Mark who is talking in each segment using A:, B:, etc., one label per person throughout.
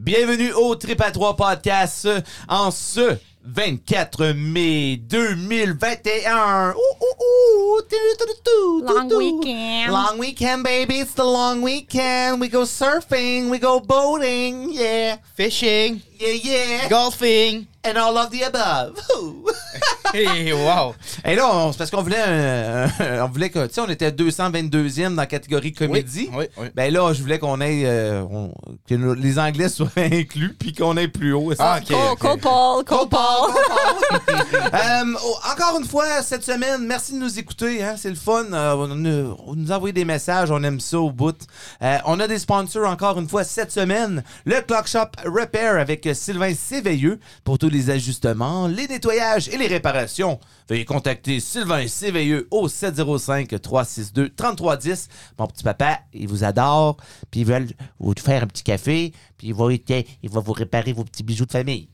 A: Bienvenue au Trip à 3 podcast en ce 24 mai 2021. Ouh, ouh, ouh. Tu, tu, tu, tu, tu,
B: Long
A: tu.
B: weekend.
A: Long weekend, baby. It's the long weekend. We go surfing. We go boating. Yeah.
C: Fishing,
A: Yeah, yeah.
C: golfing.
A: And all of the above. Ouh.
C: Hey, wow.
A: Et là, on- c'est parce qu'on voulait, un- un- on voulait que, tu sais, on était 222e dans la catégorie comédie.
C: oui, oui.
A: Ben là, je voulais qu'on ait, euh, on- que nos- les Anglais soient inclus puis qu'on ait plus haut.
C: Ah, ok.
B: Co- Copal, copal.
A: Euh, oh, encore une fois, cette semaine, merci de nous écouter. hein, c'est le fun. Euh, on, nous- on nous envoie des messages. On aime ça au bout. Euh, on a des sponsors encore une fois cette semaine. Le Clock Shop Repair avec Sylvain Séveilleux pour tous les ajustements, les nettoyages et les réparations. Veuillez contacter Sylvain Séveilleux au 705-362-3310. Mon petit papa, il vous adore. Puis ils veulent vous faire un petit café. Puis il va, il va vous réparer vos petits bijoux de famille.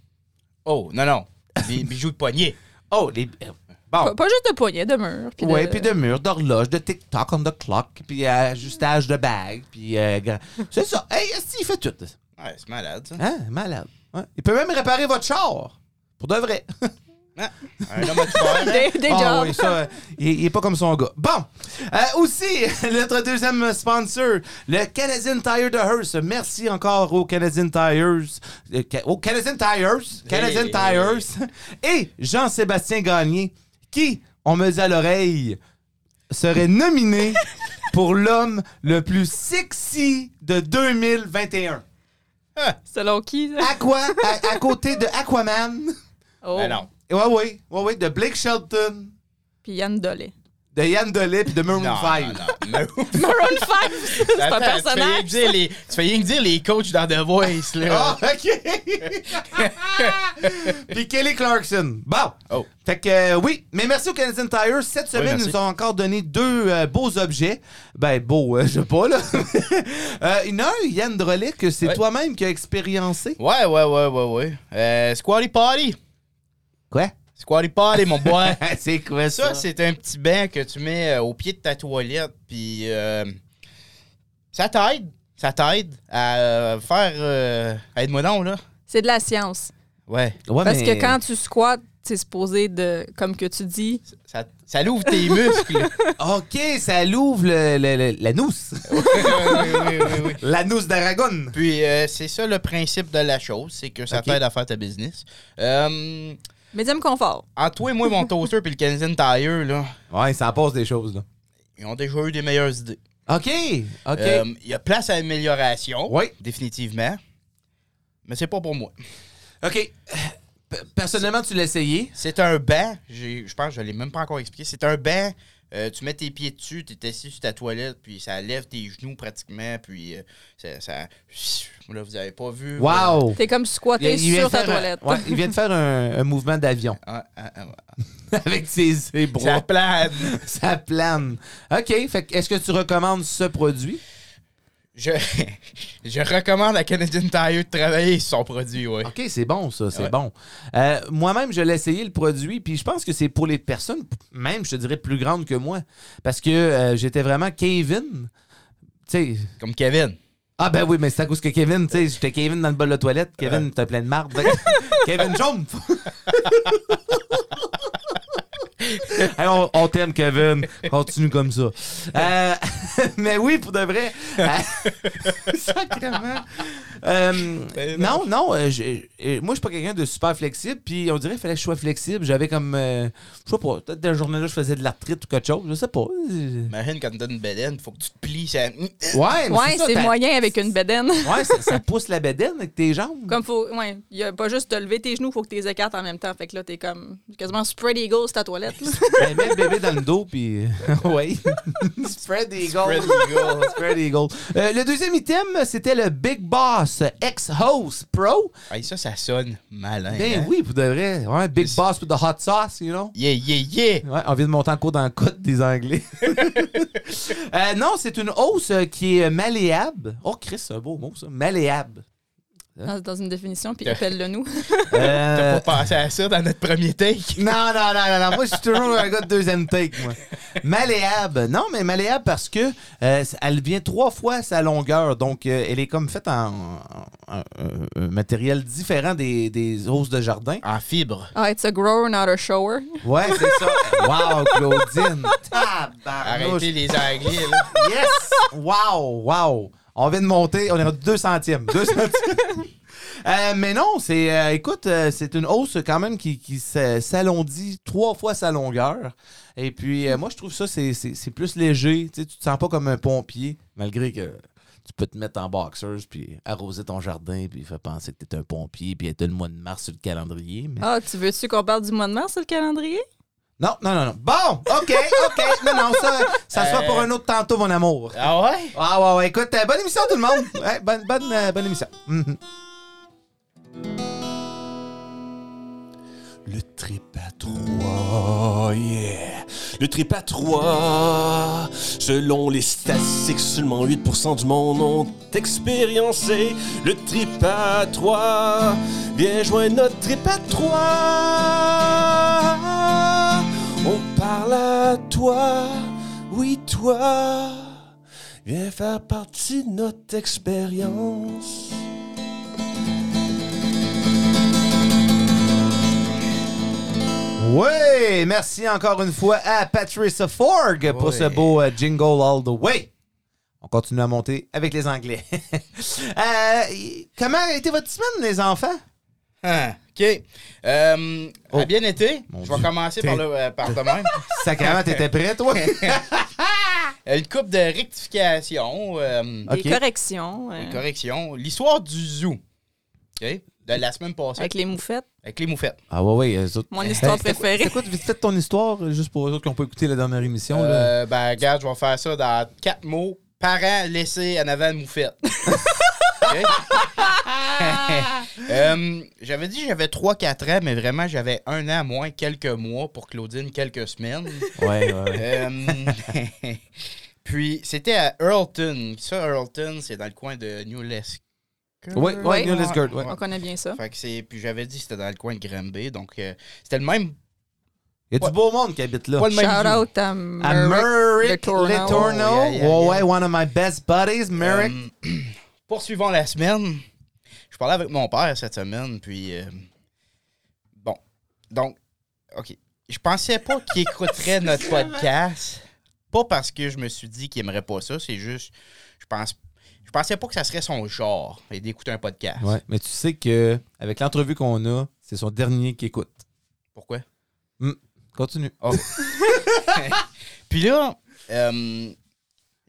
C: Oh, non, non. Des bijoux de poignet.
A: Oh, les... Bon.
B: Pas pas juste de poignet, de mur. puis
A: Oui, puis de murs, d'horloges, de TikTok on the clock, puis euh, ajustage de bagues, puis... euh, gra- c'est ça. Hey, esti, il fait tout.
C: Ouais, c'est malade, ça.
A: Hein? Malade. Ouais. Il peut même réparer votre char. Pour de vrai.
C: Ah, un homme à tout faire, hein?
B: Des, des
A: Ah
B: jobs.
A: oui, ça, euh, il, il est pas comme son gars. Bon, Euh, aussi, notre deuxième sponsor, le Canadian Tire de Hearst. Merci encore aux Canadian Tires. euh, Ca- Aux Canadian Tires. Canadian
C: Hey.
A: Tires. Et Jean-Sébastien Gagné, qui, on me dit à l'oreille, serait nominé pour l'homme le plus sexy de 2021.
B: Selon qui? ça?
A: Aqua, à, à côté de Aquaman.
B: Oh.
C: Ben non.
A: Ouais, ouais, ouais, ouais, de Blake Shelton.
B: Puis Yann Dolé.
A: De Yann Dolé pis de Maroon
C: Non,
A: 5.
C: non, non. Mais où?
B: Maroon 5, c'est un
C: Attends, tu fais rien
B: personnage.
C: que dire les- Tu fais rien que dire les coachs dans The Voice, là.
A: Ah, OK. Puis Kelly Clarkson. Bon.
C: Oh.
A: Fait que euh, oui, mais merci aux Canadian Tire. Cette semaine,
C: merci.
A: ils nous ont encore donné deux euh, beaux objets. Ben, beaux, euh, je sais pas, là. Euh, Il y en a un, Yann Drolet, que c'est
C: Ouais.
A: toi-même qui as expériencé.
C: Ouais, ouais, ouais, ouais, ouais. Euh, Squatty Potty.
A: Quoi?
C: Squatty Potty, mon boy.
A: c'est quoi
C: Ça, c'est un petit banc que tu mets euh, au pied de ta toilette, puis euh, ça t'aide. Ça t'aide à euh, faire. euh, Aide-moi donc, là.
B: C'est de la science.
C: Ouais.
A: Ouais,
B: Parce
A: mais-
B: que quand tu squattes, c'est supposé de, comme que tu dis,
C: Ça, ça l'ouvre tes muscles.
A: OK, ça l'ouvre le- le- le- la nousse.
C: oui, oui, oui, oui.
A: la nousse d'Aragon.
C: Puis euh, c'est ça le principe de la chose, c'est que ça
A: Ok.
C: t'aide à faire ta business. Euh,
B: médium confort.
C: entre toi et moi, mon toaster puis le Canadian Tire, là,
A: Ouais, ça en passe des choses, là.
C: ils ont déjà eu des meilleures idées.
A: OK, OK.
C: Euh, Il y a place à amélioration,
A: Oui.
C: définitivement. Mais c'est pas pour moi.
A: OK. P- Personnellement, tu l'as essayé.
C: C'est un banc, j'ai- je pense que je l'ai même pas encore expliqué. C'est un banc, euh, tu mets tes pieds dessus, tu es assis sur ta toilette, puis ça lève tes genoux pratiquement, puis euh, ça, ça- Là, vous avez pas vu. mais-
A: Wow!
B: T'es comme squatté
A: Il- il vient
B: sur
A: de
B: ta
A: faire un-
B: toilette.
A: ouais, il vient de faire un, un mouvement d'avion
C: Ah, ah, ah, ah.
A: avec ses, ses
C: Ça
A: bras.
C: plane.
A: Ça plane. OK. Fait que est-ce que tu recommandes ce produit?
C: Je, je recommande à Canadian Tire de travailler sur son produit, oui.
A: OK, c'est bon, ça. C'est
C: Ouais.
A: bon. Euh, Moi-même, je l'ai essayé, le produit, puis je pense que c'est pour les personnes, p- même, je te dirais, plus grandes que moi. Parce que euh, j'étais vraiment Kevin. Tu sais...
C: Comme Kevin.
A: Ah ben oui, mais c'est à cause que Kevin, tu sais, j'étais Kevin dans le bol de toilette. Kevin, t'as plein de marde. Fait que- Kevin Jump! Hey, on on t'aime, Kevin. Continue comme ça. Euh, mais oui, pour de vrai. euh, Sacrément. Euh,
C: Ben
A: non, non. euh, j'ai- euh, moi, je suis pas quelqu'un de super flexible. Puis on dirait qu'il fallait que je sois flexible. J'avais comme. euh, je sais pas. Peut-être dans la journée-là, je faisais de l'arthrite ou quelque chose. Je sais pas. Euh,
C: Imagine quand tu donnes une bedaine, faut que tu te plies. Ça...
A: Ouais, mais
B: Ouais,
A: ça,
B: c'est
A: t'as-
B: moyen avec une bedaine.
A: Ouais, ça, ça pousse la bédaine avec tes jambes.
B: Comme faut, ouais, y a pas juste de lever tes genoux, faut que tu les écartes en même temps. Fait que là, t'es comme quasiment spread eagle sur ta toilette. là.
A: Ben, mets le bébé dans le dos, puis. euh, oui. Spread
C: Spread eagle.
A: Spread eagle. Euh, le deuxième item, c'était le Big Boss X-Host Pro.
C: Hey, ça, ça sonne malin.
A: Ben
C: hein?
A: oui, pour de vrai. Ouais, Big
C: C'est-
A: Boss with the hot sauce, you know?
C: Yeah, yeah, yeah.
A: Ouais, on vient de monter en cours dans le code des Anglais. Euh, non, c'est une hausse euh, qui est malléable. Oh, Chris, c'est un beau mot, ça. Malléable.
B: dans, dans une définition, puis appelle-le nous.
C: T'as
A: Euh,
C: pas pensé à ça dans notre premier take?
A: Non, non, non, non, non. Moi, je suis toujours un gars de deuxième take, moi. Malléable. Non, mais malléable parce que euh, elle vient trois fois sa longueur. Donc, euh, elle est comme faite en, en- en- un matériel différent des, des os de jardin.
C: En fibre.
B: Ah, it's a grower, not a shower.
A: Ouais, c'est ça. Wow, Claudine. Tabarnouche.
C: Arrêtez les anglais, là.
A: Yes! Wow, wow. On vient de monter, on est rendu 2 centièmes. 2 centièmes. Euh, mais non, c'est euh, écoute, euh, c'est une hausse quand même qui, qui s'a- s'alondit trois fois sa longueur. Et puis euh, moi je trouve ça c'est, c'est- c'est plus léger, tu sais, tu te sens pas comme un pompier malgré que tu peux te mettre en boxers puis arroser ton jardin puis faire penser que t'es un pompier puis être le mois de mars sur le calendrier. mais-
B: Ah, tu veux-tu qu'on parle du mois de mars sur le calendrier?
A: Non, non, non, non. Bon, OK, OK. non, non, ça, ça sera
C: Euh.
A: pour un autre tantôt, mon amour.
C: Ah ouais?
A: Ah ouais, ouais, écoute, euh, bonne émission tout le monde. Ouais, bonne, bonne, euh, bonne émission. Mhm.
D: Le trip à trois, yeah. Le trip à trois. Selon les statistiques, seulement 8% du monde ont expériencé le trip à trois. Viens joindre notre trip à trois. On parle à toi, oui toi. Viens faire partie de notre expérience.
A: Ouais, Mm. merci encore une fois à Patricia Forg pour
C: Ouais.
A: ce beau euh, jingle all the way. On continue à monter avec les Anglais. Euh, y- comment a été votre semaine, les enfants?
C: Ah, OK. Euh,
A: Hein. Oh.
C: a bien été.
A: Mon
C: Je vais
A: Dieu.
C: commencer par, le, euh, par de même.
A: Sacrément, t'étais prêt, toi?
C: Euh, Une coupe de rectification, euh,
A: Ok.
B: Des corrections. euh,
C: une Hein? correction. L'histoire du zoo. OK? De la semaine passée.
B: avec les
C: Avec,
B: moufettes.
C: les moufettes.
A: ah ouais, ouais. eux autres-
B: Mon histoire
A: Hey, c'était quoi-
B: préférée.
A: C'est quoi, vite fait, ton histoire, euh, juste pour eux autres qui n'ont pas écouté la dernière émission? là?
C: Euh, ben, regarde, je vais faire ça dans quatre mots. Parents laissés en avant de moufette. OK? Euh, j'avais dit que j'avais 3-4 ans, mais vraiment, j'avais un an moins, quelques mois pour Claudine, quelques semaines.
A: Ouais, ouais, ouais.
C: Euh, Puis, c'était à Earlton. Ça, Earlton, c'est dans le coin de New Lesk.
A: Ouais, ouais,
B: Ouais.
A: Neil Lesgard, ouais.
B: On connaît bien ça.
C: Fait que c'est... Puis j'avais dit que c'était dans le coin de Granby, donc euh, c'était le même...
A: Il y a du beau monde qui habite là.
C: Pas le même
B: Shout
C: zoo.
B: out à
A: À
B: Merrick.
A: Merrick
B: Letourneau.
A: Letourneau.
C: Oh, yeah, yeah,
A: Ouais, ouais,
C: yeah.
A: one of my best buddies, Merrick.
C: Euh, poursuivons la semaine. Je parlais avec mon père cette semaine, puis... euh, bon. Donc, OK. Je pensais pas qu'il écouterait notre podcast. Pas parce que je me suis dit qu'il aimerait pas ça, c'est juste... Je pense... Je pensais pas que ça serait son genre, et d'écouter un podcast.
A: Ouais, mais tu sais que avec l'entrevue qu'on a, c'est son dernier qui écoute.
C: Pourquoi?
A: Continue.
C: Puis là, euh,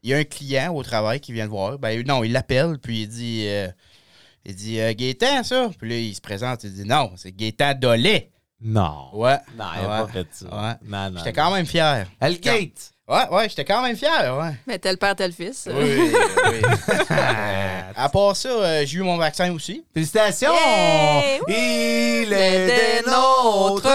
C: il y a un client au travail qui vient le voir. Ben, non, il l'appelle, puis il dit, euh, il dit euh, Gaétan, ça. Puis là, il se présente, il dit non, c'est Gaétan Dolé.
A: Non.
C: Ouais.
A: Non,
C: il a pas
A: fait
C: ça.
A: Non, non.
C: J'étais quand même fier.
A: Hellgate.
C: Ouais, ouais, j'étais quand même fier, ouais.
B: Mais tel père, tel fils.
C: Oui, oui. à part ça, euh, j'ai eu mon vaccin aussi.
A: Félicitations!
B: Yay! Wouh!
A: Il est des nôtres!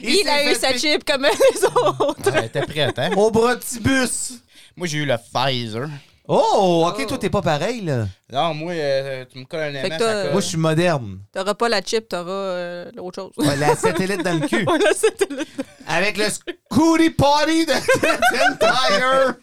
B: Il a
A: s'est
B: eu
A: fait
B: sa
A: pic-
B: chip comme les autres.
C: Ouais, T'es prête, hein?
A: Au brotibus!
C: Moi, j'ai eu le Pfizer.
A: Oh, ok,
B: Oh.
A: toi, t'es pas pareil, là.
C: Non, moi, euh, tu me colles
B: Fait
C: un
B: que
C: aimant,
B: toi,
C: ça colle.
A: Moi, je suis moderne.
B: T'auras pas la chip, t'auras euh, autre chose.
A: Ouais, la satellite dans le cul.
B: Voilà, c'était le-
A: Avec le Scooty Potty de Tim Tire.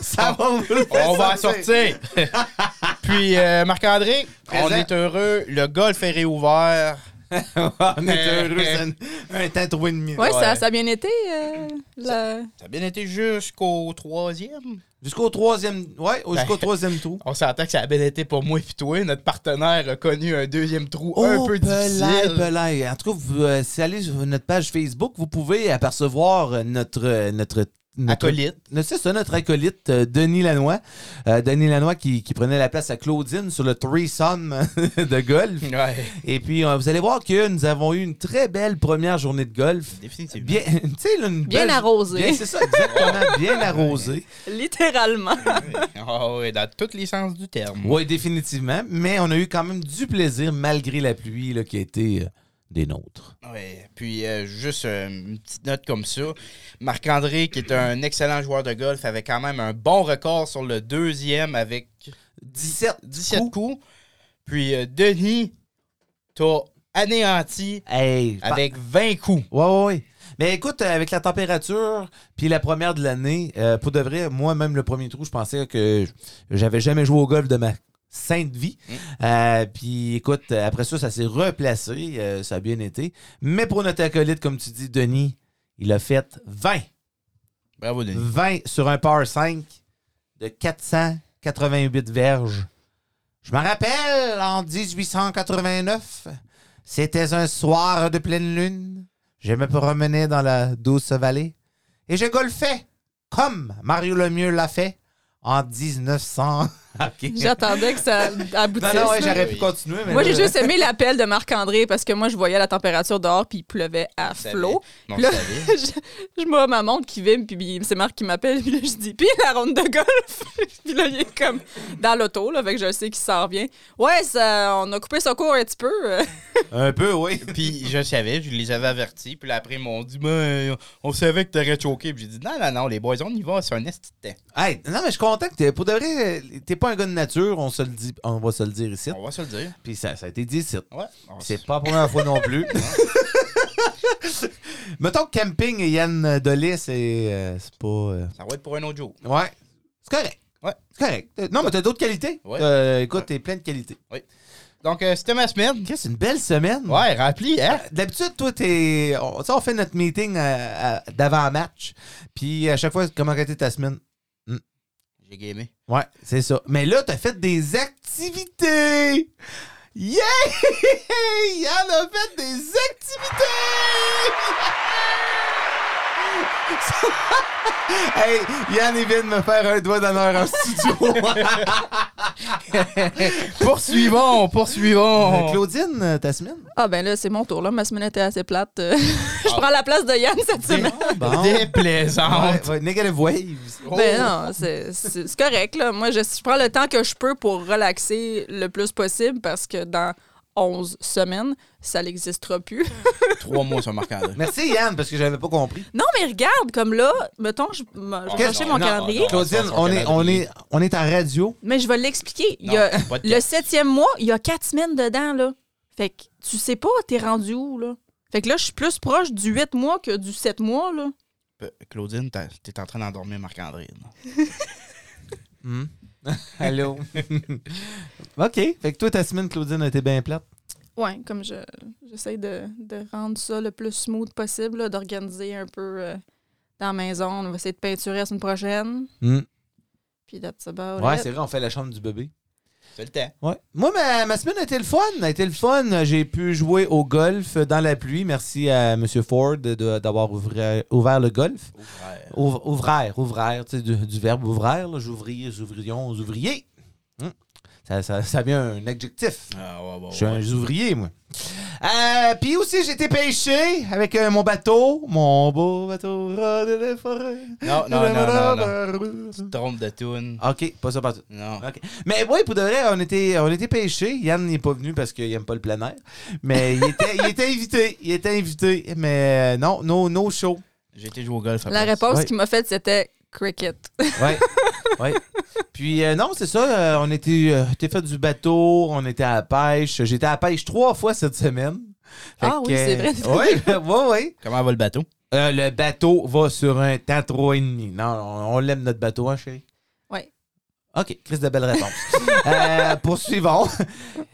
A: Ça va vous le faire
C: On va en sortir. Puis, euh, Marc-André, on
A: Présent.
C: est heureux. Le golf est réouvert.
A: On est heureux. c'est Un un temps trouvé de mieux.
B: Ouais, Ça,
C: Ouais.
B: ça a bien été. euh, la-
C: Ça a bien été jusqu'au troisième.
A: Jusqu'au troisième. Ouais,
C: Ben,
A: au- jusqu'au troisième tour.
C: On s'entend que ça a bien été pour moi et toi. Notre partenaire a connu un deuxième trou un peu
A: belay,
C: difficile.
A: belay. Oh, En tout cas, vous, euh, si allez sur notre page Facebook, vous pouvez apercevoir euh, notre. euh, notre notre-
C: Acolyte.
A: notre- C'est ça, notre acolyte, euh, Denis Lanois. Euh, Denis Lanois qui, qui prenait la place à Claudine sur le threesome de golf.
C: Ouais,
A: Et puis, euh, vous allez voir que nous avons eu une très belle première journée de golf.
C: définitivement.
A: Bien, tu sais, là, une
B: Bien
A: belle-
B: arrosée.
A: bien- C'est ça, exactement, bien arrosée.
B: Littéralement.
C: Ah ouais, dans tous les sens du terme.
A: Oui, définitivement. Mais on a eu quand même du plaisir malgré la pluie là, qui a été euh, des nôtres.
C: Ouais. Puis, euh, juste euh, une petite note comme ça. Marc-André, qui est un excellent joueur de golf, avait quand même un bon record sur le deuxième avec
A: 17,
C: 17 coups. Puis euh, Denis, t'as anéanti
A: Hey, pa-
C: avec 20 coups.
A: Ouais, ouais, ouais. Mais écoute, euh, avec la température, puis la première de l'année, euh, pour de vrai, moi, même le premier trou, je pensais que j'avais jamais joué au golf de ma sainte vie. Euh, puis écoute, euh, après ça, ça s'est replacé. euh, ça a bien été. Mais pour notre acolyte, comme tu dis, Denis, il a fait 20.
C: Bravo, Denis.
A: 20 sur un par 5 de 488 verges. Je me rappelle, en 1889, c'était un soir de pleine lune. Je me promenais dans la douce vallée et je golfais comme Mario Lemieux l'a fait en 1900. Ok.
B: J'attendais que ça
A: Non,
B: aboutisse.
A: non, ouais,
B: là.
A: j'aurais pu continuer. Mais
B: Moi,
A: là,
B: j'ai
A: je-
B: juste aimé l'appel de Marc-André parce que moi, je voyais la température dehors puis il pleuvait à
C: Ça
B: flot.
C: Non,
B: Là-
C: tu savais.
B: je, je vois ma montre qui vibre, puis c'est Marc qui m'appelle, puis là, je dis, puis la ronde de golf. puis là, il est comme dans l'auto, là, fait que je sais qu'il s'en revient. Ouais, ça, on a coupé son cours un petit peu. euh.
A: Un peu, oui.
C: Puis je savais, je les avais avertis. Puis là, après, ils m'ont dit, ben, on savait que t'aurais choqué. Puis j'ai dit, non, non, non, les boys, on y va, c'est un esti de temps.
A: Hey, non, mais je suis content que t'es- pour de vrai, t'es pas un gars de nature, on, se le dit, on va se le dire ici.
C: On va se le dire.
A: Puis ça, ça a été dit ici.
C: Ouais. On
A: C'est pas la première fois non plus. Mettons que camping et Yann Dolé, c'est euh, c'est pas. euh,
C: Ça va être pour un autre jour.
A: Ouais. C'est correct.
C: Ouais.
A: C'est correct. Euh, Non, mais t'as d'autres qualités.
C: Ouais.
A: Euh, écoute, t'es plein de qualités.
C: Donc, euh, c'était ma semaine.
A: Chris, c'est une belle semaine.
C: Ouais, rempli, hein?
A: D'habitude, toi, t'es. On, tu sais, on fait notre meeting euh, à- d'avant-match. Puis à chaque fois, comment a été ta semaine?
C: J'ai gamé.
A: Ouais, c'est ça. Mais là, t'as fait des activités! Yeah! Yann a fait des activités! hey, Yann, il vient de me faire un doigt d'honneur en studio.
C: Poursuivons, poursuivons.
A: Euh, Claudine, ta semaine?
B: Ah, ben là, c'est mon tour, là. Ma semaine était assez plate. euh. je prends la place de Yann cette semaine.
A: Bon.
C: Déplaisante.
A: Ouais, ouais, negative waves. Oh.
B: Ben non, c'est- c'est c'est correct, là. Moi, je, je prends le temps que je peux pour relaxer le plus possible parce que dans 11 semaines, ça n'existera plus.
C: Trois mois sur Marc-André.
A: Merci Yann, parce que j'avais pas compris.
B: Non, mais regarde, comme là, mettons, je, me- je vais
A: Qu'est-ce-
B: chercher
C: non,
B: mon
C: non,
B: calendrier.
C: non.
A: Claudine, on est, on, est, on est à radio.
B: Mais je vais l'expliquer. Il y
C: Non,
B: a-
C: pas de
B: le
C: cash.
B: septième mois, il y a quatre semaines dedans, là. Fait que tu sais pas, t'es rendu où, là. Fait que là, je suis plus proche du huit mois que du sept mois, là.
C: Euh, Claudine, t'as- t'es en train d'endormir Marc-André. là.
A: Allô? OK. Fait que toi, ta semaine, Claudine, a été bien plate.
B: Ouais, comme je j'essaie de, de rendre ça le plus smooth possible, là, d'organiser un peu euh, dans la maison. On va essayer de peinturer la semaine prochaine.
A: Hmm.
B: Puis that's about
A: Ouais,
B: it.
A: c'est vrai, on fait la chambre du bébé.
C: C'est le temps.
A: Ouais. Moi, ma, ma semaine a été le fun. A été le fun. J'ai pu jouer au golf dans la pluie. Merci à M. Ford de- de- d'avoir ouvert, ouvert le golf.
C: Ouvert.
A: Ouv- ouvrir, ouvrir, tu sais, du, du verbe ouvrir, là, j'ouvrier, j'ouvrions, ouvriers. Hum. Ça, ça, ça vient un adjectif.
C: Ah, ouais, ouais,
A: Je suis
C: ouais.
A: un ouvrier, moi. Euh, Puis aussi, j'ai été pêché avec euh, mon bateau, mon beau bateau. rat de la forêt.
C: Non, non, non, non, non. Ah. Trompe de toune.
A: Ok, pas ça partout.
C: Non.
A: OK. Mais oui, pour de vrai, on était, on était pêchés. Yann n'est pas venu parce qu'il aime pas le plein air. Mais il était, il était invité. Il était invité. Mais euh, non, no, no show.
C: J'ai été jouer au golf.
B: La
C: après.
B: réponse
A: Ouais.
B: qui m'a faite, c'était cricket.
A: Ouais. ouais. Puis euh, non, c'est ça. euh, on était, euh, on était fait du bateau. On était à la pêche. J'étais à la pêche trois fois cette semaine. euh,
B: Ah oui, c'est vrai.
A: Oui, oui, oui.
C: Comment va le bateau?
A: Euh, le bateau va sur un temps trois et demi. Non, on, on l'aime notre bateau, hein, chérie?
B: Ouais.
A: OK, Chris de belle réponse. Euh, poursuivons.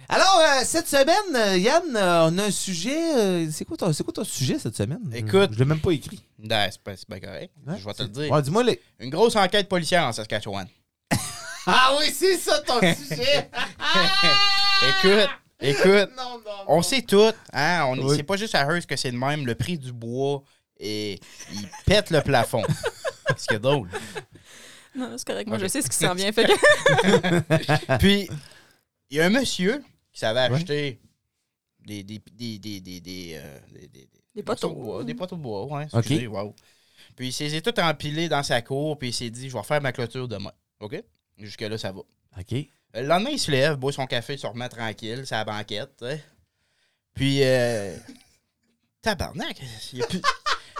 A: Alors, euh, cette semaine, euh, Yann, euh, on a un sujet. euh, c'est, quoi ton, c'est quoi ton sujet cette semaine?
C: Écoute.
A: Je l'ai même pas écrit.
C: Non, Ben, c'est pas, c'est pas correct.
A: Hein?
C: Je vais te le
A: C'est-
C: dire.
A: Ouais, dis-moi les.
C: Une grosse enquête policière en Saskatchewan.
A: Ah oui, c'est ça ton sujet!
C: Ah!
B: Ah!
C: Écoute, écoute.
A: non, non, non.
C: On sait tout, hein? On,
A: Oui.
C: C'est pas juste à Hearst que c'est le même. Le prix du bois, et il pète le plafond. Ce qui est drôle.
B: Non, c'est correct. Moi,
C: Ok.
B: je sais ce qui s'en vient. Fait que-
C: Puis, il y a un monsieur qui savait
A: Ouais.
C: acheter des, des, des, des, des, des, euh, des, des- des
B: Des
C: morceaux de
B: poteaux.
C: bois, des poteaux de bois, ouais.
A: Ok.
C: excusez, wow. Puis, il s'est s'est tout empilé dans sa cour, puis il s'est dit, je vais faire ma clôture demain. OK? Jusque-là, ça va.
A: OK.
C: Le lendemain, il se lève, boit son café, se remet tranquille, sa banquette, tu sais. Puis, euh, tabarnak, il n'y a, plus-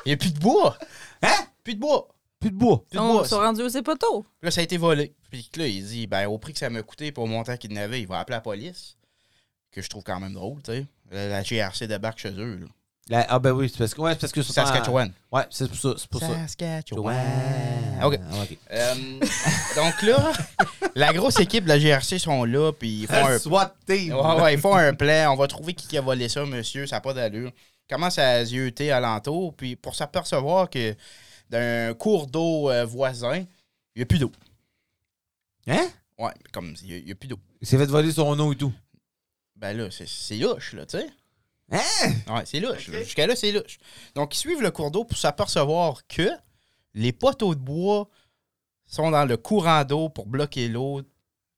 C: il y a plus de bois. Hein? Plus de bois.
A: Plus de bois.
C: Plus de
B: on
C: bois.
B: s'est rendu aux poteaux.
C: Puis Là, ça a été volé. Puis là, il dit, ben, au prix que ça m'a coûté pour mon temps qu'il n'avait, il va appeler la police. que je trouve quand même drôle, tu sais. La, la GRC débarque chez eux, là.
A: La- ah ben oui, c'est parce que ouais, c'est parce que c'est
C: Saskatchewan.
A: Ouais, c'est pour ça, c'est pour ça.
C: Saskatchewan.
A: Ouais.
C: Ok.
A: Ah, ok.
C: Euh, donc là, la grosse équipe de la GRC sont là, puis ils font un
A: SWAT team.
C: Ouais, ouais, ils font un plan. On va trouver qui a volé ça, monsieur. Ça n'a pas d'allure. Ils Commencent à zioter alentour, puis pour s'apercevoir que d'un cours d'eau euh, voisin, il n'y a plus d'eau.
A: Hein?
C: Ouais, comme il n'y a, plus d'eau.
A: Il s'est fait voler son eau et tout.
C: Ben là, c'est- c'est louche, là, tu sais.
A: Hein?
C: Ouais, c'est louche. là. Jusqu'à là, c'est louche. Donc, ils suivent le cours d'eau pour s'apercevoir que les poteaux de bois sont dans le courant d'eau pour bloquer l'eau.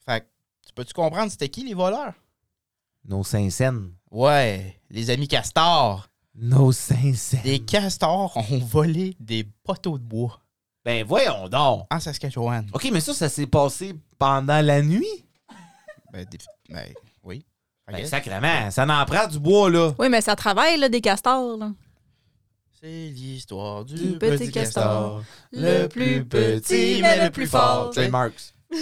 C: Fait que, tu peux-tu comprendre c'était qui les voleurs?
A: Nos Saint-Saëns.
C: Ouais, les amis castors.
A: Nos Saint-Saëns.
C: Des castors ont volé des poteaux de bois
A: Ben voyons donc.
C: en Saskatchewan.
A: Ok, mais ça, ça s'est passé pendant la nuit?
C: Ben, des- ben, oui.
A: Ben
C: Ok.
A: sacrément, ça n'en prend du bois, là.
B: Oui, mais ça travaille, là, des castors. là.
C: C'est l'histoire du,
B: Du
C: petit,
B: petit
C: castor.
A: Ah.
B: castor. Le plus petit, mais le plus fort.
A: Jay Marks.
C: Tu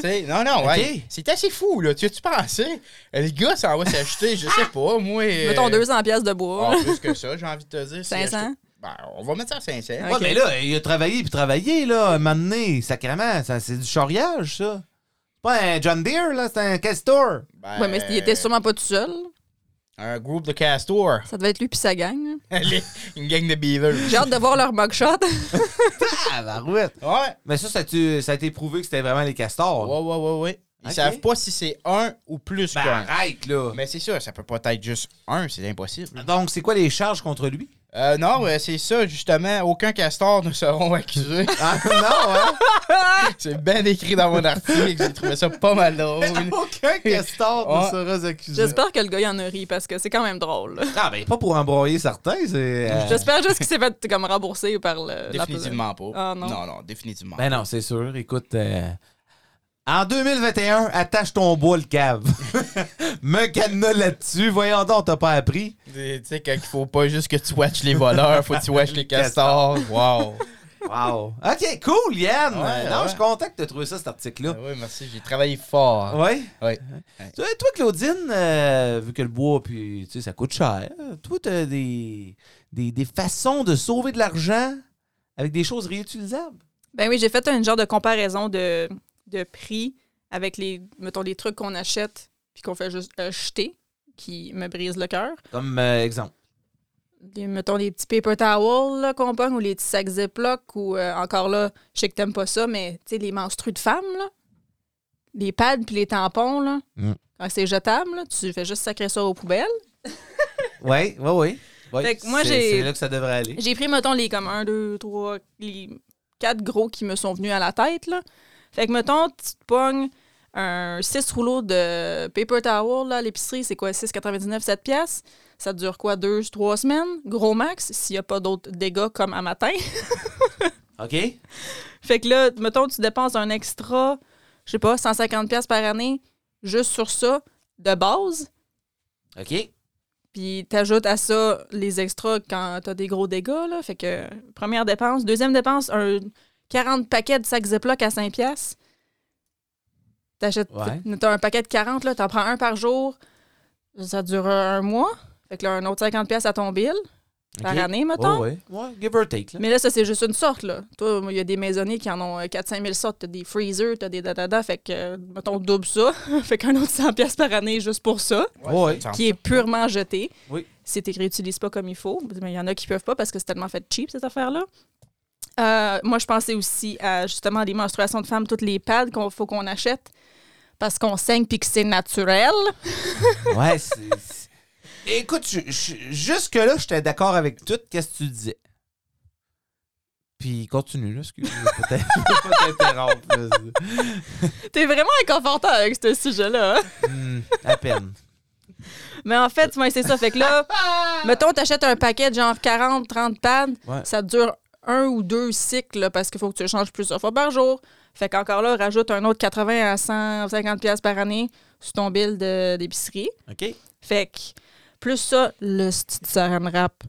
C: sais, non, non, ouais.
A: Ok.
C: C'est assez fou, là. Tu as-tu pensé? Le gars s'en va s'acheter, je sais pas, moi. euh,
B: Mettons 200 pièces de bois.
C: ah, plus que ça, j'ai envie de te dire. Si
B: 500?
C: acheté- Ben, on va mettre ça à 500.
B: Ouais.
A: Ouais,
B: Ok.
A: mais là, il a travaillé puis travaillé, là, un moment donné, sacrément. Ça, c'est du charriage, ça. C'est pas un John Deere, là, c'est un Castor.
C: Ben,
B: Ouais, mais il était sûrement pas tout seul.
C: Un groupe de castors.
B: Ça devait être lui puis sa gang. là.
C: Allez, Une gang de beavers.
B: J'ai hâte de voir leur mugshot.
A: Ah, barouette.
C: Ouais.
A: Mais ça, ça, tu- ça a été prouvé que c'était vraiment les castors.
C: Ouais, ouais, ouais, ouais. Ils
A: Ok.
C: savent pas si c'est un ou plus
A: Ben,
C: qu'un.
A: arrête, là.
C: Mais c'est ça, ça peut pas être juste un, c'est impossible.
A: Donc, c'est quoi les charges contre lui?
C: Euh, non, euh, c'est ça, justement, aucun castor ne seront accusés.
A: Ah, non, hein?
C: c'est bien écrit dans mon article, j'ai trouvé ça pas mal drôle.
A: hein? Aucun castor
C: Ouais.
A: ne sera accusé.
B: J'espère que le gars, il en a ri parce que c'est quand même drôle. là.
A: Ah, ben, pas pour embroyer certains, c'est. euh,
B: J'espère juste qu'il s'est fait comme rembourser par le.
C: Définitivement pas.
B: Ah, non.
C: non, définitivement.
A: Ben non, c'est sûr. Écoute, euh, en 2021, attache ton bois, le cave. Me cadenas là-dessus. Voyons donc, t'as pas appris.
C: Tu sais, quand il faut pas juste que tu watches les voleurs, faut que tu watches les castors. Wow.
A: Wow. OK, cool, Yann.
C: Ouais,
A: Euh, non,
C: ouais.
A: je suis content que t'as trouvé ça, cet
C: Ah
A: article-là.
C: oui, merci, j'ai travaillé fort.
A: Ah Ouais.
C: Ouais.
A: Tu vois, Toi, Claudine, euh, vu que le bois, puis, tu sais, ça coûte cher, toi, t'as des, des, des façons de sauver de l'argent avec des choses réutilisables.
B: Ben oui, j'ai fait un genre de comparaison de, de prix avec les, mettons, les trucs qu'on achète puis qu'on fait juste acheter qui me brise le cœur.
A: Comme euh, exemple.
B: Les- mettons, les petits paper towels là, qu'on pogne ou les petits sacs Ziploc ou euh, encore là, je sais que t'aimes pas ça, mais tu sais, les menstrues de femmes, là, les pads puis les tampons, là,
A: Mm.
B: quand c'est jetable, là, tu fais juste sacrer ça aux poubelles.
A: Oui, oui, oui. Ouais,
B: Fait que moi,
A: c'est-
B: j'ai-
A: C'est là que ça devrait aller.
B: J'ai pris, mettons, les comme un, deux, trois, les quatre gros qui me sont venus à la tête. Là. Fait que, mettons, tu te pognes un 6 rouleaux de paper towel là, à l'épicerie, c'est quoi, 6,99, 7 piastres. Ça te dure quoi, deux, trois semaines, gros max, s'il n'y a pas d'autres dégâts comme à matin.
A: OK?
B: fait que là, mettons, tu dépenses un extra, je sais pas, 150 pièces par année, juste sur ça, de base.
A: OK?
B: Puis t'ajoutes à ça les extras quand t'as des gros dégâts. Là. Fait que première dépense. Deuxième dépense, un 40 paquets de sacs Ziploc à 5 piastres. T'achètes,
A: Ouais.
B: t'as un paquet de 40, là, t'en prends un par jour. Ça dure un mois. Fait que là, un autre 50 piastres à ton bill par
A: OK.
B: année, mettons.
A: Ouais, ouais. Ouais, give or take. Là.
B: Mais là, ça, c'est juste une sorte, là. Toi, il y a des maisonnées qui en ont euh, 4-5 000 sortes. T'as des freezers, t'as des da-da-da. Fait que, euh, mettons, double ça. fait qu'un autre 100 piastres par année juste pour ça
A: Ouais.
C: ça me semble.
B: qui est purement jeté.
A: Oui.
B: Si tu ne réutilises pas comme il faut, mais il y en a qui peuvent pas parce que c'est tellement fait cheap, cette affaire-là. Euh, moi, je pensais aussi à justement les menstruations de femmes, toutes les pads qu'on faut qu'on achète parce qu'on saigne puis que c'est naturel.
A: Ouais, c'est- c'est- Écoute, je- je- jusque-là, j'étais d'accord avec tout quest ce que tu disais. Puis continue, là, excuse je vais peut-être- je vais pas t'interrompre. là.
B: T'es vraiment inconfortable avec ce sujet-là. hein?
A: Hmm, à peine.
B: Mais en fait, ouais, c'est ça. Fait que là, mettons, t'achètes un paquet de genre 40, 30 pads,
A: Ouais.
B: ça te dure un ou deux cycles là, parce qu'il faut que tu le changes plusieurs fois par jour. Fait qu'encore là, rajoute un autre 80 à 150 pièces par année sur ton bill de- d'épicerie.
A: OK?
B: Fait que, plus ça, le sti de saran wrap,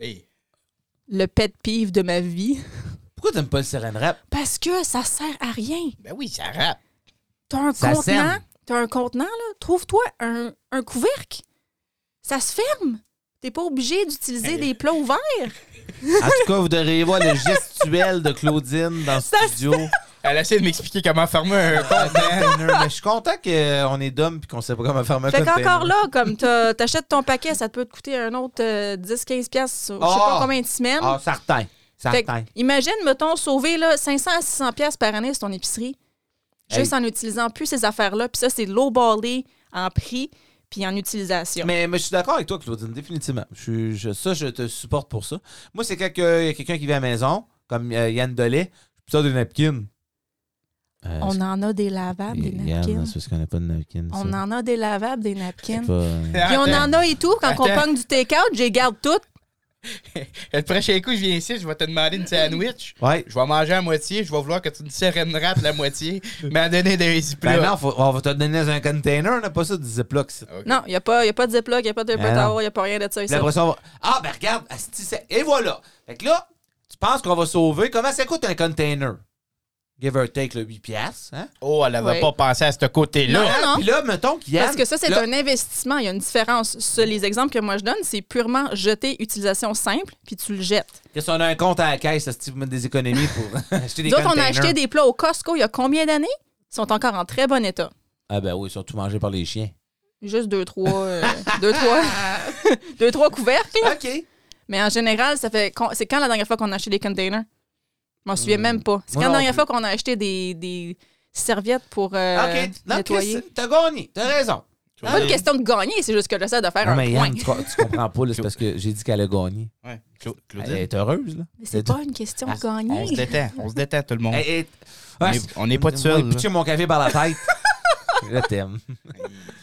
C: Hey.
B: le pet peeve de ma vie.
A: Pourquoi t'aimes pas le Seren Rap?
B: Parce que ça sert à rien.
C: Ben oui, ça rappe.
B: T'as un
A: Ça
B: contenant,
A: sème.
B: T'as un contenant, là. Trouve-toi un, un couvercle. Ça se ferme. T'es pas obligé d'utiliser des plats ouverts.
A: En tout cas, vous devriez voir le gestuel de Claudine dans le
B: Ça se
A: studio.
C: Elle essaie de m'expliquer comment fermer un contenant.
A: Mais je suis content qu'on est d'hommes et qu'on sait pas comment faire un
B: Fait
A: container.
B: qu'encore là, comme t'as- t'achètes ton paquet, ça peut te coûter un autre euh, 10-15$, piastres, je sais
A: Ah!
B: pas combien de semaines.
A: Ah, certain.
B: Fait que,
A: Certain.
B: imagine, mettons, sauver là, 500 à 600 pièces par année sur ton épicerie, juste en utilisant plus ces affaires-là. Puis ça, c'est low-ballé en prix puis en utilisation.
A: Mais, mais je suis d'accord avec toi, Claudine, définitivement. Je, suis- je- ça, je te supporte pour ça. Moi, c'est quand euh, il y a quelqu'un qui vient à la maison, comme euh, Yann Dolay, je sors des napkins. Euh,
B: On en a des lavables, des napkins.
A: Yann, c'est parce qu'on n'a pas de napkins. ça.
B: On en a des lavables, des
A: C'est
B: napkins.
A: pas, euh,
B: Puis on en a et tout. Quand on
C: Attends.
B: pogne du take-out, je les garde toutes.
C: Le prochain coup, je viens ici, je vais te demander une sandwich.
A: Ouais.
C: Je vais manger à moitié, je vais vouloir que tu me sers une rate la moitié, m'en donner des
A: Ben
C: plats.
A: non, faut- on va te donner dans un container, on n'a pas ça du Ziploc. c'est-
B: Non, il n'y a, pas- y a pas de Ziploc, il n'y a pas de paper
A: Ah non.
B: towel, il n'y a pas rien de ça.
A: Puis
B: ici.
A: après ça, on va- Ah, ben regarde, asti, c'est- et voilà. Fait que là, tu penses qu'on va sauver. Comment ça coûte un container? Give or take, le 8 piastres. Hein?
C: Oh, elle avait
B: Ouais.
C: pas pensé à ce côté-là.
B: Non, Oh, non.
A: Puis là, mettons qu'il y a.
B: Parce que ça, c'est
A: là-
B: un investissement. Il y a une différence. Ça, les exemples que moi je donne, c'est purement jeter, utilisation simple, puis tu le jettes.
A: Qu'est-ce qu'on a un compte à la caisse, ça, si vous mettez des économies pour acheter des
B: D'autres, on a
A: containers.
B: acheté des plats au Costco il y a combien d'années? Ils sont encore en très bon état.
A: Ah ben oui, ils sont tous mangés par les chiens.
B: Juste deux, trois, euh, deux, trois, deux, trois couvercles. là.
A: OK.
B: Mais en général, ça fait. con- C'est quand la dernière fois qu'on a acheté des containers? Je m'en souviens même pas. C'est
A: Hmm. Moi
B: quand la
A: non
B: dernière fois qu'on a acheté des, des serviettes pour euh,
A: OK. Non,
B: nettoyer?
A: Chris, t'as gagné. T'as raison.
B: C'est pas une question de gagner, c'est juste que j'essaie de faire
A: Non,
B: un
A: mais
B: point.
A: Yann, tu, co- tu comprends pas, là, c'est parce que j'ai dit qu'elle a gagné.
C: Ouais. Cla-
A: Elle
C: Claudine,
A: est heureuse, là.
B: Mais c'est pas une question
A: Ah,
B: de
C: on se
B: gagner.
C: détend, on se détend tout le monde.
A: Elle est-
C: On
A: Ah,
C: est- on n'est pas tout
A: Oui,
C: seul.
A: pitcher mon café par la tête. Je t'aime.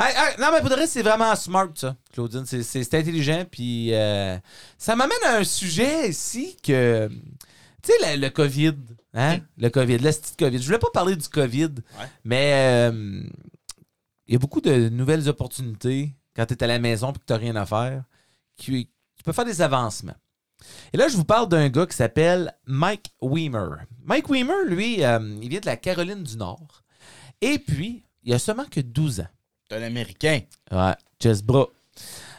A: Hey, hey, non, mais pour le reste, c'est vraiment smart, ça, Claudine. C'est- C'est c'est intelligent. Puis euh, ça m'amène à un sujet ici que. Tu sais, le, le COVID. Hein? Le COVID, la petite COVID. Je voulais pas parler du COVID, mais euh, il y a beaucoup de nouvelles opportunités quand tu es à la maison et que tu n'as rien à faire. Qui, tu peux faire des avancements. Et là, je vous parle d'un gars qui s'appelle Mike Weimer. Mike Weimer, lui, euh, il vient de la Caroline du Nord. Et puis, il a seulement que 12 ans.
C: T'es un Américain.
A: Ouais, Chessbro.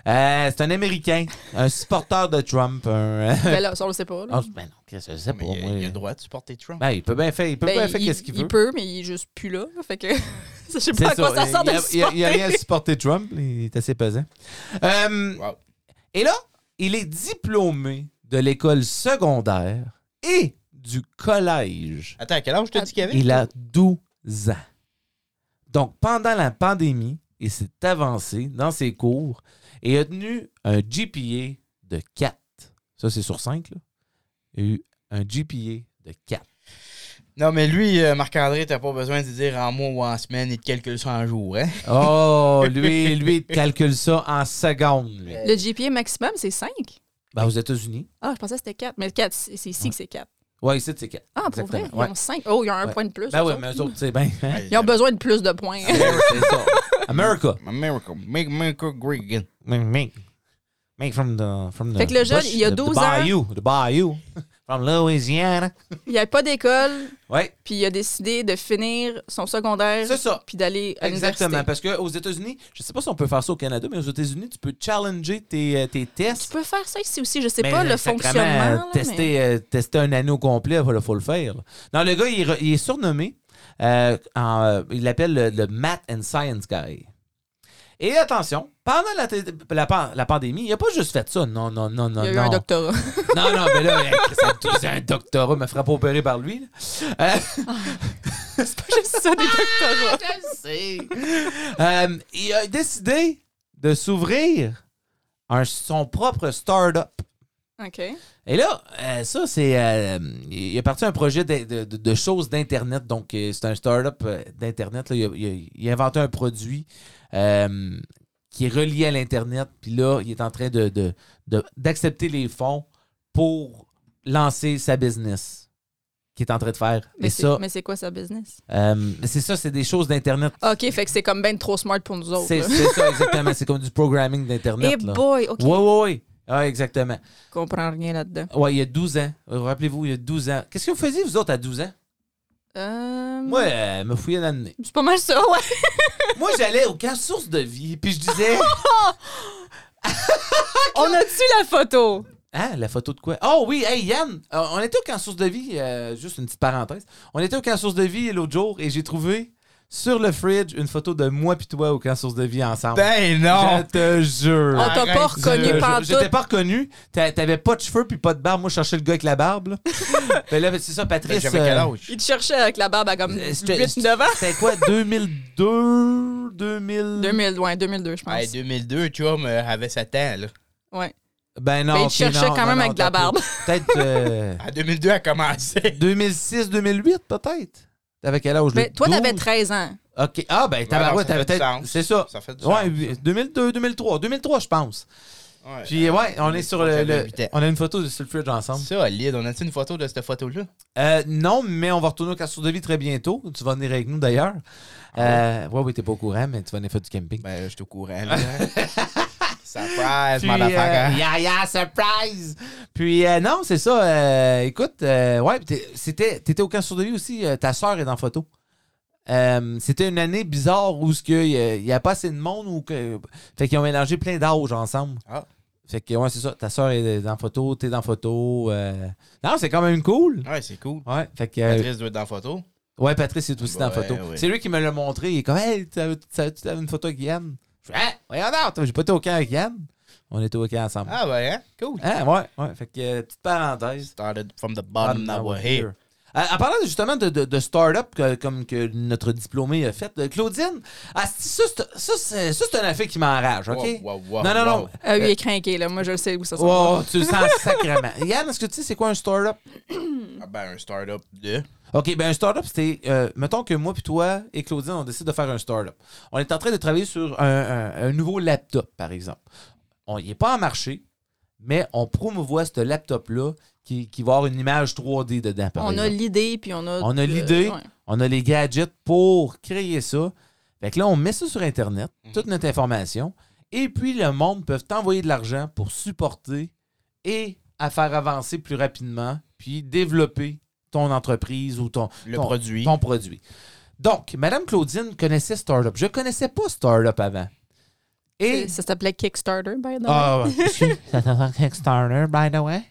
A: Euh, c'est un Américain, un supporter de Trump. Un...
B: Ben là, ça, on le sait pas. là.
A: Ah, ben non, qu'est-ce que je sais pas,
C: Mais il, a-
A: moi.
C: il a le droit de supporter Trump.
A: Ben, il peut bien faire, il peut
B: Ben,
A: bien faire
B: il,
A: qu'est-ce qu'il
B: il
A: veut.
B: peut, mais il est juste plus là. Fait que. je sais
A: C'est
B: pas à quoi ça
A: il-
B: sert de
A: il
B: le
A: a- il a- Il a rien
B: supporter.
A: à supporter Trump, il est assez pesant. Euh,
C: Wow.
A: Et là, il est diplômé de l'école secondaire et du collège.
C: Attends, à quel âge t'as dit
B: Ah,
C: qu'il y avait?
A: Il a 12 ans. Donc, pendant la pandémie, il s'est avancé dans ses cours et a tenu un GPA de 4. Ça, c'est sur 5. Là. Il a eu un GPA de 4.
C: Non, mais lui, euh, Marc-André, t'as pas besoin de dire en mois ou en semaine et de calculer ça en jours, hein?
A: Oh, lui, lui, il calcule ça en secondes. lui.
B: Le GPA maximum, c'est 5.
A: Ben, aux États-Unis.
B: Ah, je pensais que c'était 4. Mais 4, c'est c'est ici que c'est 4.
A: Ouais, ici, c'est 4.
B: Ah, pour vrai? Ils
A: Ouais.
B: ont 5. Oh, il y a un
A: Ouais.
B: point de plus.
A: Ben
B: eux
A: oui,
B: autres.
A: mais eux autres, c'est bien. hein?
B: Ils ont besoin de plus de points.
A: C'est ça. America.
C: America, make America great again.
A: Make, make from the, from the
B: Fait que le jeune,
A: bush,
B: il a
A: the-
B: 12
A: the
B: ans.
A: bayou, The bayou. From Louisiana.
B: il n'y avait pas d'école,
A: Ouais.
B: puis il a décidé de finir son secondaire,
A: C'est ça.
B: puis d'aller à l'université.
A: Exactement, parce qu'aux États-Unis, je sais pas si on peut faire ça au Canada, mais aux États-Unis, tu peux challenger tes, euh, tes
B: Tu
A: tests.
B: peux faire ça ici aussi, je sais
A: Mais,
B: pas
A: euh,
B: le
A: sacrément,
B: fonctionnement.
A: euh,
B: là, mais-
A: tester, euh, tester un anneau complet, il faut le faire. là. Non, le gars, il, re- il est surnommé, euh, en, euh, il l'appelle le, le Math and Science Guy. Et attention, pendant la, t- la pan- la pandémie, il a pas juste fait ça. Non, non, non, non,
B: Il y a eu
A: non.
B: un doctorat.
A: Non, non, mais là, c'est- c'est un doctorat, me fera pas opérer par lui. là. Euh,
B: Ah. C'est pas juste ça, des doctorats.
A: Euh, il a décidé de s'ouvrir un- son propre start-up.
B: OK.
A: Et là, euh, ça, c'est. euh, il a parti un projet de, de- de- de choses d'Internet. Donc, euh, c'est un start-up euh, d'Internet. là. Il, a- il a- il a inventé un produit euh, qui est relié à l'Internet. Puis là, il est en train de- de- de- d'accepter les fonds pour lancer sa business qu'il est en train de faire.
B: Mais
A: Et
B: c'est-
A: ça,
B: mais c'est quoi sa business?
A: euh, c'est ça, c'est des choses d'Internet.
B: OK, fait que c'est comme ben trop smart pour nous autres.
A: C'est
B: là.
A: c'est ça, exactement. C'est comme du programming
B: Eh
A: d'Internet. là.
B: boy, OK,
A: Oui, oui, oui. Ah, exactement.
B: je comprends rien là-dedans.
A: Ouais, il y a 12 ans. Euh, Rappelez-vous, il y a 12 ans. Qu'est-ce que vous faisiez, vous autres, à 12 ans?
B: Euh,
A: Moi, elle me fouillait dans le nez.
B: C'est pas mal ça, ouais.
A: Moi, j'allais au camp Source de vie, puis je disais.
B: On a-tu la photo?
A: Hein, la photo de quoi? Oh oui, hey Yann, euh, on était au camp source de vie, euh, juste une petite parenthèse. On était au camp source de vie l'autre jour et j'ai trouvé sur le fridge une photo de moi puis toi au camp source de vie ensemble.
C: Ben
A: Je te jure.
B: On t'a
C: Arrête,
B: pas
A: Euh, Je-
B: reconnu
A: je-
B: par
A: J'étais
B: tout.
A: pas reconnu. T'a- T'avais pas de cheveux puis pas de barbe. Moi, je cherchais le gars avec la barbe. Là. ben là, c'est ça, Patrice.
C: J'avais quel
A: euh,
C: âge?
B: Il te cherchait avec la barbe à comme
A: euh, c'était-
B: 8-9 ans.
A: C'était quoi, 2002? 2000...
B: 2000, ouais, 2002, je pense.
C: Hey, 2002, Chum euh, avait 7 ans, là.
B: ouais.
A: Ben non.
B: Mais il
A: ok,
B: cherchait
A: non,
B: quand
A: non,
B: même
A: non,
B: avec de la
A: t'as-
B: barbe.
A: Peut-être euh,
C: À 2002, elle commençait.
A: 2006-2008, peut-être. T'avais quel âge?
B: Mais
A: le
B: Ben, toi, t'avais
A: 12?
B: 13 ans.
A: OK. Ah, ben, tabarouette,
C: ça fait
A: t'avais
C: du
A: peut-être.
C: sens.
A: C'est ça.
C: Ça fait du sens, Euh,
A: Ouais, 2002, 2003. 2003, je pense.
C: Ouais.
A: Puis, ouais, on est sur le.
C: j'avais
A: le-
C: huit ans.
A: on a une photo de Sulfridge ensemble.
C: Solide. On a-tu une photo de cette photo-là?
A: Euh, non, mais on va retourner au Castor de Vie très bientôt. Tu vas venir avec nous d'ailleurs. Euh, ouais, oui, t'es pas au courant, mais tu vas venir faire du camping.
C: Ben, je suis au courant, là. Surprise,
A: Puis, euh,
C: motherfucker.
A: yeah, yeah, surprise! Puis, euh, non, c'est ça. euh, écoute, euh, ouais, puis t'es- c'était- t'étais au camp sur de vie aussi. euh, ta soeur est en photo. Euh, c'était une année bizarre où ce que, euh, il n'y a pas assez de monde. Ou que, fait qu'ils ont mélangé plein d'âges ensemble.
C: Ah.
A: Fait que, ouais, c'est ça. Ta soeur est dans photo, t'es dans photo. euh. Non, c'est quand même cool.
C: Ah, Ouais, c'est cool.
A: Ouais, fait que. euh,
C: Patrice doit être dans la photo.
A: ouais, Patrice est aussi
C: Ouais,
A: dans photo.
C: ouais.
A: C'est lui qui me l'a montré. Il est comme, hey, t'avais- t'avais- tu avais une photo avec Yann. Je fais, hein, voyons donc, toi, j'ai pas été au camp avec Yann. On était au camp ensemble.
C: Ah, ben, hein? Cool.
A: Ah, ouais, ouais. Fait que, euh, petite parenthèse.
C: Started from the bottom, now we're here.
A: À, à parler justement Euh, de, de, de start-up que- comme que notre diplômé a fait, euh, Claudine, ah, c'est- ça, c'est- ça, c'est ça, c'est un affaire qui m'enrage, OK?
C: Wow, wow, wow,
A: non, non, non.
C: wow.
B: Ah oui, il est craqué, là. Moi, je le sais où ça sort.
A: Oh, tu le sens sacrément. Yann, est-ce que tu sais c'est quoi un start-up?
C: Ah, ben, un start-up de.
A: OK, ben un start-up, c'était. euh, mettons que moi, puis toi et Claudine, on décide de faire un start-up. On est en train de travailler sur un, un- un nouveau laptop, par exemple. On n'y est pas en marché, mais on promouvoit ce laptop-là qui, qui va avoir une image 3D dedans, par
B: on a
A: exemple.
B: l'idée, puis on a.
A: On a
B: euh,
A: l'idée,
B: ouais.
A: on a les gadgets pour créer ça. Fait que là, on met ça sur Internet, toute notre information, et puis le monde peut t'envoyer de l'argent pour supporter et à faire avancer plus rapidement, puis développer ton entreprise ou ton,
C: Le
A: ton-
C: produit.
A: ton produit. Donc, Madame Claudine connaissait Startup. Je connaissais pas Startup avant. Et
B: C'est- Ça s'appelait Kickstarter, by the way.
A: ah, ouais. Excuse- ça s'appelle Kickstarter, by the way.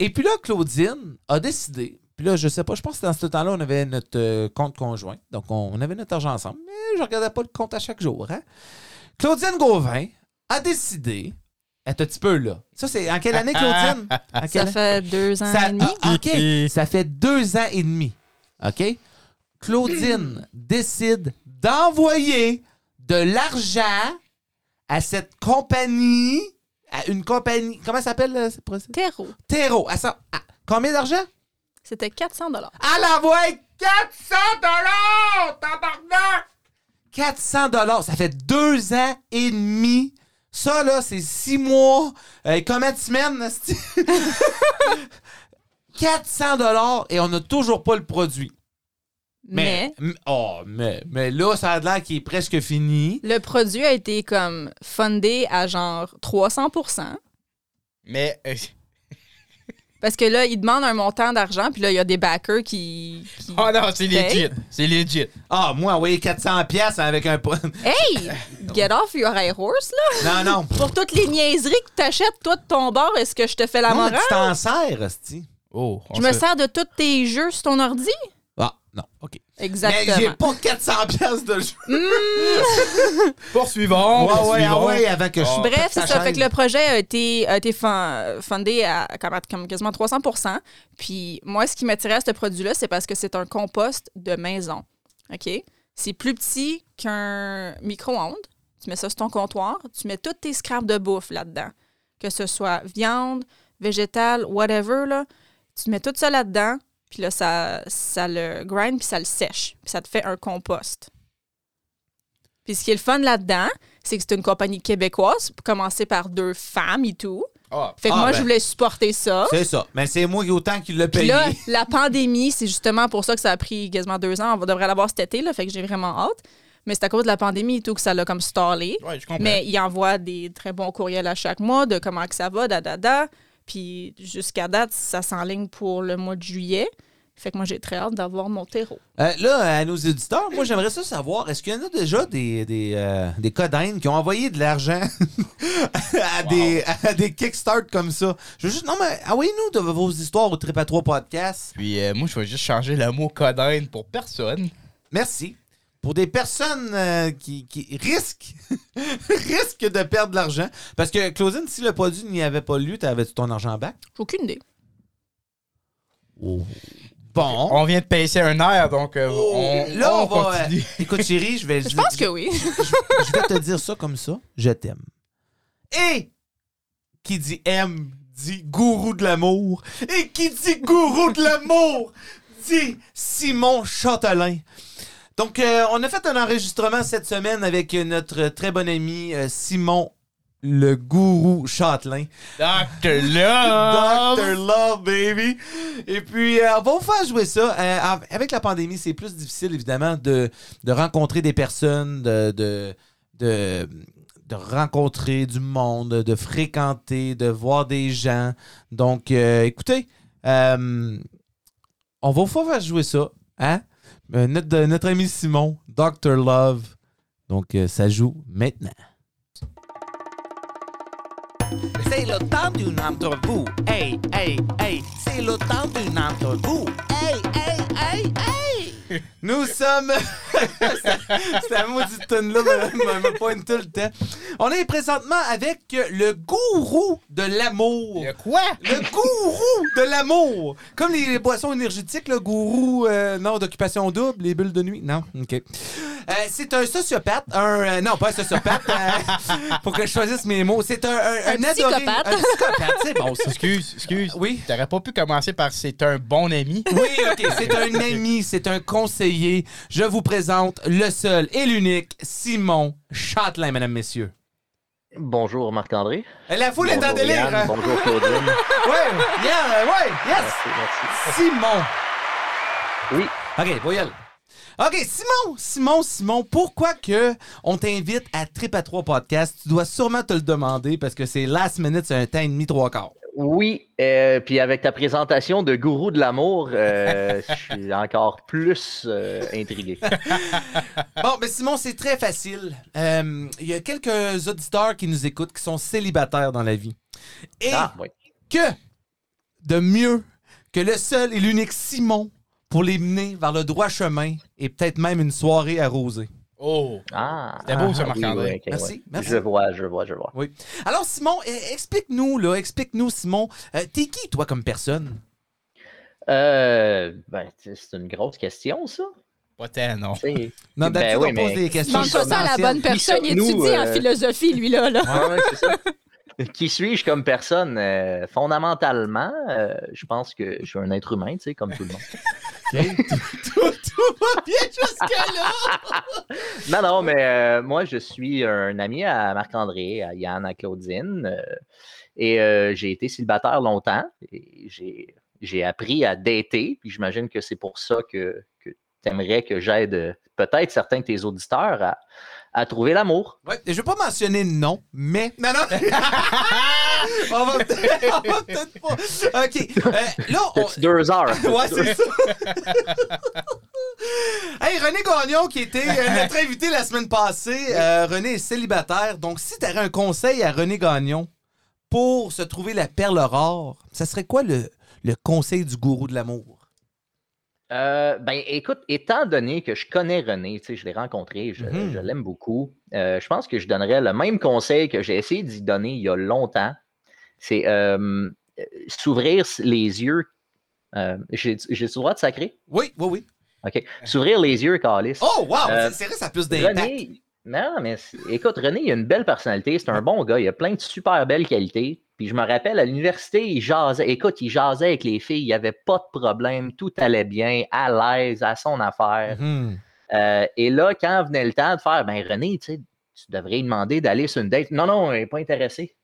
A: Et puis là, Claudine a décidé. Puis là, je sais pas, je pense que dans ce temps-là, on avait notre euh, compte conjoint. Donc, on, on avait notre argent ensemble. Mais je regardais pas le compte à chaque jour. hein. Claudine Gauvin a décidé. Elle est un petit peu là. Ça, c'est en quelle année, Claudine? En
B: Ça
A: quelle
B: fait deux ans
A: ça,
B: et demi.
A: ah, OK. Ça fait deux ans et demi. OK? Claudine décide d'envoyer de l'argent à cette compagnie, à une compagnie. Comment ça s'appelle, euh, cette procédure?
B: Terreau.
A: Terreau. À ça- à- combien d'argent?
B: C'était 400 dollars.
A: À la voix 400 dollars, tabarnak! 400 dollars, ça fait deux ans et demi. Ça, là, c'est six mois. Euh, combien de semaines, esti? 400 dollars et on n'a toujours pas le produit.
B: Mais,
A: m- oh, mais, mais là, ça a l'air qu'il est presque fini.
B: le produit a été comme fundé à genre 300
C: Mais, euh,
B: Parce que là, ils demandent un montant d'argent, puis là, il y a des backers qui. qui-
C: oh non, c'est
B: Hey.
C: legit. C'est legit.
A: Ah, moi, envoyer 400 pièces avec un... pro-
B: Hey! Get off your high horse, là!
A: non, non.
B: Pour toutes les niaiseries que t'achètes, toi, de ton bord, est-ce que je te fais la
A: Non, mais
B: morale?
A: tu t'en sers, esti.
C: Oh, on
B: Je me
C: se-
B: sers de tous tes jeux sur ton ordi?
A: Ah, non, OK. Mais j'ai
B: Exactement.
A: pas 400 pièces de jeu.
C: Poursuivons.
A: Ouais, ouais, ah
C: poursuivons.
A: ouais, avant que je
C: Ah.
A: pète
B: Bref,
A: sa
B: c'est ça. Fait
A: chaîne.
B: que le projet a été, a été fun- fundé à comme, à- comme quasiment 300 Puis moi, ce qui m'attirait à ce produit-là, c'est parce que c'est un compost de maison. OK? C'est plus petit qu'un micro-ondes. Tu mets ça sur ton comptoir. Tu mets toutes tes scraps de bouffe là-dedans. Que ce soit viande, végétale, whatever, là. Tu mets tout ça là-dedans. Puis là, ça, ça le grind, puis ça le sèche. Puis ça te fait un compost. Puis ce qui est le fun là-dedans, c'est que c'est une compagnie québécoise, commencée par deux femmes et tout.
C: Ah,
B: Fait que
A: Ah,
B: moi,
A: ben.
B: je voulais supporter ça.
A: C'est ça. Mais c'est moi qui autant qui l'ai
B: Puis
A: payé.
B: là, la pandémie, c'est justement pour ça que ça a pris quasiment deux ans. On va- devrait l'avoir cet été, là, fait que j'ai vraiment hâte. Mais c'est à cause de la pandémie et tout que ça l'a comme stallé.
C: ouais, ben. je comprends.
B: Mais ils envoient des très bons courriels à chaque mois de comment que ça va, da, da, da. Puis jusqu'à date, ça s'enligne pour le mois de juillet. Fait que moi, j'ai très hâte d'avoir mon terreau.
A: Euh, là, à nos éditeurs, moi, j'aimerais ça savoir, est-ce qu'il y en a déjà des, des, euh, des codaines qui ont envoyé de l'argent à, des, à des Kickstart comme ça? Je veux juste, non, mais envoyez-nous de vos histoires au Trip à 3 Podcast.
C: Puis euh, moi, je vais juste changer le mot codine pour personne.
A: Merci. Pour des personnes euh, qui, qui risquent, risquent de perdre de l'argent. Parce que, Claudine, si le produit n'y avait pas lu, t'avais-tu ton argent en bac?
B: J'ai aucune idée.
A: Bon.
C: On vient de pincer un air, donc euh, on,
A: là, on,
C: on
A: va.
C: continue.
A: euh, écoute, chérie, je vais.
B: Je pense que oui.
A: je vais te dire ça comme ça. Je t'aime. Et qui dit aime dit gourou de l'amour. Et qui dit gourou de l'amour dit Simon Châtelain. Donc, euh, on a fait un enregistrement cette semaine avec notre très bon ami euh, Simon le gourou Châtelain.
C: Dr. Love!
A: Dr. Love, baby. Et puis, euh, on va vous faire jouer ça. Euh, av- avec la pandémie, c'est plus difficile, évidemment, de, de rencontrer des personnes, de, de, de, de rencontrer du monde, de fréquenter, de voir des gens. Donc, euh, écoutez, euh, on va vous faire jouer ça. Hein? Euh, notre, de- notre ami Simon, Dr. Love. Donc, euh, ça joue maintenant. C'est le temps d'une entrevue. Hey, hey, hey. C'est le temps d'une entrevue. Hey, hey, hey, hey. Nous sommes. C'est un mot du tonne là, me, me pointe tout le temps. On est présentement avec le gourou de l'amour.
C: Le quoi?
A: Le gourou de l'amour! Comme les boissons énergétiques, le gourou, euh, non, d'occupation double, les bulles de nuit. Non, OK. Euh, c'est un sociopathe, un. euh, non, pas un sociopathe, euh, pour que je choisisse mes mots. C'est un, un,
B: Un
A: adoré-
B: psychopathe.
A: Un psychopathe, c'est bon, ça.
C: Excuse, excuse.
A: Oui.
C: T'aurais pas pu commencer par c'est un bon ami.
A: Oui, OK. C'est un ami, c'est un conseiller. Je vous présente le seul et l'unique Simon Châtelain, mesdames, messieurs.
E: Bonjour Marc-André.
A: La foule est en
E: Bonjour
A: délire.
E: Yann.
A: hein?
E: Bonjour Claudine.
A: Ouais, yeah, ouais, yes!
E: merci, merci.
A: Simon.
E: Oui.
A: OK, voyelle. OK, Simon, Simon, Simon, pourquoi que on t'invite à Trip à 3 Podcast? Tu dois sûrement te le demander parce que c'est last minute, c'est un temps et demi, trois quarts.
E: Oui, euh, puis avec ta présentation de gourou de l'amour, euh, je suis encore plus euh, intrigué.
A: Bon, mais Simon, c'est très facile. Euh, Il y a quelques auditeurs qui nous écoutent qui sont célibataires dans la vie. Et
E: Ah, oui.
A: que de mieux que le seul et l'unique Simon pour les mener vers le droit chemin et peut-être même une soirée arrosée.
C: Oh!
E: Ah,
C: C'était beau, ça,
E: ah, oui,
C: Marc-André.
E: oui, ok,
A: Merci,
E: ouais.
A: merci.
E: Je vois, je vois, je vois.
A: Oui. Alors, Simon, euh, explique-nous, là, explique-nous, Simon, euh, t'es qui, toi, comme personne?
E: Euh, ben, tu sais, c'est une grosse question, ça.
C: Pas tant, non.
E: Tu sais,
A: Non,
E: Ben
A: d'habitude,
E: oui,
A: on pose
E: mais-
A: des questions.
B: Demande pas ça à la bonne
A: existentielles.
B: personne. Il
E: Nous,
B: étudie en
E: euh,
B: philosophie, lui, là. là.
E: Ouais, ouais, c'est ça. Qui suis-je comme personne? Euh, fondamentalement, euh, je pense que je suis un être humain, tu sais, comme tout le monde.
A: tout, tout va bien jusque-là!
E: Non, non, mais euh, moi, je suis un ami à Marc-André, à Yann, à Claudine. euh, et euh, j'ai été célibataire longtemps. Et j'ai, j'ai appris à dater. Puis j'imagine que c'est pour ça que, que tu aimerais que j'aide euh, peut-être certains de tes auditeurs à, à trouver l'amour.
A: Ouais, je vais pas mentionner de nom, mais... Non, non! on va peut-être on va peut-être pas... OK, euh, là, on...
E: T'as-tu deux heures?
A: Ouais, c'est ça. hey, René Gagnon, qui était euh, notre invité la semaine passée. euh, René est célibataire. Donc, si tu avais un conseil à René Gagnon pour se trouver la perle rare, ça serait quoi le, le conseil du gourou de l'amour?
E: Euh, ben, écoute, étant donné que je connais René, tu sais, je l'ai rencontré, je,
A: Mhm.
E: je l'aime beaucoup, euh, je pense que je donnerais le même conseil que j'ai essayé d'y donner il y a longtemps. C'est euh, euh, s'ouvrir s- les yeux. Euh, j'ai j'ai le droit de sacrer?
A: Oui, oui, oui.
E: OK. S'ouvrir les yeux, Calis.
A: Oh, wow!
E: Euh,
A: c'est c'est vrai, ça a plus d'impact.
E: René, non, mais c'est- écoute, René, il a une belle personnalité, c'est un bon gars, il a plein de super belles qualités. Puis je me rappelle, à l'université, il jasait, écoute, il jasait avec les filles, il n'y avait pas de problème, tout allait bien, à l'aise, à son affaire.
A: Mhm.
E: Euh, et là, quand venait le temps de faire, ben René, tu sais, tu devrais lui demander d'aller sur une date. Non, non, il n'est pas intéressé.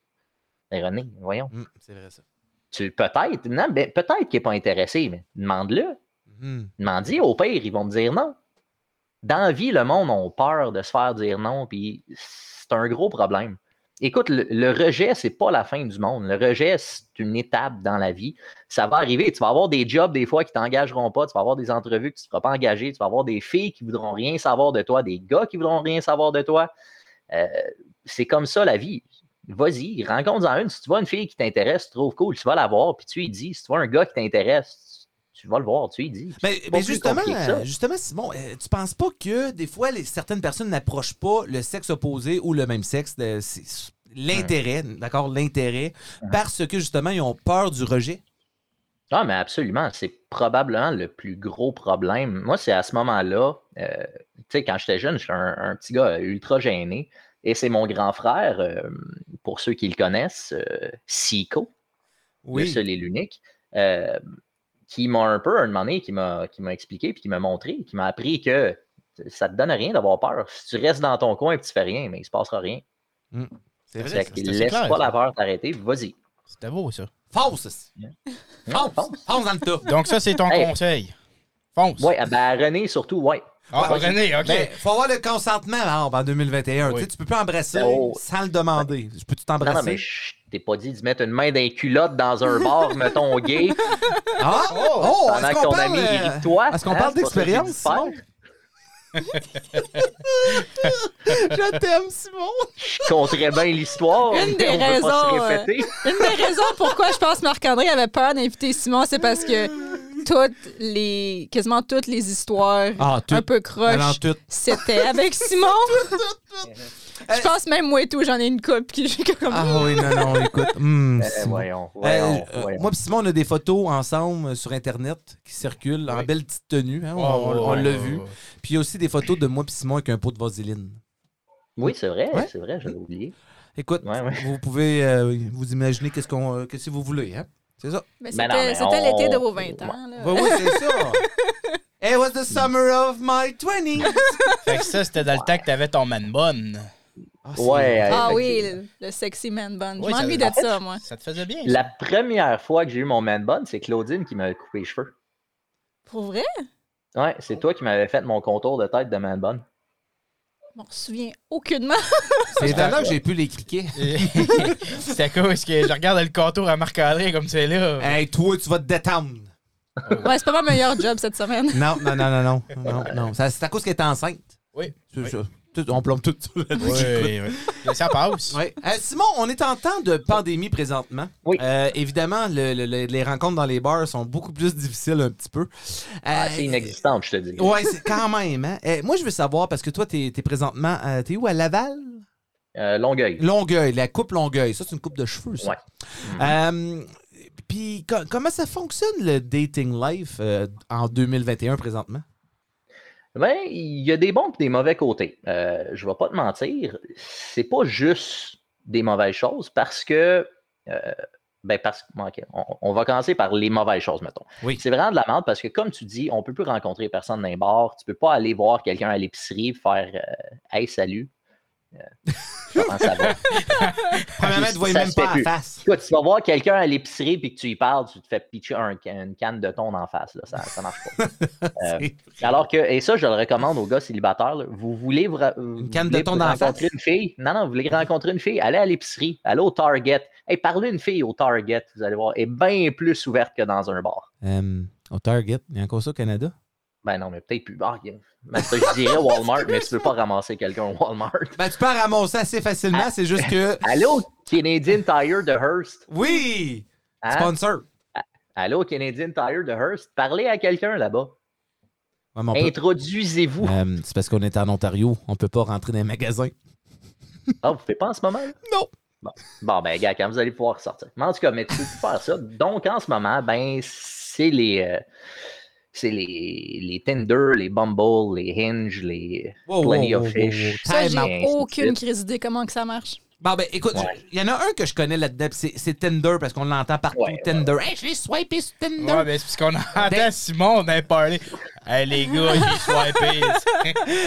E: Mais René, voyons.
A: Mhm, c'est vrai, ça.
E: Tu peut-être, non, ben, peut-être qu'il n'est pas intéressé, mais demande-le.
A: Mhm.
E: Demande-y, au pire, ils vont me dire non. Dans la vie, le monde a peur de se faire dire non, puis c'est un gros problème. Écoute, le, le rejet, c'est pas la fin du monde. Le rejet, c'est une étape dans la vie. Ça va arriver. Tu vas avoir des jobs des fois qui t'engageront pas. Tu vas avoir des entrevues que tu ne seras pas engagé. Tu vas avoir des filles qui voudront rien savoir de toi, des gars qui voudront rien savoir de toi. Euh, c'est comme ça la vie. Vas-y, rencontre-en une. Si tu vois une fille qui t'intéresse, tu trouves cool, tu vas la voir, puis tu lui dis. Si tu vois un gars qui t'intéresse, tu tu vas le voir, tu lui dis.
A: Mais,
E: C'est pas
A: mais
E: plus
A: justement,
E: compliqué que ça.
A: justement, Simon, euh, tu penses pas que des fois, les, certaines personnes n'approchent pas le sexe opposé ou le même sexe, de- c'est- c'est l'intérêt, d'accord, l'intérêt, parce que justement, ils ont peur du rejet?
E: Ah, mais absolument. C'est probablement le plus gros problème. Moi, c'est à ce moment-là, euh, tu sais, quand j'étais jeune, j'étais un, un petit gars ultra gêné. Et c'est mon grand frère, euh, pour ceux qui le connaissent, euh, Sico, le seul et l'unique, euh, qui m'a un peu un moment donné, qui m'a qui m'a expliqué, puis qui m'a montré, qui m'a appris que ça te donne rien d'avoir peur. Si tu restes dans ton coin et tu fais rien, mais il se passera rien.
A: c'est
E: Fait
A: vrai.
E: que
C: c'est assez
E: laisse
C: clair,
E: pas la
C: ça.
E: peur t'arrêter, puis vas-y.
C: C'était beau, ça.
A: Fonce! c'est-
E: Non,
A: Fonce! Fonce dans le tas!
C: Donc, ça, c'est ton
E: Hey.
C: conseil. Fonce.
E: Ouais, ben René, surtout, ouais.
C: Ah,
E: Ouais.
C: René, OK.
A: Ben, faut avoir le consentement Arbre, en 2021.
C: Oui.
A: Tu sais, tu peux pas embrasser
E: Oh.
A: sans le demander. Je peux-tu
E: Non, non, mais
A: t'embrasser?
E: je t'ai pas dit de mettre une main d'un culotte dans un bar, mettons, gay,
A: Ah! Oh!
E: pendant
A: est-ce
E: que
A: qu'on
E: ton
A: parle,
E: ami il
A: euh,
E: rit de toi.
A: Est-ce qu'on
E: hein,
A: parle
E: c'est pas ça que j'ai
A: d'expérience, Simon?
E: dit de faire.
A: Je t'aime, Simon!
E: Je compterais bien l'histoire.
B: Une des
E: mais on veut pas
B: raisons, euh,
E: se répéter.
B: Une des raisons pourquoi je pense que Marc-André avait peur d'inviter Simon, c'est parce que toutes les, quasiment toutes les histoires
A: Ah,
B: un
A: tout.
B: peu
A: Allant
B: croches,
A: tout.
B: c'était avec Simon. Je pense même moi et tout, j'en ai une coupe qui j'ai comme.
A: Ah oui, non, non, écoute. hum,
E: Eh,
A: Simon.
E: voyons,
A: Euh,
E: voyons,
A: euh,
E: voyons.
A: moi et Simon, on a des photos ensemble euh, sur Internet qui circulent en
C: Oui.
A: belle petite tenue. hein, on
C: Oh, oh,
A: on- on
C: oh,
A: l'a
C: oh,
A: vu.
C: oh.
A: Puis il y a aussi des photos de moi et Simon avec un pot de vaseline.
E: Oui, c'est vrai,
A: Ouais. Ah,
E: c'est vrai, j'avais oublié.
A: Écoute,
E: Ouais, ouais.
A: vous pouvez euh, vous imaginer qu'est-ce qu'on, euh, qu'est-ce que vous voulez. Hein? C'est ça.
B: Mais
E: Ben non, mais
B: c'était c'était
E: on-
B: l'été de vos 20 ans. là.
A: Oui, oui, c'est ça. It was the summer of my 20s.
C: Fait que ça, c'était dans le temps que t'avais ton man bun.
A: Ah, c'est-
E: Ouais, euh,
B: Ah
E: effectivement.
B: oui, le, le sexy man bun. Je
C: Oui, ça-
B: m'ennuie de
C: en fait,
B: ça, moi.
C: Ça te faisait bien.
E: La première fois que j'ai eu mon man bun, c'est Claudine qui m'a coupé les cheveux.
B: Pour vrai?
E: Ouais, c'est toi qui m'avais fait mon contour de tête de man bun.
B: Je m'en souviens aucunement.
A: C'est dans là que j'ai pu les cliquer.
C: ça. C'était à cause que je regarde le contour à Marc-André comme c'est là.
A: Hey, toi, tu vas te détendre.
B: Ouais, c'est pas ma meilleure job cette semaine.
A: Non, non, non, non, non. non, non. Ça, c'est à cause qu'elle est enceinte.
C: Oui.
A: C'est ça. Tout- on plombe tout ça.
C: Oui, oui. Mais Ça passe.
A: Ouais. Euh, Simon, on est en temps de pandémie présentement.
E: Oui.
A: Euh, évidemment, le- le- le- les rencontres dans les bars sont beaucoup plus difficiles un petit peu.
E: Ah,
A: Euh,
E: c'est inexistant, je te dis.
A: Ouais, c'est quand même. hein. Euh, moi, je veux savoir, parce que toi, t'es es présentement. euh, t'es où à Laval?
E: Euh, Longueuil.
A: Longueuil, la coupe Longueuil. Ça, c'est une coupe de cheveux, ça.
E: Ouais.
A: Euh, Puis, co- comment ça fonctionne le dating life euh, en 2021 présentement?
E: Ben, il y a des bons et des mauvais côtés. Euh, je ne vais pas te mentir, c'est pas juste des mauvaises choses parce que. euh, ben, parce que. ok, on, on va commencer par les mauvaises choses, mettons.
A: Oui.
E: C'est vraiment de la merde parce que, comme tu dis, on ne peut plus rencontrer personne dans les bars. Tu ne peux pas aller voir quelqu'un à l'épicerie faire euh, Hey, salut. Euh, comment ça va?
A: Premièrement, tu ne vois
E: Ça
A: même
E: se fait
A: pas à
E: plus.
A: face.
E: Écoute, tu vas voir quelqu'un à l'épicerie puis que tu y parles, tu te fais pitcher un- une canne de thon en face. Là. Ça ne marche pas. Euh,
A: C'est-
E: alors que, et ça, je le recommande aux gars célibataires, là, vous voulez, vra- euh, vous
A: canne de
E: voulez
A: thon dans la
E: rencontrer
A: face.
E: une fille? Non, non, vous voulez rencontrer une fille? Allez à l'épicerie, allez au Target. Hey, parlez une fille au Target, vous allez voir, est bien plus ouverte que dans un bar.
A: Euh, au Target, il y a encore ça au Canada?
E: Ben non, mais peut-être plus. Ah, yeah. Ben, ça, je dirais Walmart, mais tu veux pas ramasser quelqu'un au Walmart.
A: Ben, tu peux en ramasser assez
E: Ah.
A: facilement, c'est juste que.
E: Allez au Canadian Tire de Hearst.
A: Oui!
E: Hein?
A: Sponsor!
E: Allez au Canadian Tire de Hearst. Parlez à quelqu'un là-bas.
A: Ouais, mais on peut-
E: Introduisez-vous.
A: Euh, c'est parce qu'on est en Ontario, on peut pas rentrer dans les magasins.
E: Ah, vous ne faites pas en ce moment? là?
A: Non.
E: Bon. Bon, ben, gars, quand vous allez pouvoir sortir. Mais en tout cas, mais tu peux plus faire ça. Donc, en ce moment, ben, c'est les. euh, c'est les, les Tinder, les Bumble, les Hinge, les
A: Wow,
E: Plenty
A: wow,
E: of
A: wow,
E: Fish.
A: wow, wow.
B: Ça,
E: et ainsi
B: j'ai
E: de
B: aucune
E: suite.
B: crise d'idée comment que ça marche.
A: Bon, ben écoute, il
E: Ouais.
A: y en a un que je connais là-dedans, pis c'est c'est Tinder parce qu'on l'entend partout.
E: Ouais, ben. ouais.
A: Tinder. Hey, je l'ai swipé sur Tinder.
C: Ouais, mais c'est parce qu'on entend Simon, on a parlé. Hey, les gars, j'ai swipé.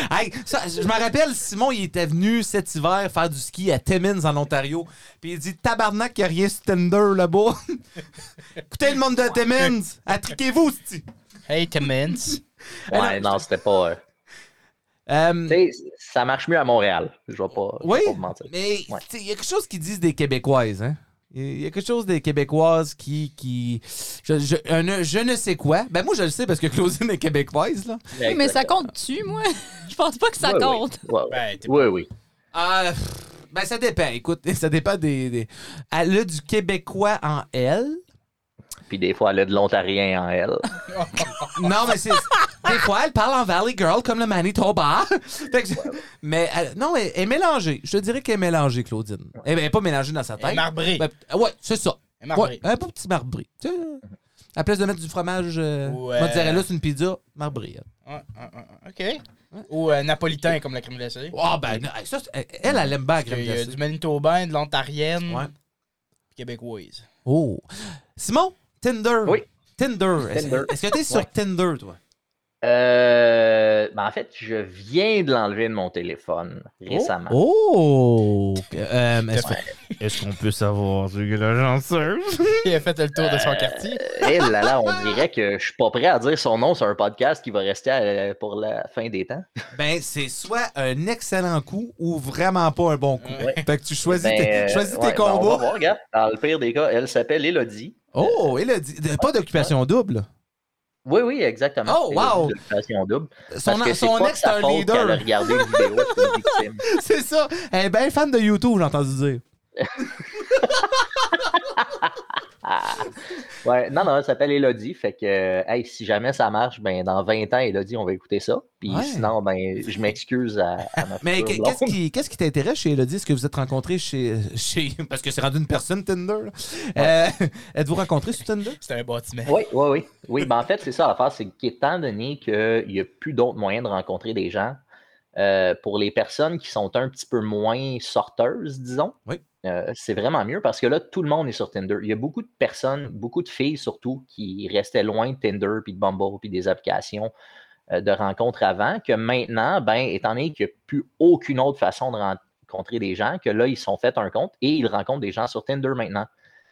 A: Hey, ça, je me rappelle, Simon, il était venu cet hiver faire du ski à Timmins en Ontario. Puis il dit Tabarnak, il n'y a rien sur Tinder là-bas. Écoutez le monde de Timmins, attriquez-vous, c'ti.
C: Hey, Timmins.
E: Ouais, non, c'était pas. euh,
A: Euh,
E: Tu sais, ça marche mieux à Montréal. Je vais pas, je vais
A: Oui,
E: pas vous mentir.
A: mais tu
E: Ouais.
A: sais, il y a quelque chose qui disent des Québécoises, hein? Il y a quelque chose des Québécoises qui. qui je, je- un- je ne sais quoi. Ben, moi, je le sais parce que Claudine est Québécoise, là.
B: Oui, mais ça compte-tu, moi? Je pense pas que ça
E: Oui, oui.
B: compte.
E: Ouais, ouais.
C: Ben, t'es-
E: Oui, oui.
A: Ah, pff, ben, ça dépend. Écoute, ça dépend des. des- Elle a du Québécois en elle.
E: Puis des fois, elle a de l'ontarien en elle.
A: Non, mais c'est. Des fois, elle parle en Valley Girl comme le Manitoba. Fait que je- Mais elle- non, elle elle est mélangée. Je te dirais qu'elle est mélangée, Claudine. Elle n'est pas mélangée dans sa
C: Elle est
A: tête.
C: marbrée.
A: Ben, ouais, c'est ça.
C: Elle est marbrée.
A: Ouais, un beau petit marbré. Tu sais, à la place de mettre du fromage euh,
C: Ouais.
A: mozzarella sur une pizza, marbré. elle.
C: Ouais, ouais, ouais, OK. Ou euh, napolitain, comme la crème glacée.
A: Ah, ben, non, ça, c'est- elle, elle aime bien la crème
C: Il y a
A: glacée.
C: du Manitobain, de l'Ontarienne,
A: Ouais.
C: québécoise.
A: Oh. Simon, Tinder.
E: Oui.
A: Tinder. Est-ce
E: Tinder.
A: est-ce que t'es sur
E: Ouais.
A: Tinder, toi?
E: Euh, ben, en fait, je viens de l'enlever de mon téléphone récemment.
A: Oh! Euh, Est-ce qu'on est-ce qu'on peut savoir ce que la chanceuse?
C: Il a fait le tour de
A: Euh.
C: son
A: oh.
C: quartier.
E: Eh là là, on dirait que je suis pas prêt à dire son nom sur un podcast qui va rester à- pour la fin des temps.
A: Ben, c'est soit un excellent coup ou vraiment pas un bon coup.
E: Ouais.
A: Fait que tu choisis
E: Ben,
A: tes,
E: euh,
A: choisis
E: ouais,
A: tes
E: ben, on va
A: combats.
E: voir, regarde. Dans le pire des cas, elle s'appelle Elodie.
A: oh, Elodie. Pas d'occupation double.
E: Oui, oui, exactement.
A: Oh, wow!
E: Elodie de Passion double.
A: Son,
E: Parce que c'est
A: son
E: pas de
A: ex, c'est
E: sa
A: un
E: faute qu'elle a
A: leader.
E: regardé une vidéo sur une victime.
A: C'est ça. Elle est bien fan de YouTube, j'ai entendu dire.
E: Ouais, non, non, elle s'appelle Elodie. Fait que, euh, hey, si jamais ça marche, ben, dans 20 ans, Elodie, on va écouter ça. Puis
A: Ouais.
E: sinon, ben, je m'excuse à, à ma
A: Mais
E: future
A: qu- qu'est-ce
E: blonde.
A: qui, qu'est-ce qui t'intéresse chez Elodie? Est-ce que vous êtes rencontrés chez. chez... Parce que c'est rendu une personne, Tinder. là. Euh, Êtes-vous rencontrés sur Tinder?
C: C'est un bâtiment.
E: Oui, oui, oui. Oui, ben, en fait, c'est ça l'affaire. C'est qu'étant donné qu'il n'y a plus d'autres moyens de rencontrer des gens, euh, pour les personnes qui sont un petit peu moins sorteuses, disons,
A: Oui.
E: euh, c'est vraiment mieux parce que là, tout le monde est sur Tinder. Il y a beaucoup de personnes, beaucoup de filles surtout, qui restaient loin de Tinder, puis de Bumble, puis des applications euh, de rencontres avant, que maintenant, ben, étant donné qu'il n'y a plus aucune autre façon de rencontrer des gens, que là, ils se sont fait un compte et ils rencontrent des gens sur Tinder maintenant.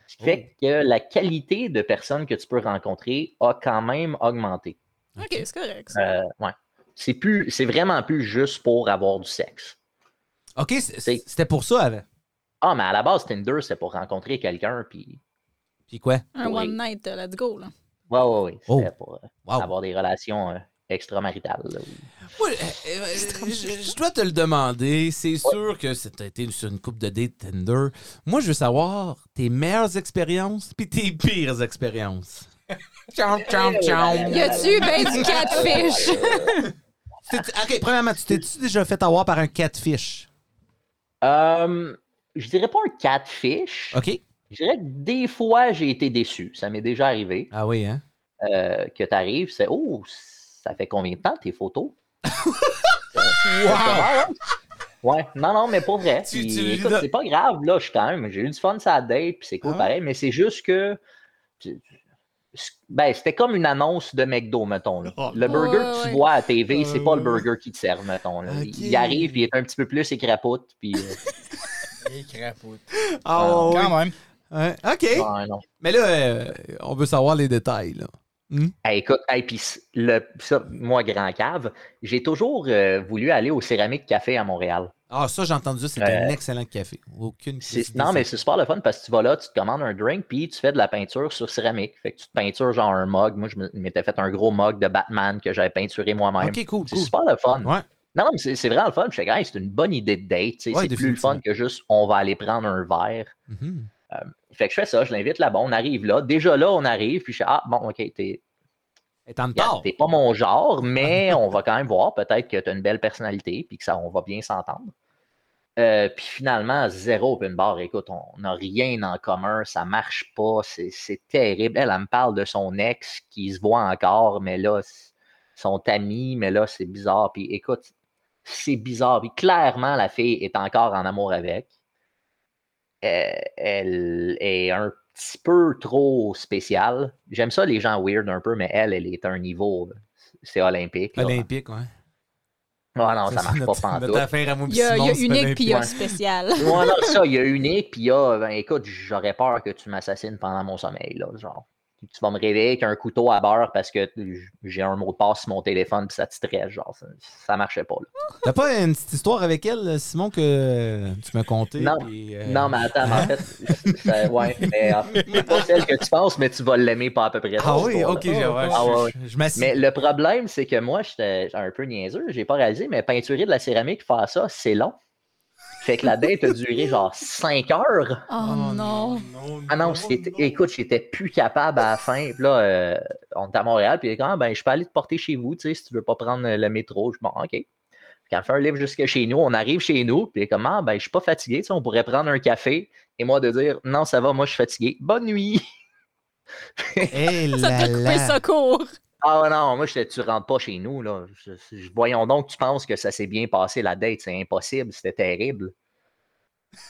E: Ce qui
A: Oh.
E: fait que la qualité de personnes que tu peux rencontrer a quand même augmenté.
B: OK, c'est correct. ça.
E: Euh, ouais. C'est plus, c'est vraiment plus juste pour avoir du sexe.
A: OK, c'est-
E: C'est-
A: c'était pour ça avant.
E: Ah, mais à la base, Tinder, c'est pour rencontrer quelqu'un, puis...
A: Puis quoi?
B: Un
E: oui.
B: one night, euh, let's go, là.
E: Ouais, ouais, ouais.
A: Oh.
E: C'était pour euh,
A: Wow.
E: avoir des relations euh, extramaritales. là, oui.
A: Moi, euh, euh, je, je dois te le demander. C'est sûr que c'était été sur une coupe de date Tinder. Moi, je veux savoir tes meilleures expériences puis tes pires expériences. Chom, chom, chom.
B: Y a-tu eu ben du catfish?
A: T'es- OK, premièrement, tu t'es-tu déjà fait avoir par un catfish?
E: Euh, je dirais pas un catfish.
A: OK?
E: Je dirais que des fois, j'ai été déçu. Ça m'est déjà arrivé
A: Ah oui, hein?
E: euh, que tu arrives, c'est « Oh, ça fait combien de temps tes photos? »
C: Wow!
E: Ouais, non, non, mais pour vrai.
A: Tu-
E: Puis,
A: tu lui
E: écoute,
A: donnes-
E: c'est pas grave, là, je suis quand même. J'ai eu du fun sur la date, puis c'est cool
A: Ah.
E: pareil, mais c'est juste que. tu- tu- Ben, c'était comme une annonce de McDo, mettons. là.
A: Oh.
E: Le
B: Ouais,
E: burger que tu
B: ouais.
E: vois à TV, c'est pas le
A: Euh.
E: burger qui te sert, mettons. là. Il-
A: Ok.
E: Il arrive, il est un petit peu plus écrapoute, puis. euh,
C: Les crapauds.
A: Ah oui.
C: Quand même.
A: Ouais, OK.
E: ouais, non.
A: Mais là, euh, on veut savoir les détails. Là.
E: Hey, écoute, hey, puis c- le, ça, moi, grand cave, j'ai toujours euh, voulu aller au Céramique Café à Montréal.
A: Ah, ça, j'ai entendu, c'est
E: Euh,
A: un excellent café. Aucune
E: C'est-
A: petite
E: Non, mais
A: idée.
E: c'est super le fun parce que tu vas là, tu te commandes un drink, puis tu fais de la peinture sur céramique. Fait que tu te peintures genre un mug. Moi, je me- m'étais fait un gros mug de Batman que j'avais peinturé moi-même.
A: OK, cool,
E: C'est
A: cool.
E: super le fun.
A: Ouais.
E: Non, mais c'est c'est vraiment le fun. Je fais, Hey, c'est une bonne idée de date. tu sais.
A: Ouais,
E: c'est plus le fun
A: définitivement.
E: que juste on va aller prendre un verre.
A: Mhm.
E: Fait que je fais ça, je l'invite là-bas, on arrive là. Déjà là, on arrive, puis je fais Ah, bon, ok, t'es
A: Et t'en
E: regarde,
A: parles.
E: t'es pas mon genre, mais on va quand même voir. Peut-être que t'as une belle personnalité, puis que ça, on va bien s'entendre. Euh, puis finalement, zéro open bar. Écoute, on n'a rien en commun, ça marche pas, c'est- c'est terrible. Elle, elle me parle de son ex qui se voit encore, mais là, c- sont amis, mais là, c'est bizarre. Puis écoute, c'est bizarre. Puis clairement, la fille est encore en amour avec. Euh, elle est un petit peu trop spéciale. J'aime ça, les gens weird un peu, mais elle, elle est à un niveau, c'est olympique. là.
A: Olympique, ouais.
E: Ah non, ça, marche
A: notre-
E: pas
A: notre
E: pantoute.
A: affaire à moi, puis
B: Il y a, y
A: Simon,
B: a
A: c'est
B: unique
A: Olympique.
B: puis il y a
E: Ouais.
B: spécial.
E: Ouais, non, ça, il y a unique, puis il y a, ben, écoute, j'aurais peur que tu m'assassines pendant mon sommeil, là, genre. tu vas me réveiller avec un couteau à beurre parce que j'ai un mot de passe sur mon téléphone puis ça te stresse, genre, ça, ça marchait pas. Là.
A: T'as pas une petite histoire avec elle, Simon, que tu m'as conté?
E: Non.
A: puis, euh,
E: Non, mais attends, mais en fait, c'est- ouais, mais en fait, c'est pas celle que tu penses, mais tu vas l'aimer pas à peu près.
A: Ah
E: cette
A: oui,
E: histoire-là.
A: ok, j'ai- ouais,
E: Ah ouais, ouais.
A: je, je- je m'assieds.
E: Mais le problème, c'est que moi, j'étais un peu niaiseux, j'ai pas réalisé, mais peinturer de la céramique, faire ça, c'est long. Fait que la date a duré genre 5 heures.
B: Oh, non.
E: Ah non, c'était- écoute, j'étais plus capable à la fin. Puis là, euh, on est à Montréal, puis quand ben, je peux aller te porter chez vous, tu sais, si tu veux pas prendre le métro. Je dis, bon, OK. Puis elle me fait un livre jusqu'à chez nous, on arrive chez nous, puis comment, ben, je suis pas fatigué, tu sais, on pourrait prendre un café, et moi de dire, non, ça va, moi, je suis fatigué. Bonne nuit!
A: Hey
B: Ça
A: là
B: t'a coupé
A: là.
B: secours.
E: Ah ouais, non, moi, j'étais, tu rentres pas chez nous, là. Je- je- voyons donc, tu penses que ça s'est bien passé, la date, c'est impossible, c'était terrible.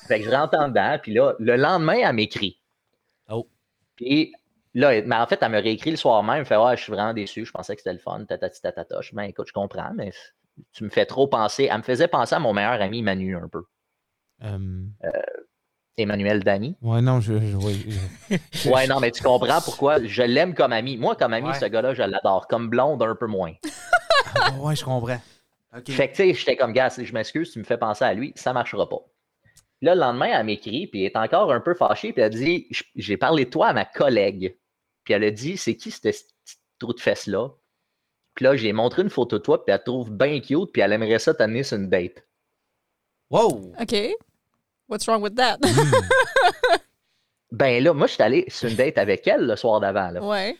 E: Fait que je rentre en dedans, puis là, le lendemain, elle m'écrit.
A: Oh.
E: Puis là, elle- mais en fait, elle me réécrit le soir même, elle fait Ouais, je suis vraiment déçu, je pensais que c'était le fun, tatati tatata. Je dis, ben écoute, je comprends, mais tu me fais trop penser. Elle me faisait penser à mon meilleur ami Manu un peu.
A: Euh,
E: Emmanuel Dany.
A: ouais, non, je. je- ouais, je-
E: Ouais, non, mais tu comprends pourquoi je l'aime comme ami. Moi, comme ami,
A: Ouais.
E: ce gars-là, je l'adore. Comme blonde, un peu moins.
A: Ah, ouais, je comprends. Ok.
E: Fait que, tu sais, j'étais comme, gars, si je m'excuse, tu me fais penser à lui, ça marchera pas. Puis Là, le lendemain, elle m'écrit, puis elle est encore un peu fâchée, puis elle dit, J- j'ai parlé de toi à ma collègue. Puis elle a dit, c'est qui ce petit trou de fesse-là? Puis là, j'ai montré une photo de toi, puis elle te trouve bien cute, puis elle aimerait ça t'amener sur une date.
A: Wow!
B: OK. What's wrong with that?
E: Ben là, moi, je suis allé sur une date avec elle le soir d'avant. là.
B: ouais.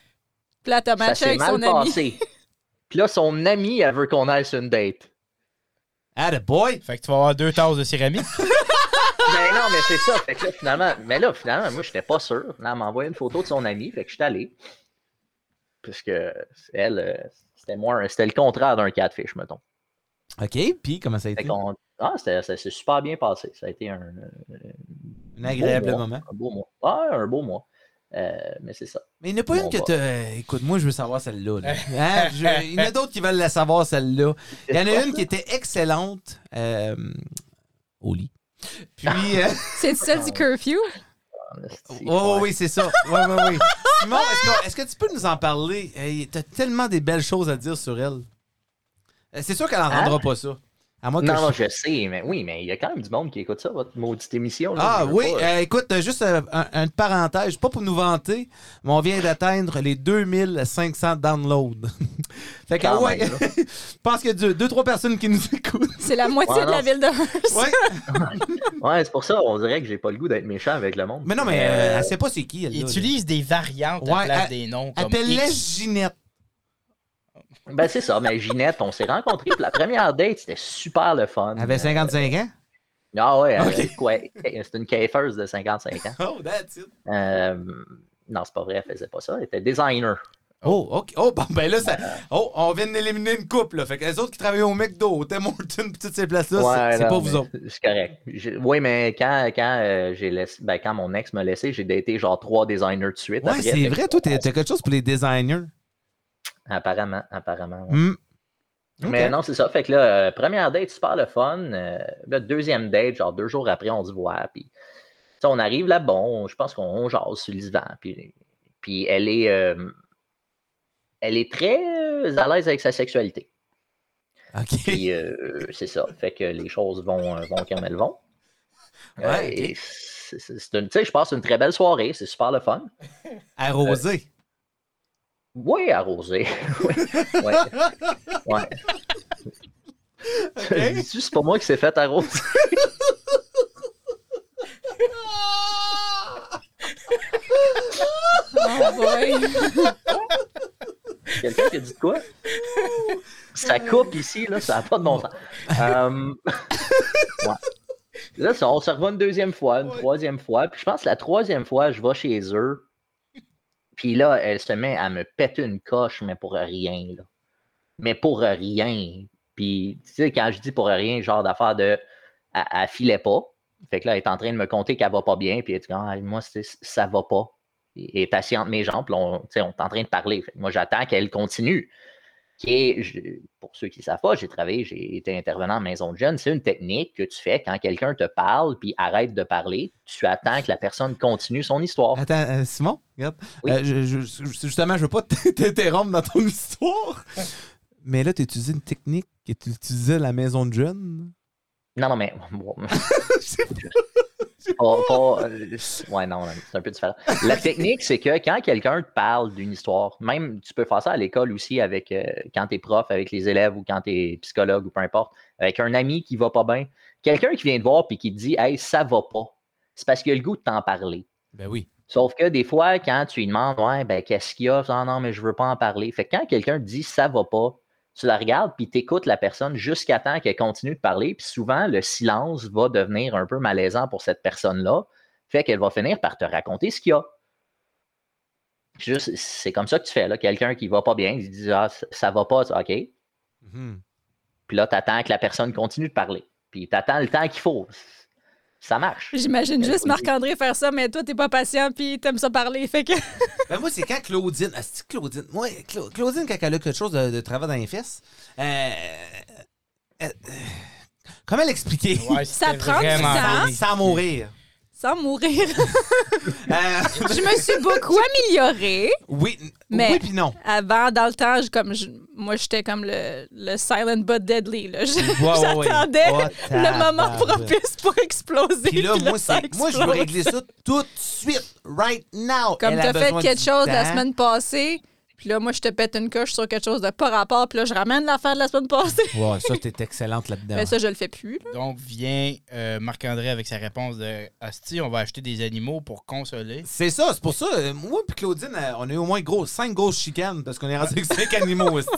B: Puis là, t'as
E: Ça
B: matché
E: s'est
B: avec
E: mal
B: son ami.
E: passé. puis là, son amie, elle veut qu'on aille sur une date.
A: Attaboy!
C: Fait que tu vas avoir deux tasses de céramique.
E: Ben non, mais c'est ça. Fait que là, finalement, mais là, finalement, moi, j'étais pas sûr. Là, elle m'a envoyé une photo de son ami, fait que j'étais allé. Puisque elle, euh, c'était moins, c'était le contraire d'un catfish, mettons.
A: Ok, puis comment ça a
E: Fait
A: été?
E: qu'on- ah, c'était- ça s'est super bien passé. Ça a été un, euh,
A: Un agréable
E: beau mois.
A: moment.
E: un beau mois. Ah, un beau mois. Euh, mais c'est ça.
A: Mais il n'y en a pas
E: Bon,
A: une que
E: bah.
A: tu. Écoute, moi, je veux savoir celle-là. là. Hein, je- Il y en a d'autres qui veulent la savoir, celle-là. Il y en a une qui était excellente euh, au lit.
E: Ah,
A: Puis. euh,
B: C'est celle du curfew?
A: Oui, Oh, oui, c'est ça. Oui, oui, oui. Simon, est-ce qu'on- est-ce que, tu peux nous en parler? Tu as tellement des belles choses à dire sur elle. Euh, C'est sûr qu'elle n'entendra pas ça. À moins que
E: Hein? Non,
A: je-
E: non, je sais, mais oui, mais il y a quand même du monde qui écoute ça, votre maudite émission. là.
A: Ah
E: Je veux
A: oui,
E: pas-
A: euh, écoute, euh, juste euh, un, une parenthèse, pas pour nous vanter, mais on vient d'atteindre les 2500 downloads. fait que,
E: Quand
A: ouais,
E: même, là.
A: je pense qu'il y a deux, deux, trois personnes qui nous écoutent.
B: C'est la moitié
E: Ouais,
B: de la
E: non,
B: ville de Hearst.
A: Ouais.
E: Ouais, c'est pour ça, on dirait que j'ai pas le goût d'être méchant avec le monde.
A: Mais non, mais euh, elle sait pas c'est qui, elle. là, là.
C: Utilise des variantes à
A: Ouais,
C: la place
A: elle-
C: des noms. comme
A: Appelle-la
C: X.
A: Ginette.
E: Ben, c'est ça, mais Ginette, on s'est rencontrés. puis la première date, c'était super le fun.
A: Elle avait 55 ans.
E: Ah ouais, elle
A: Ok.
E: avait quoi? C'est une caifeuse de 55 ans.
A: Oh, that's it.
E: Euh, non, c'est pas vrai, elle faisait pas ça. Elle était designer.
A: Oh, ok. Oh, bon, ben là, ça... oh, on vient d'éliminer une couple. Là. Fait que les autres qui travaillaient au McDo, au Tim Hortons, pis toutes ces places-là, c'est-
E: Ouais,
A: c'est
E: non,
A: pas vous
E: mais
A: autres.
E: C'est correct. J'ai- Oui, mais quand, quand, euh, j'ai laissé, ben, quand mon ex m'a laissé, j'ai daté genre trois designers de suite.
A: Ouais,
E: après.
A: c'est vrai, toi, t'as t'as quelque chose pour les designers.
E: Apparemment, apparemment. ouais.
A: Hmm. Ok.
E: Mais non, c'est ça. Fait que là, euh, première date, super le fun. Euh, là, deuxième date, genre deux jours après, on se voit. Puis, tu sais, on arrive là, bon, je pense qu'on on jase sur le divan. Puis, puis elle est. euh, elle est très euh, à l'aise avec sa sexualité.
A: Ok.
E: Puis, euh, c'est ça. Fait que les choses vont, euh, vont comme elles vont. Euh,
A: Ouais,
E: et c'est- c'est- c'est une- Tu sais, je passe une très belle soirée. C'est super le fun.
A: Arrosé.
E: Oui, arrosé. oui. Ouais. Ouais. Dis-tu, c'est pas moi qui s'est fait arroser.
B: Oh boy.
E: Quelqu'un qui a dit de quoi? Ça coupe ici, là, ça n'a pas de bon sens. Euh, ouais. Là, ça, on se revoit une deuxième fois, une troisième fois. Puis je pense que la troisième fois, je vais chez eux. Puis là, elle se met à me péter une coche, mais pour rien. Là. Mais pour rien. Puis, tu sais, quand je dis pour rien, genre d'affaire de. Elle, elle filait pas. Fait que là, elle est en train de me compter qu'elle va pas bien. Puis elle dit, ah, moi, c'est- ça va pas est assis entre mes jambes, puis on, tu sais, on est en train de parler. Fait que moi, j'attends qu'elle continue. qui est, je- pour ceux qui ne savent pas, j'ai travaillé, j'ai été intervenant en maison de jeunes. C'est une technique que tu fais quand quelqu'un te parle puis arrête de parler. Tu attends que la personne continue son histoire.
A: Attends, euh, Simon, regarde.
E: Oui.
A: Euh, je- je- je- justement, je veux pas t'interrompre dans ton histoire. Mais là, tu utilisé une technique que tu utilisais à la maison de jeunes.
E: Non, non, mais. bon.
A: sais
E: Pas- pas- euh, ouais, non, non, c'est un peu différent. La technique, c'est que quand quelqu'un te parle d'une histoire, même tu peux faire ça à l'école aussi avec euh, quand t'es prof, avec les élèves ou quand t'es psychologue ou peu importe, avec un ami qui va pas bien, quelqu'un qui vient te voir puis qui te dit Hey, ça va pas, c'est parce qu'il a le goût de t'en parler.
A: Ben oui.
E: Sauf que des fois, quand tu lui demandes, ouais, ben, qu'est-ce qu'il y a? Non, non, mais je veux pas en parler. Fait que quand quelqu'un te dit ça va pas, tu la regardes puis t'écoutes la personne jusqu'à temps qu'elle continue de parler. Puis souvent, le silence va devenir un peu malaisant pour cette personne-là. Fait qu'elle va finir par te raconter ce qu'il y a. Juste, c'est comme ça que tu fais, là. Quelqu'un qui va pas bien, il dit, ah, ça- ça va pas, OK.
A: Mhm.
E: Puis là, t'attends que la personne continue de parler. Puis t'attends le temps qu'il faut. Ça marche.
B: J'imagine
E: juste
B: juste Marc-André faire ça, mais toi, t'es pas patient, puis t'aimes ça parler. Fait que.
A: Ben moi, c'est quand Claudine. Ah, c'est Claudine. Moi, Cla- Claudine, quand elle a quelque chose de, de travail dans les fesses, euh, euh, euh, comment l'expliquer? Hein?
C: Ouais,
B: Ça
C: c'était
B: prend du
C: vraiment
B: temps.
C: funny.
A: Sans mourir.
B: Sans mourir.
A: Euh,
B: je me suis beaucoup améliorée.
A: oui, n-
B: Mais-
A: oui puis non.
B: Avant, dans le temps, je- comme je- moi, j'étais comme le, le silent but deadly. là. Je-
A: ouais, ouais.
B: J'attendais
A: Oh,
B: le moment
A: tabarouette.
B: propice pour exploser.
A: Puis là,
B: puis
A: moi,
B: ça
A: c'est- moi, je veux
B: explose.
A: régler ça tout de suite, right now.
B: Comme
A: Elle a
B: t'as fait
A: besoin
B: quelque
A: du
B: chose la
A: temps.
B: semaine passée, puis là, moi, je te pète une coche sur quelque chose de pas rapport, puis là, je ramène l'affaire de la semaine passée.
A: Ouais, ça, t'es excellente là-dedans.
B: Mais ça, je le fais plus. là.
C: Donc vient euh, Marc-André avec sa réponse de Hostie, on va acheter des animaux pour consoler.
A: C'est ça, c'est pour ça. euh, Moi puis Claudine, euh, on a eu au moins gros, cinq grosses chicanes parce qu'on est rendu avec cinq animaux aussi.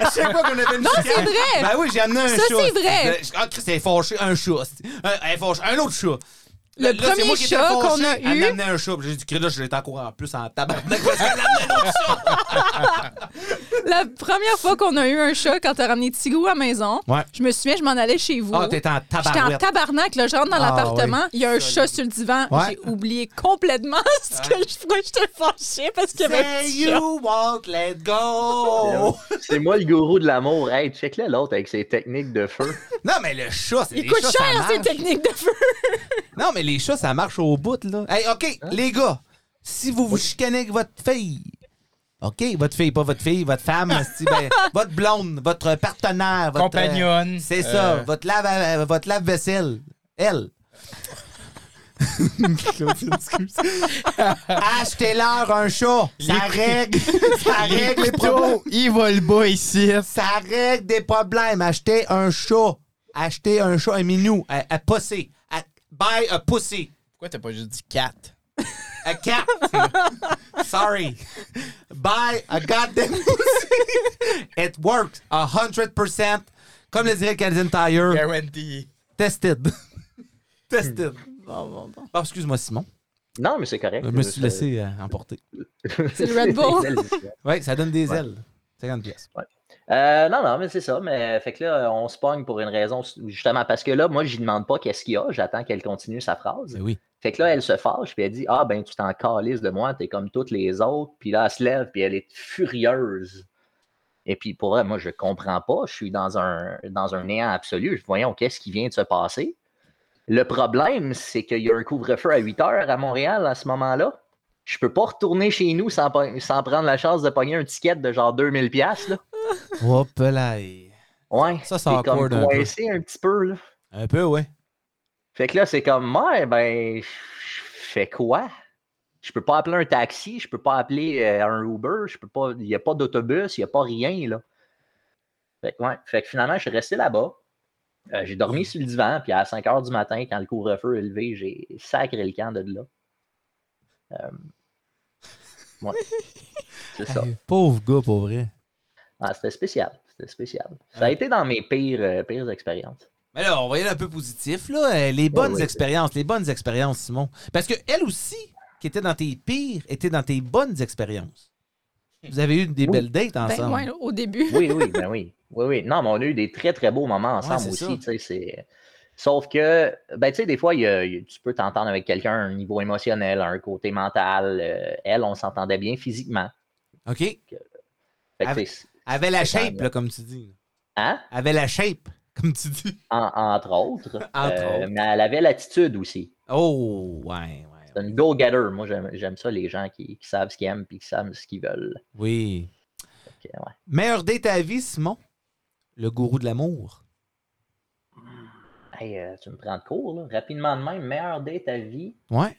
A: à chaque fois qu'on avait une chicane.
B: c'est vrai!
A: Ben oui, j'ai amené un
B: Ça,
A: chat.
B: c'est vrai.
A: hostie. Ah, Chris, elle est fâchée, un chat. hostie. Un, elle est fâchée, un autre chat. Là,
B: Le
A: c'est
B: premier
A: moi qui étais
B: chat
A: fâché,
B: qu'on a
A: Elle
B: eu-
A: m'a amené un chat. puis J'ai dit, Chris, là, je l'ai encore en plus en Ah, tabarnak parce
B: Ah,
A: qu'elle a-
B: La première fois qu'on a eu un chat, quand t'as ramené Tigou à la maison,
A: Ouais.
B: je me souviens, je m'en allais chez vous.
A: Ah, t'es en
B: J'étais en
A: tabarouette.
B: tabarnak, là, je rentre dans
A: Ah,
B: l'appartement, il y a un chat sur le divan.
A: Ouais.
B: J'ai oublié complètement ce que je, pourquoi j'étais fâchée parce qu'il y avait un
A: Say
B: petit chat.
A: you won't let go.
E: C'est moi le gourou de l'amour. Hey, check-le l'autre avec ses techniques de feu.
A: Non, mais le chat, c'est
B: Il
A: les
B: coûte
A: chats, ça
B: cher, ces
A: marche.
B: techniques de feu.
A: Non, mais les chats, ça marche au bout, là. Hey, OK,
C: Hein?
A: les gars, si vous vous chicanez avec votre fille, OK, votre fille, pas votre fille, votre femme, si, ben, votre blonde, votre partenaire, votre. euh,
C: Compagnonne.
A: c'est ça,
C: euh,
A: votre, lave, euh, votre lave-vaisselle. Elle. Claudine, excuse. Achetez-leur un chat. Ça règle, ça règle les problèmes.
C: Plutôt, il va le bas ici.
A: Ça règle des problèmes. Achetez un chat. Achetez un chat, un minou, à, à pussy. À- buy a pussy.
C: Pourquoi t'as pas juste dit 4?
A: A cat. Sorry. Buy a goddamn pussy. It works. A hundred percent. Comme le dirait Canadian Tire.
C: Guarantee.
A: Tested. Tested.
B: Bon, bon, bon.
A: Oh, excuse-moi, Simon.
E: Non, mais c'est correct.
A: Je me suis
E: Ça-
A: laissé euh, emporter.
B: C'est le Red Bull.
E: une belle histoire.
A: Oui, ça donne des
E: Ouais.
A: ailes. 50 pièces.
E: Euh, non, non, mais c'est ça. Mais fait que là, on se pogne pour une raison, justement, parce que là, moi, je lui demande pas qu'est-ce qu'il y a. J'attends qu'elle continue sa phrase.
A: Ben oui.
E: Fait que là, elle se fâche, puis elle dit Ah, ben, tu t'en calisses de moi, t'es comme toutes les autres. Puis là, elle se lève, puis elle est furieuse. Et puis pour elle, moi, je comprends pas. Je suis dans un, dans un néant absolu. Je- Voyons, qu'est-ce qui vient de se passer? Le problème, c'est qu'il y a un couvre-feu à 8 heures à Montréal à ce moment-là. Je peux pas retourner chez nous sans, pog- sans prendre la chance de pogner un ticket de genre 2000$. piastres, Là.
A: Hop là. eh.
E: Ouais.
A: Ça, c'est
E: t'es
A: awkward
E: comme
A: un peu.
E: coincé un petit peu. Là.
A: Un peu, ouais.
E: Fait que là, c'est comme, ouais, ben, je fais quoi? Je peux pas appeler un taxi, je peux pas appeler euh, un Uber, je peux pas, il n'y a pas d'autobus, il n'y a pas rien, là. Fait que, ouais, fait que finalement, je suis resté là-bas. Euh, j'ai dormi sur le divan, puis à 5 h du matin, quand le couvre-feu est levé, j'ai sacré le camp de là. Euh, ouais. C'est ça.
A: Hey, Pauvre gars, pauvre vrai.
E: Ah, c'était spécial. C'était spécial. Ça a été dans mes pires, euh, pires expériences.
A: Mais là, on va y aller un peu positif, là. Euh, Les bonnes
E: ouais.
A: expériences, les bonnes expériences, Simon. Parce que elle aussi, qui était dans tes pires, était dans tes bonnes expériences. Vous avez eu des
E: Oui.
A: belles dates ensemble.
B: Ben, ouais, au début.
E: Oui, oui, ben oui. Oui, oui. Non, mais on a eu des très, très beaux moments ensemble
A: c'est
E: aussi. tu sais, c'est- Sauf que, ben, tu sais, des fois, il y a- il y a- tu peux t'entendre avec quelqu'un à un niveau émotionnel, à un côté mental. Euh, elle, on s'entendait bien physiquement.
A: OK?
E: Fait que
A: Avec-
E: c'est-
A: Avec la
E: C'est quand
A: shape,
E: même-
A: là, comme tu dis.
E: hein?
A: Avec la shape, comme tu dis.
E: En- entre autres.
A: Entre
E: Euh,
A: autres.
E: Mais elle avait l'attitude aussi.
A: Oh, ouais, ouais.
E: C'est une go-getter. Moi, j'aime j'aime ça, les gens qui, qui savent ce qu'ils aiment et qui savent ce qu'ils veulent.
A: Oui.
E: Fait que, ouais.
A: Meilleur date à vie, Simon. Le gourou de l'amour.
E: Hey, euh, tu me prends de court, là. Rapidement de même, meilleur date à vie.
A: Ouais.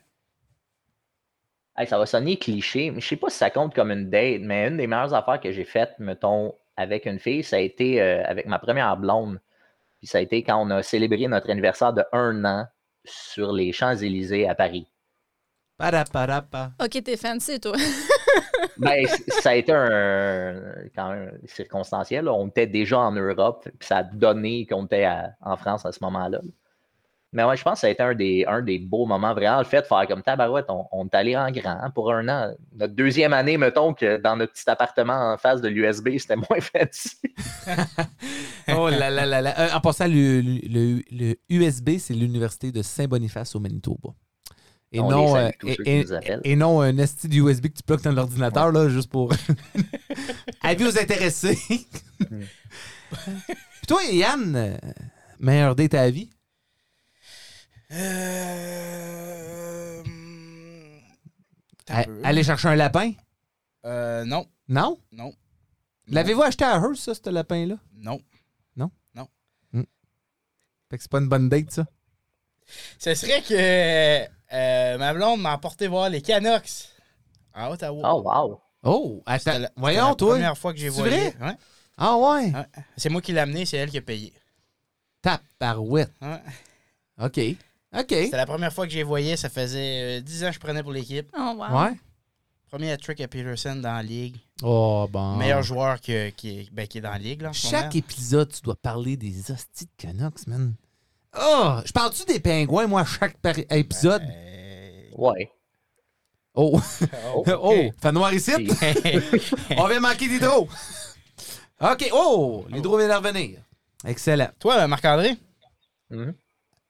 E: Hey, ça va sonner cliché, mais je sais pas si ça compte comme une date, mais une des meilleures affaires que j'ai faites, mettons, avec une fille, ça a été euh, avec ma première blonde. Puis ça a été quand on a célébré notre anniversaire de un an sur les Champs-Élysées à Paris.
A: Paraparapa.
B: Ok, t'es fancy, toi.
E: Ben, c- ça a été un, quand même circonstanciel. là. On était déjà en Europe, puis ça a donné qu'on était à- en France à ce moment-là. Mais ouais, je pense que ça a été un des, un des beaux moments, vraiment, le fait de faire comme tabarouette, on, on est allé en grand pour un an. Notre deuxième année, mettons, que dans notre petit appartement en face de l'USB, c'était moins fancy.
A: Oh là là là là. Euh, en passant, le, le- le USB, c'est l'université de Saint-Boniface au Manitoba. Et
E: On
A: non,
E: les salue
A: euh,
E: tous
A: et,
E: ceux qui
A: et-
E: nous appellent.
A: et non un esti d'USB que tu bloques dans l'ordinateur, là, juste pour. Avis aux intéressés. Puis toi, Yann, euh, meilleur date à vie?
C: Euh, hum, t'as
A: A-
C: un peu.
A: Aller chercher un lapin?
C: Euh, non.
A: Non?
C: Non.
A: L'avez-vous acheté à Hearst, ça, ce lapin-là?
C: Non.
A: Fait que c'est pas une bonne date, ça.
C: Ce serait que euh, ma blonde m'a emporté voir les Canucks à Ottawa.
E: Oh, wow!
A: Oh,
C: C'était
A: attends.
C: la- c'était
A: Voyons,
C: la
A: toi.
C: première fois que j'ai
A: C'est
C: voyagé. Ouais.
A: Ah ouais.
C: Ouais. C'est moi qui l'ai amené, c'est elle qui a payé.
A: Tape par wit.
C: Ouais.
A: OK. OK.
C: Hein? C'était la première fois que j'ai voyé, ça faisait euh, 10 ans que je prenais pour l'équipe.
B: Oh, wow.
A: Ouais.
C: Premier trick à Peterson dans la ligue.
A: Oh, bon.
C: Meilleur joueur que- qui, est, ben, qui est dans la ligue. Là, en ce
A: Chaque
C: moment.
A: épisode, tu dois parler des hosties de Canucks, man. Oh, je parle-tu des pingouins, moi, à chaque par- épisode?
C: Euh,
E: Ouais.
A: Oh,
C: oh,
A: oh, fait noir ici?
E: Puis-
A: On vient manquer d'hydro. OK, oh, l'hydro vient de revenir. Excellent.
C: Toi, Marc-André,
E: Mhm.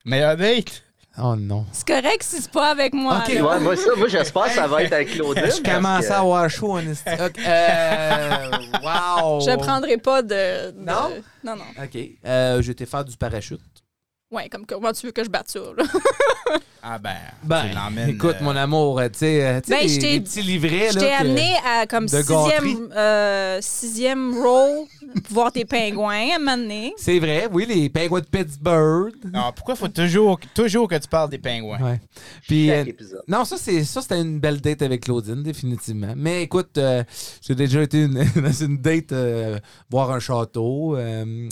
C: meilleur date?
A: Oh non.
B: C'est correct si c'est pas avec moi.
A: Ok,
B: là.
E: Ouais, moi, ça, moi j'espère que ça va être avec Claudine.
A: Je commence à avoir chaud, en esti. OK, euh, wow.
B: Je prendrai pas de. de-
A: Non?
B: Non, non.
A: OK, euh, je t'ai faire du parachute.
B: Ouais, comme comment tu veux que je batte ça, là?
C: Ah ben, tu
A: Ben,
C: l'emmènes.
A: écoute,
C: euh,
A: mon amour, euh, tu sais, euh, tu sais,
B: Ben,
A: les,
B: je t'ai-
A: les petits livrets,
B: Je
A: là.
B: t'ai
A: que-
B: amené à comme
A: euh, de
B: sixième, euh, sixième row pour voir tes pingouins à un moment donné.
A: C'est vrai, oui, les pingouins de Pittsburgh.
C: Non, Ah, pourquoi faut toujours, toujours que tu parles des pingouins?
A: Ouais. Puis,
E: Chaque
A: euh,
E: épisode.
A: non, ça, c'est, ça, c'était une belle date avec Claudine, définitivement. Mais écoute, euh, j'ai déjà été une- dans une date, euh, voir un château. euh,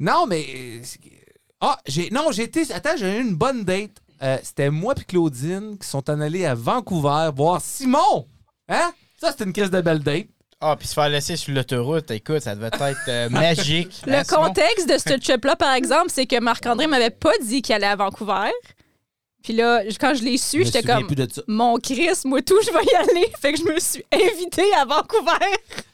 A: non, mais. euh, c'est- Ah, j'ai, non, j'ai été. Attends, j'ai eu une bonne date. Euh, c'était moi puis Claudine qui sont en allés à Vancouver voir Simon. Hein? Ça, c'était une crise de belle date.
C: Ah, puis se faire laisser sur l'autoroute, écoute, ça devait être euh, magique.
B: Le
C: Hein, Simon?
B: contexte de ce trip-là, par exemple, c'est que Marc-André m'avait pas dit qu'il allait à Vancouver. Puis là, je- quand je l'ai
A: Je me
B: su, j'étais
A: souviens
B: comme
A: plus de ça.
B: Mon Chris, moi tout, je vais y aller. Fait que je me suis invitée à Vancouver.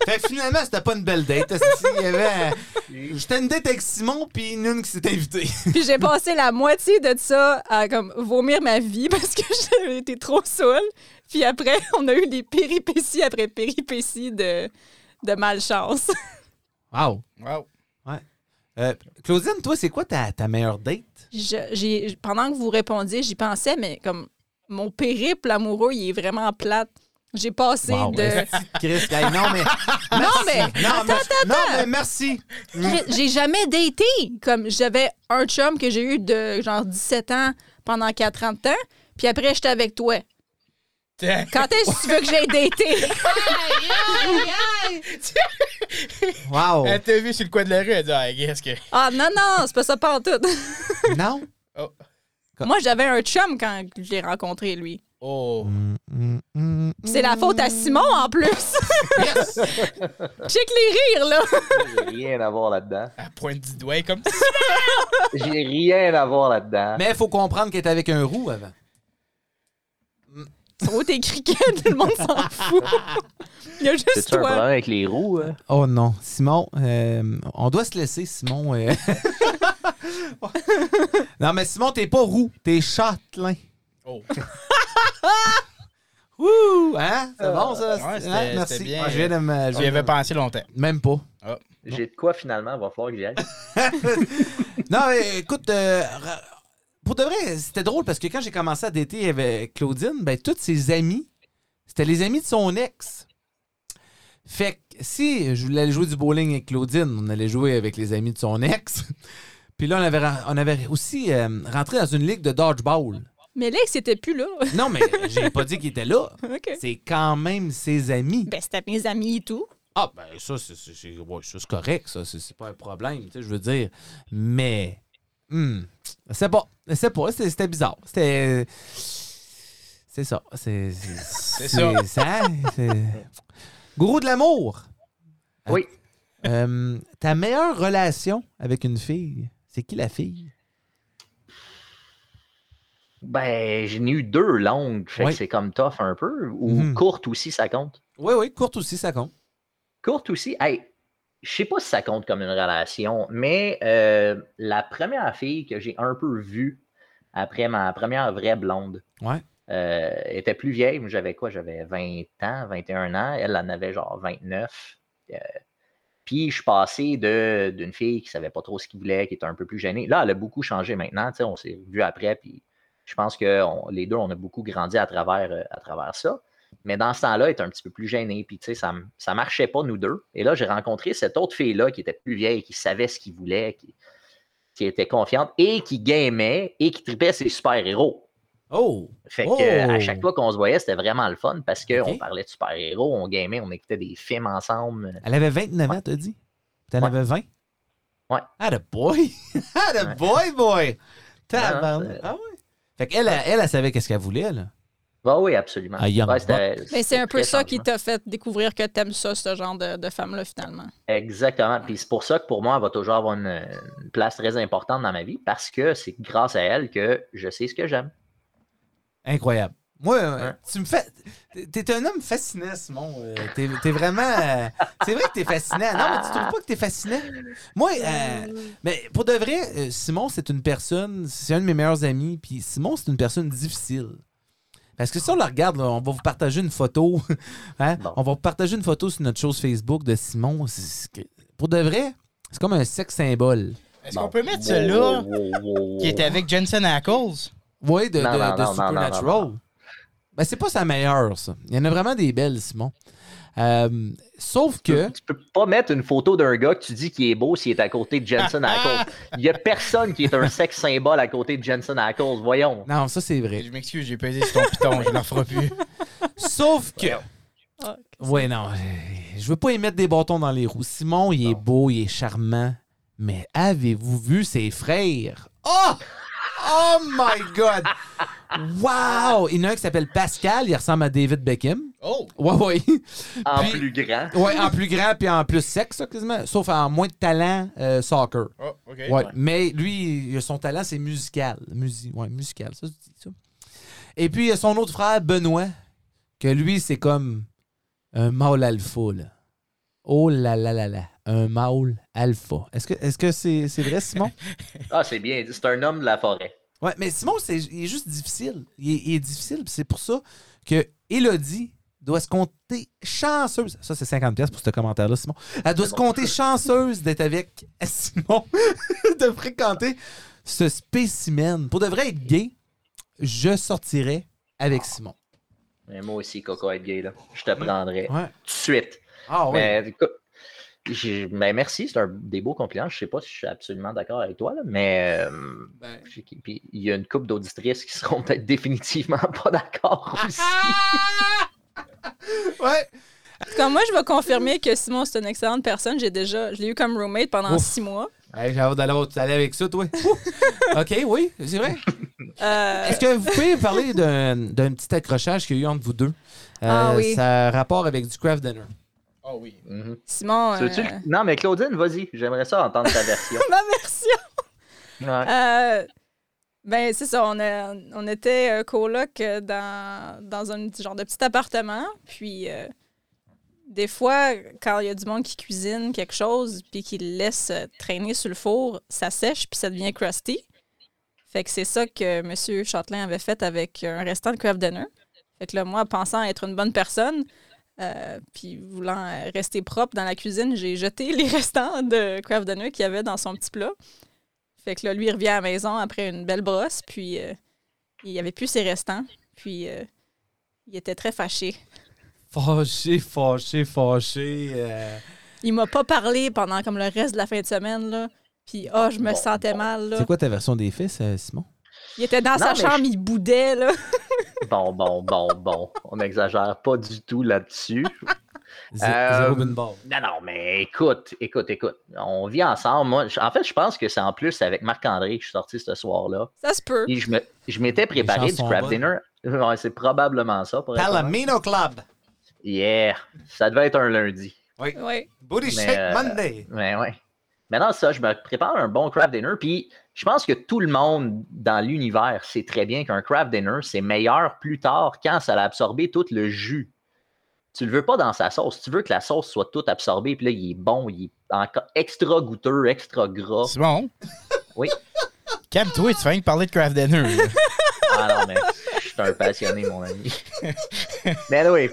A: Fait que finalement, c'était pas une belle date. hostie. Il y avait. euh, J'étais une date avec Simon, puis une qui s'est invitée.
B: Puis j'ai passé la moitié de ça à comme vomir ma vie parce que j'avais été trop saoule. Puis après, on a eu des péripéties après péripéties de, de malchance.
A: Wow.
C: Wow.
A: Euh, Claudine, toi, c'est quoi ta, ta meilleure date?
B: Je- j'ai- pendant que vous répondiez, j'y pensais, mais comme mon périple amoureux, il est vraiment plate. J'ai passé de.
A: Chris, hey, non, mais.
B: Non, mais.
A: Non, mais, non, mais merci.
B: J'ai- J'ai jamais daté. Comme j'avais un chum que j'ai eu de genre 17 ans pendant 4 ans de temps, puis après j'étais avec toi. Quand est-ce que tu veux que j'aie daté?
A: Wow.
C: Elle t'a vu sur le coin de la rue, elle dit Ah, qu'est-ce que.
B: Ah non, non, c'est pas ça pas tout.
A: non?
C: Oh.
B: Moi j'avais un chum quand je l'ai rencontré, lui.
C: Oh.
B: Puis C'est la faute à Simon en plus.
A: Yes!
B: Check les rires, là.
E: J'ai rien à voir là-dedans.
C: Elle pointe du doigt comme ça.
E: J'ai rien à voir là-dedans.
A: Mais il faut comprendre qu'elle était avec un roux avant.
B: Trop tes criquets, tout le monde s'en fout. Il y a juste
E: C'est-tu un problème
B: toi.
E: avec les roues? hein?
A: Oh non. Simon, euh, on doit se laisser, Simon. euh. non, mais Simon, t'es pas roux, t'es châtelain.
C: Oh.
A: Wouh! Hein? C'est bon, ça?
C: Euh, Ouais, c'était-
A: Hein?
C: c'était
A: Merci.
C: bien.
A: Ouais, je viens de me- je
C: J'y
A: viens de-
C: avais pensé longtemps.
A: Même pas.
E: J'ai de quoi finalement, va falloir que j'y aille.
A: Non, mais écoute, euh, ra- pour de vrai, c'était drôle parce que quand j'ai commencé à dater avec Claudine, ben, toutes ses amies, c'était les amis de son ex. Fait que si je voulais aller jouer du bowling avec Claudine, on allait jouer avec les amis de son ex. Puis là, on avait, ren- on avait aussi euh, rentré dans une ligue de dodgeball.
B: Mais là, c'était plus là.
A: Non, mais j'ai pas dit qu'il était là.
B: OK.
A: C'est quand même ses amis.
B: Ben, c'était mes amis et tout.
A: Ah, ben ça, c'est- c'est c'est- ouais, ça, c'est correct, ça. C'est c'est pas un problème, tu sais, je veux dire. Mais, hmm, c'est pas. C'est pas. c'est- C'était bizarre. C'était. C'est ça. C'est c'est-
C: ça.
A: c'est ça. c'est- Gourou de l'amour.
E: Oui.
A: Euh, ta meilleure relation avec une fille, c'est qui la fille?
E: Ben, j'en ai eu deux longues, fait
A: Oui.
E: que c'est comme tough un peu. Ou
A: Mhm.
E: courte aussi, ça compte.
A: Oui, oui, courte aussi, ça compte.
E: Courte aussi, hey, je sais pas si ça compte comme une relation, mais euh, la première fille que j'ai un peu vue après ma première vraie blonde
A: Ouais.
E: euh, était plus vieille. Moi, j'avais quoi? J'avais 20 ans, 21 ans. Elle en avait genre 29. Euh, puis je suis passé de- d'une fille qui savait pas trop ce qu'il voulait, qui était un peu plus gênée. Là, elle a beaucoup changé maintenant. tu sais, On s'est vu après, puis je pense que on- les deux, on a beaucoup grandi à travers, euh, à travers ça. Mais dans ce temps-là, elle était un petit peu plus gênée. Puis, tu sais, ça m- ça marchait pas, nous deux. Et là, j'ai rencontré cette autre fille-là qui était plus vieille, qui savait ce qu'il voulait, qui, qui était confiante et qui gamait et qui tripait ses super-héros.
A: Oh!
E: Fait que,
A: Oh!
E: à chaque fois qu'on se voyait, c'était vraiment le fun parce qu'on
A: Ok.
E: parlait de super-héros, on gamait, on écoutait des films ensemble.
A: Elle avait 29 ans, t'as dit? T'en
E: Ouais.
A: avais 20?
E: Ouais.
A: Ah, the boy! Ah, the
E: Ouais.
A: boy, boy!
E: Non,
A: Tabarnak!
E: c'est-
A: Ah, ouais. Fait qu'elle, elle, elle, elle savait qu'est-ce qu'elle voulait, là.
E: Bah oui, absolument.
A: Ah, young
E: Ouais, c'était-
B: Mais c'est un
E: c'était
B: peu
E: très
B: ça qui
E: changeant.
B: t'a fait découvrir que t'aimes ça, ce genre de, de femme-là, finalement.
E: Exactement. Puis c'est pour ça que pour moi, elle va toujours avoir une, une place très importante dans ma vie parce que c'est grâce à elle que je sais ce que j'aime.
A: Incroyable. Moi, euh,
E: Ouais.
A: tu me fais. t'es- T'es un homme fascinant, Simon. Euh, t'es t'es vraiment. euh, C'est vrai que t'es fascinant. Non, mais tu trouves pas que t'es fascinant? Moi, euh, mais pour de vrai, euh, Simon, c'est une personne. C'est un de mes meilleurs amis. Puis Simon, c'est une personne difficile. Parce que si on la regarde, là, on va vous partager une photo. hein?
E: Bon.
A: On va vous partager une photo sur notre chose Facebook de Simon. C'est- c'est que- Pour de vrai, c'est comme un sexe symbole.
C: Est-ce
E: Bon.
C: qu'on peut mettre
E: Wow,
C: celui-là
E: wow, wow, wow.
C: qui était avec Jensen Ackles?
A: Oui, de,
E: Non,
A: de-
E: non,
A: de
E: non, non,
A: Supernatural.
E: non, non,
A: Ben, c'est pas sa meilleure, ça. Il y en a vraiment des belles, Simon. Euh, sauf que.
E: Tu peux pas mettre une photo d'un gars que tu dis qu'il est beau s'il est à côté de Jensen Ackles. Il y a personne qui est un sexe symbole à côté de Jensen Ackles, voyons.
A: Non, ça, c'est vrai.
C: Je m'excuse, j'ai pesé sur ton piton, je ne le referai plus.
A: Sauf que.
B: Ah,
A: Ouais, non. euh, Je veux pas y mettre des bâtons dans les roues. Simon, il est beau, il est charmant. Mais avez-vous vu ses frères? Oh! Oh my God! Wow! Il y en a un qui s'appelle Pascal, il ressemble à David Beckham.
C: Oh!
A: Ouais, ouais.
E: En
A: Puis-
E: plus grand.
A: Ouais, en plus grand puis en plus sexe, ça, quasiment. Sauf en moins de talent euh, soccer.
C: Oh, OK.
A: Ouais, mais lui, il- son talent, c'est musical. Musi ouais, musical, ça, tu dis ça. Et puis, il y a son autre frère, Benoît, que lui, c'est comme un mâle alpha, là. Oh là là là là, un mâle alpha. Est-ce que est-ce que c'est c'est vrai, Simon?
E: Ah, c'est bien dit. C'est un homme de la forêt.
A: ouais, mais Simon, c'est- il est juste difficile. Il est, il est difficile, puis c'est pour ça que Elodie doit se compter chanceuse. Ça, c'est 50$ piastres pour ce commentaire-là, Simon. Elle doit se compter chanceuse d'être avec Simon, de fréquenter ce spécimen. Pour de vrai être gay, je sortirais avec Simon.
E: Mais moi aussi, Coco est gay, là. Je te prendrais tout
A: Ouais.
E: de suite.
A: Ah oui.
E: Mais, écoute, j'ai- mais merci, c'est un des beaux compliments. Je sais pas si je suis absolument d'accord avec toi, là, mais euh,
A: Ben.
E: j'ai- puis il y a une couple d'auditrices qui seront peut-être définitivement pas d'accord
A: Ah,
E: aussi.
A: Ouais.
B: En tout cas, moi, je vais confirmer que Simon, c'est une excellente personne. J'ai déjà, je l'ai eu comme roommate pendant
A: Ouf.
B: six mois.
A: Hey, J'ai hâte d'aller au- d'aller avec ça, toi. Ouh. OK, oui, c'est vrai.
B: Euh,
A: Est-ce que vous pouvez parler d'un d'un petit accrochage qu'il y a eu entre vous deux? Euh,
B: Ah oui.
A: Ça a rapport avec du craft dinner.
C: Oh oui.
E: Mhm.
B: Simon,
E: Tu veux-tu
B: euh, Bah,
E: le- Non, mais Claudine, vas-y, j'aimerais ça entendre ta version.
B: ma version.
E: Ouais.
B: Euh, ben, c'est ça. On, a- on était euh, coloc euh, dans, dans un petit- genre de petit appartement. Puis, euh, des fois, quand il y a du monde qui cuisine quelque chose puis qui le laisse euh, traîner sur le four, ça sèche puis ça devient euh, crusty. Fait que c'est ça que M. Châtelain avait fait avec un restant de craft dinner. Fait Fait que là, moi, pensant être une bonne personne, euh, puis voulant euh, rester propre dans la cuisine, j'ai jeté les restants de Kraft Dinner qu'il y avait dans son petit plat. Fait que là, lui, il revient à la maison après une belle brosse, puis euh, il n'y avait plus ses restants. Puis euh, il était très fâché.
A: Fâché, fâché, fâché. euh.
B: Il m'a pas parlé pendant comme le reste de la fin de semaine, là. Puis, ah, je me
E: Bon,
B: sentais
E: bon.
B: mal, là.
A: C'est quoi ta version des faits, euh, Simon?
B: Il était dans
E: Non,
B: sa
E: mais
B: chambre, il boudait, là.
E: Bon, bon, bon, bon. On n'exagère pas du tout là-dessus.
A: Zé-
E: Euh,
A: Zéro bin ball.
E: Non, non, mais écoute, écoute, écoute. On vit ensemble. Moi, je- en fait, je pense que c'est en plus avec Marc-André que je suis sorti ce soir-là.
B: Ça se peut.
E: Puis je me- je m'étais préparé du
A: chansons
E: crab
A: bonnes.
E: dinner. Ouais, c'est probablement ça. Pour être honnête.
A: Palomino Club.
E: Yeah, ça devait être un lundi.
B: Ouais.
A: Booty
E: Mais,
A: Shake
E: euh,
A: Monday.
E: Mais ouais. Maintenant, ça, je me prépare un bon crab dinner. Puis je pense que tout le monde dans l'univers sait très bien qu'un crab dinner, c'est meilleur plus tard quand ça a absorbé tout le jus. Tu le veux pas dans sa sauce. Tu veux que la sauce soit toute absorbée. Puis là, il est bon, il est encore extra goûteux, extra gras.
C: C'est bon?
E: Oui.
C: Calme-toi, tu fais rien que parler de Craft Dinner. là.
E: Ah non, mais je suis un passionné, mon ami. mais Ben oui.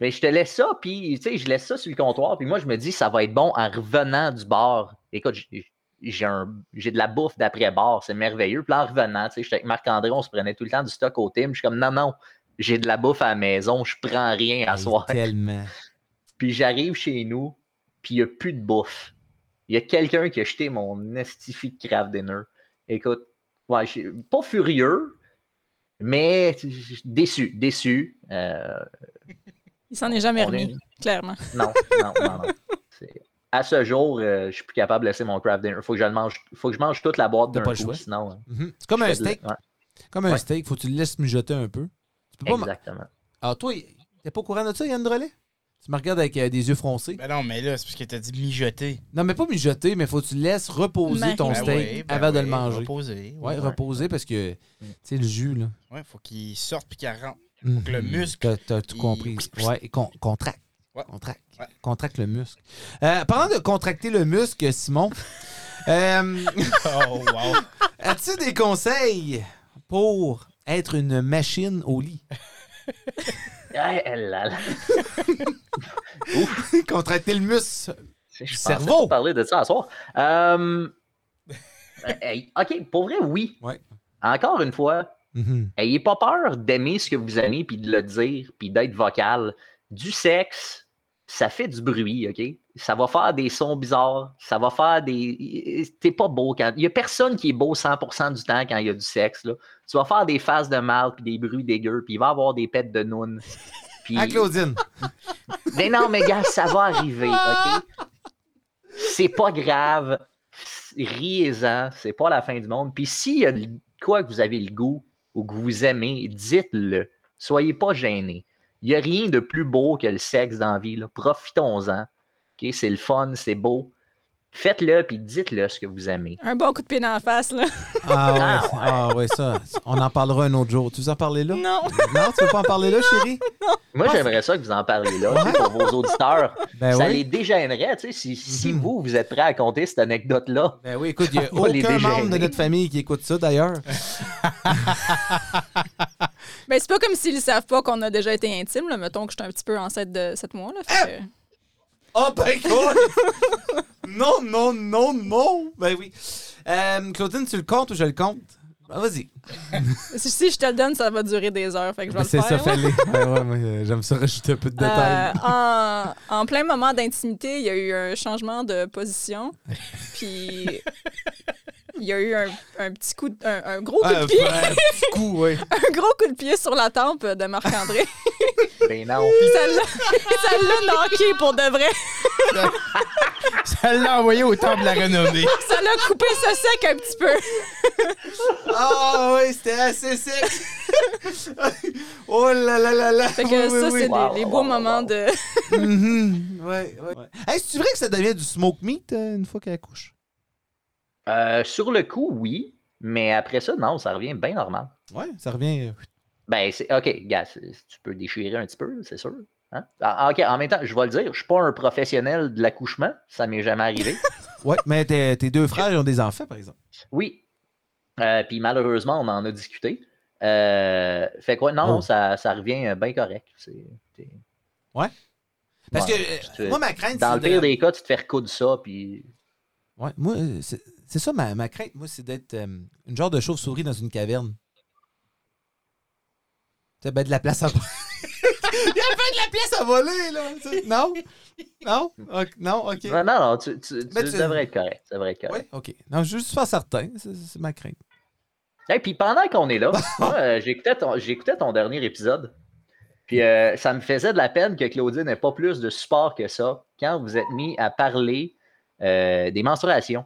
E: Mais je te laisse ça, puis tu sais, je laisse ça sur le comptoir, puis moi je me dis ça va être bon en revenant du bar. Écoute, j'ai- j'ai un- j'ai de la bouffe d'après bar, c'est merveilleux. Puis là, en revenant, tu sais, j'étais avec Marc-André, on se prenait tout le temps du stock au team. Je suis comme non, non, j'ai de la bouffe à la maison, je prends rien à
A: Hey,
E: soir.
A: Tellement.
E: Puis j'arrive chez nous, puis il n'y a plus de bouffe. Il y a quelqu'un qui a jeté mon estifi de craft dinner. Écoute, ouais, je suis pas furieux, mais déçu, déçu. Euh,
B: Il s'en est jamais
E: On est-
B: remis, clairement.
E: non, non, non, non. C'est- À ce jour, euh, je suis plus capable de laisser mon craft dinner. Faut que je le mange, faut que je mange toute la boîte
A: T'as
E: d'un
A: pas le
E: coup,
A: choix.
E: sinon. euh,
A: Mhm. C'est comme
E: je
A: un
E: fais de la-
A: steak. Comme un
E: Ouais.
A: steak, faut que tu le laisses mijoter un peu. Tu peux
E: ouais,
A: pas. ma-
E: exactement.
A: Alors, toi, t'es pas au courant de ça, Yann Drolet? Tu me regardes avec euh, des yeux froncés.
C: ben non, mais là, c'est parce que t'as dit mijoter.
A: Non, mais pas mijoter, mais faut que tu laisses reposer
B: Mariner.
A: ton
B: Ben
A: steak
E: Ah
C: ouais, ben
A: avant de le
C: ouais,
A: manger.
C: Reposer.
A: Ouais, reposer parce que,
E: Mm.
A: tu sais, le jus, là. Mm.
C: Ouais, faut qu'il sorte puis qu'il rentre.
A: Donc
C: le muscle,
A: T'as, t'as tout
C: il-
A: compris. Ouais, et con- contracte.
C: Ouais.
A: Contracte.
C: Ouais.
A: Contracte le muscle. Euh, parlant de contracter le muscle, Simon, euh,
C: Oh, wow.
A: as-tu des conseils pour être une machine au lit?
E: Ah, elle, là, là.
A: contracter le muscle.
E: Je pensais
A: cerveau.
E: pas parler de ça à soir. Euh, euh, hey, ok, pour vrai, oui.
A: Ouais.
E: Encore une fois,
A: Mhm.
E: Ayez pas peur d'aimer ce que vous aimez, puis de le dire, puis d'être vocal. Du sexe, ça fait du bruit, OK? Ça va faire des sons bizarres, ça va faire des... T'es pas beau quand... Il y a personne qui est beau 100% du temps quand il y a du sexe, là. Tu vas faire des faces de mal, puis des bruits dégueux, puis il va y avoir des pets de nounes. Puis...
A: À Claudine.
E: Mais non, mais gars, ça va arriver, OK? C'est pas grave. Riez-en, c'est pas la fin du monde. Puis s'il y a de quoi que vous avez le goût ou que vous aimez, dites-le. Soyez pas gênés. Il n'y a rien de plus beau que le sexe dans la vie. là. Profitons-en. OK? C'est le fun, c'est beau. Faites-le, puis dites-le ce que vous aimez.
B: Un bon coup de pied dans la face, là.
A: Ah ouais,
E: ouais.
A: ah ouais, ça. On en parlera un autre jour. Tu veux en parler là?
B: Non.
A: Non, tu veux pas en parler là, chérie?
E: Moi, j'aimerais ça que vous en parliez là, tu sais, pour vos auditeurs.
A: Ben
E: ça
A: oui.
E: les dégênerait, tu sais, si, si
A: Mhm.
E: vous, vous êtes prêts à compter cette anecdote-là.
A: Ben oui, écoute, il n'y a
E: On va les
A: aucun membre de
E: dégérer.
A: notre famille qui écoute ça d'ailleurs.
B: Ben, c'est pas comme s'ils savent pas qu'on a déjà été intime, là. Mettons que je suis un petit peu enceinte de 7 mois, là. Fait que-
E: Ah!
A: Oh ben écoute! Non, non, non, non! Ben oui. Euh, Claudine, tu le comptes ou je le compte? Ben, vas-y.
B: Si- Si je te le donne, ça va durer des heures.
E: Ben,
B: Fait que je vais le
A: Ben, c'est
B: faire.
A: ça,
B: là.
A: fallait. Ouais, ouais, moi, euh, j'aime ça rajouter un peu de détails.
B: Euh, en, en plein moment d'intimité, il y a eu un changement de position. Puis il y a eu un, un petit coup, de- un, un gros coup de
A: Euh,
B: pied,
A: un petit coup, ouais.
B: un gros coup de pied sur la tempe de Marc-André.
E: Ben non.
B: ça l'a ça l'a knocké pour de vrai.
C: Ça l'a envoyé au temple de la renommée.
B: Ça l'a coupé ce sec un petit peu.
A: Ah oui, c'était assez sec! oh là là là là!
B: Fait que
A: Oui,
B: ça,
A: oui,
B: c'est
A: oui.
E: Wow,
B: des, les
E: wow,
B: beaux
E: wow,
B: moments
E: wow.
B: de.
A: Mhm, ouais, ouais. Hey, c'est vrai que ça devient du smoke meat euh, une fois qu'elle accouche?
E: Euh, sur le coup, oui, mais après ça, non, ça revient bien normal.
A: Ouais, ça revient. euh,
E: Ben, c'est OK, gars, c'est- tu peux déchirer un petit peu, c'est sûr. hein? Ah, OK, en même temps, je vais le dire, je suis pas un professionnel de l'accouchement, ça m'est jamais arrivé.
A: Ouais, mais tes tes deux frères ils ont des enfants, par exemple.
E: Oui. Euh, puis malheureusement, on en a discuté. Euh, fait quoi? Non,
A: Oh.
E: non, ça, ça revient euh, bien correct. C'est- t'es-
A: Parce
E: Ouais,
A: que euh,
E: je te-
A: moi, ma crainte,
E: Dans
A: c'est
E: le
A: de-
E: pire des cas, tu te fais recoudre ça, puis
A: Ouais, moi, euh, c'est c'est ça ma, ma crainte, moi, c'est d'être euh, une genre de chauve-souris dans une caverne. Tu sais, ben de la place à voler. Il y a pas de la place à voler, là. tu sais. Non? Non? Ok, non, ok.
E: Non, non, non, tu, tu-
A: Mais
E: tu
A: tu-
E: devrais être correct. Tu devrais être correct.
A: Ouais, ok. Non, je veux juste faire certain. C'est c'est ma crainte.
E: Et puis pendant qu'on est là, moi, euh, j'écoutais ton, j'écoutais ton dernier épisode. Puis euh, ça me faisait de la peine que Claudine n'ait pas plus de support que ça quand vous êtes mis à parler euh, des menstruations.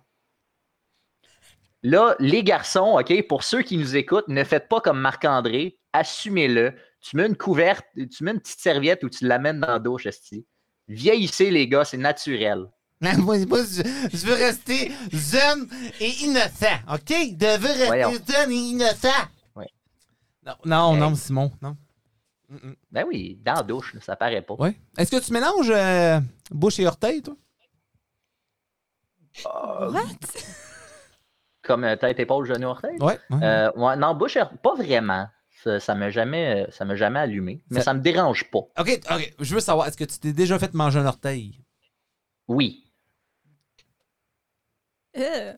E: Là, les garçons, OK, pour ceux qui nous écoutent, ne faites pas comme Marc-André, assumez-le. Tu mets une couverte, tu mets une petite serviette ou tu l'amènes dans la douche, esti. Vieillissez, les gars, c'est naturel.
A: Non, moi, moi, je, je veux rester jeune et innocent, OK? Je veux rester
E: Voyons.
A: jeune et innocent.
E: Ouais.
A: Non, non,
E: Hey.
A: non, Simon, non. Mm-mm.
E: Ben oui, dans la douche, là, ça paraît pas.
A: Ouais. Est-ce que tu mélanges euh, bouche et orteil, toi?
E: Comme euh, tête, épaule, genou, orteil.
A: Ouais. ouais.
E: Euh,
B: Mhm.
E: ouais, non, Bush, pas vraiment. Ça ça m'a jamais, euh, ça m'a jamais allumé. Mais
A: Ça-
E: ça... me dérange pas.
A: OK, OK. Je veux savoir, est-ce que tu t'es déjà fait manger un orteil?
E: Oui.
B: Euh,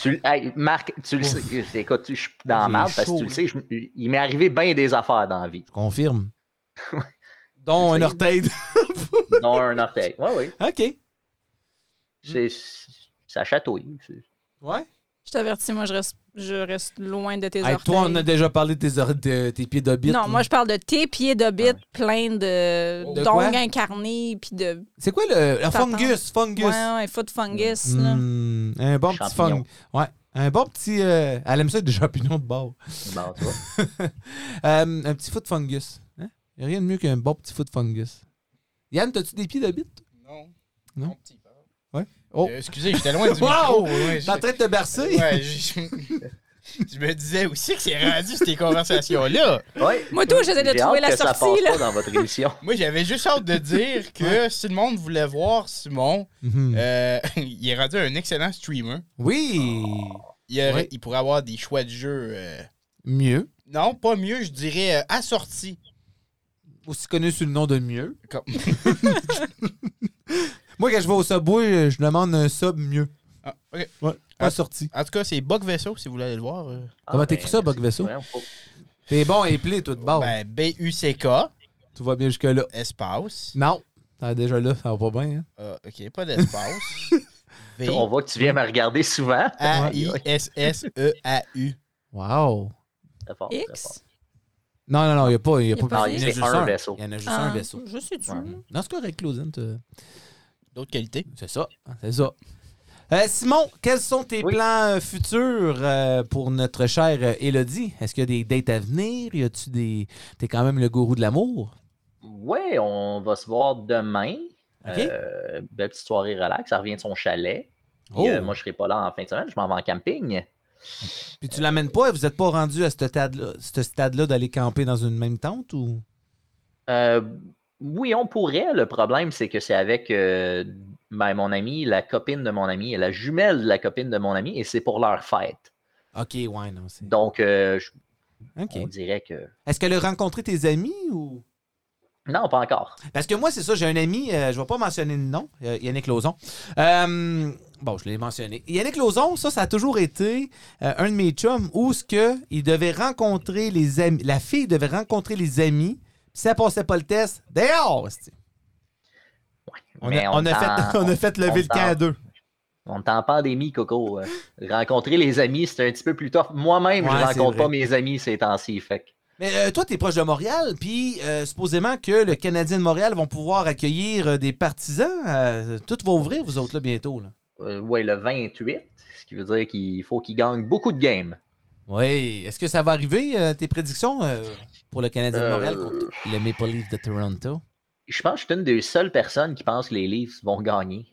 E: Tu, l- hey, Marc, tu le
A: Ouf.
E: sais. Écoute, tu- je suis dans la
A: J'ai
E: merde parce que
A: chaud,
E: tu le
A: là.
E: sais, je m- il m'est arrivé bien des affaires dans la vie.
A: Je confirme. Dont
E: Je
A: un
E: sais.
A: orteil. de-
E: Dont un orteil. Oui,
B: Mm.
E: oui.
A: OK.
E: C'est, ça chatouille. C'est-
A: Ouais.
B: je t'avertis, moi, je reste, je reste loin de tes
A: Hey,
B: orteils.
A: toi, on a déjà parlé de tes, or- de tes pieds d'hobbit.
B: Non, moi, je parle de tes pieds de bite pleins de
A: De
B: d'ongles
A: quoi?
B: incarnés, puis de.
A: C'est quoi le. le
B: Patente.
A: fungus? Fungus.
B: Ouais, ouais, foot fungus, là.
A: Hmm, un bon petit fun.
E: Champignon.
A: Ouais. Un bon petit. euh, elle aime ça des champignons de bord.
E: bon, tu vois.
A: Euh, un petit foot fungus. Hein? Y a rien de mieux qu'un bon petit foot fungus. Yann, t'as-tu des pieds de bite?
C: Non.
A: Non.
C: Mon petit verre.
A: Ouais. Oh.
C: Euh, excusez, j'étais loin du
A: Wow!
C: micro. ouais,
A: T'es en train de te bercer?
C: Ouais, je- je me disais aussi que c'est rendu ces conversations-là.
E: Ouais.
B: Moi, tout, j'essaie de
E: J'ai
B: trouver
E: hâte
B: la
E: que ça
B: sortie,
E: passe
B: là.
E: pas dans votre émission.
C: Moi, j'avais juste hâte de dire que si le monde voulait voir Simon,
A: Mhm.
C: euh, il est rendu un excellent streamer.
A: Oui.
C: Il, aurait-
A: Ouais.
C: il pourrait avoir des choix de jeu. euh,
A: Mieux.
C: non, pas mieux, je dirais euh, assorti.
A: Aussi connu sous le nom de mieux.
C: Comme-
A: Moi, quand je vais au Subway, je demande un sub mieux.
C: Ah, ok.
A: Ouais. Pas
C: Ah.
A: sorti.
C: En tout cas, c'est Buck Vaisseau si vous voulez aller le voir. euh.
A: Comment
E: Ah,
A: t'écris
E: ben,
A: ça, Buck
E: merci.
A: Vaisseau?
E: Voyons, faut-
A: T'es bon et play, tout de bord.
C: Ben, B-U-C-K,
A: Tout va bien jusque-là.
C: espace.
A: Non. Ah, déjà là, ça va pas bien. hein.
C: Ah, ok, pas d'espace. V.
E: On voit que tu viens me regarder souvent.
C: E A-I-S-S-E-A-U.
A: Wow.
E: Très fort, très fort.
B: X.
A: Non, non, non, il n'y a pas. Y a
B: Y a
A: pas
B: pas
E: Non, il y a
A: juste
E: un vaisseau.
A: Il y en a juste
B: Ah,
A: un vaisseau.
B: Je sais-tu.
E: Ouais.
A: Non, c'est correct, Claudine. t'as-
C: D'autres qualités.
A: C'est ça. C'est ça. Euh, Simon, quels sont tes
E: Oui.
A: plans euh, futurs euh, pour notre chère euh, Élodie? Est-ce qu'il y a des dates à venir? Y a-tu des. T'es quand même le gourou de l'amour?
E: Ouais, on va se voir demain.
A: OK.
E: Euh, belle petite soirée relax. Ça revient de son chalet. Puis,
A: Oh.
E: euh, moi, je serai pas là en fin de semaine. Je m'en vais en camping.
A: Puis tu l'amènes pas? Vous n'êtes pas rendu à ce stade-là ce stade-là d'aller camper dans une même tente? ou
E: Euh, oui, on pourrait. Le problème, c'est que c'est avec euh, ben, mon ami, la copine de mon ami, et la jumelle de la copine de mon ami, et c'est pour leur fête.
A: OK, ouais, non. c'est-
E: Donc, euh, je-
A: OK.
E: on dirait que.
A: Est-ce qu'elle a rencontré tes amis ou.
E: Non, pas encore.
A: Parce que moi, c'est ça, j'ai un ami, euh, je ne vais pas mentionner le nom, euh, Yannick Lauzon. Euh, bon, je l'ai mentionné. Yannick Lauzon, ça, ça a toujours été euh, un de mes chums où ce que il devait rencontrer les amis, la fille devait rencontrer les amis, puis si elle passait pas le test, dehors! c'est-
E: Ouais.
A: On,
E: Mais
A: a, on a
E: t'en-
A: fait, on a fait
E: on
A: lever le camp
E: t'en-
A: à deux.
E: On est en pandémie, Coco. Euh, rencontrer les amis, c'est un petit peu plus tough. Moi-même,
A: Ouais,
E: je
A: c'est
E: rencontre
A: vrai.
E: pas mes amis ces temps-ci. Fait que-
A: Mais euh, toi, tu es proche de Montréal, puis euh, supposément que le Canadien de Montréal vont pouvoir accueillir euh, des partisans. euh, tout va ouvrir, vous autres, là, bientôt. Là.
E: Euh, ouais, le 28, ce qui veut dire qu'il faut qu'il gagne beaucoup de games.
A: Oui. Est-ce que ça va arriver, euh, tes prédictions euh, pour le Canadien de
E: Euh,
A: Montréal contre le Maple Leaf de Toronto?
E: Je pense que je suis une des seules personnes qui pense que les Leafs vont gagner.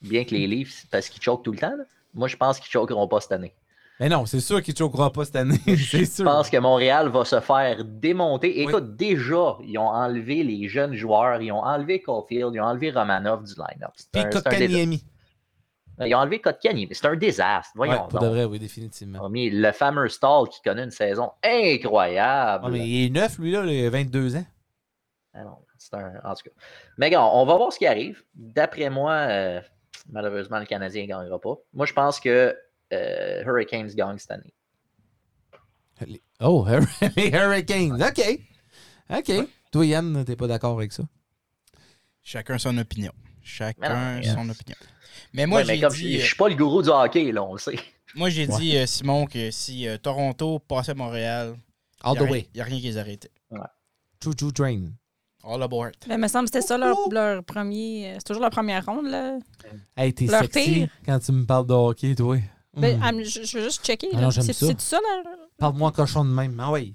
E: Bien que les
A: Hmm.
E: Leafs, parce qu'ils choquent tout le temps, là, moi je pense qu'ils choqueront pas cette année.
A: Mais non, c'est sûr qu'il ne choquera pas cette année. c'est
E: Je
A: sûr.
E: pense que Montréal va se faire démonter.
A: Hmm. Oui.
E: Écoute, déjà, ils ont enlevé les jeunes joueurs, ils ont enlevé Caulfield, ils ont enlevé Romanov du line-up. C'est
A: Puis
E: un- c'est un détail.
A: Kotkaniemi.
E: Ils ont enlevé Kotkaniemi, mais c'est un désastre.
A: Ouais,
E: Voyons
A: pour de
E: donc.
A: vrai, oui,
E: Ils
A: définitivement.
E: ont mis le fameux Stall qui connaît une saison incroyable.
A: Ah, mais il est neuf, lui, là, il a 22 ans.
E: Ah non, c'est un. En tout cas. Mais gars, on va voir ce qui arrive. D'après moi, euh, malheureusement, le Canadien ne gagnera pas. Moi, je pense que euh, Hurricanes gagne cette année.
A: Les- Oh, les Hurricanes. OK. OK. Toi, Yann, t'es pas d'accord avec ça?
C: Chacun son opinion. Chacun
E: Mais non,
C: son opinion. Mais moi,
E: Ouais, mais
C: j'ai
E: comme
C: dit,
E: je,
C: euh,
E: je suis pas le gourou du hockey, là, on le sait.
C: moi, j'ai dit euh, Simon que si euh, Toronto passait Montréal,
A: All the
C: il
A: way.
C: n'y a rien qui les arrêtait.
A: Choo Choo Train.
C: All aboard.
B: Mais il Ben, me semble que c'était ça leur, leur premier. euh, C'est toujours la première ronde, là.
A: Hey, t'es
B: Leur
A: sexy
B: pire.
A: quand tu me parles de hockey, toi.
B: Ben,
A: Hmm.
B: ah, mais je, je veux juste checker.
A: Ah
B: là.
A: non, j'aime
B: c'est
A: ça.
B: c'est ça, la
A: Parle-moi cochon de même. Ah oui.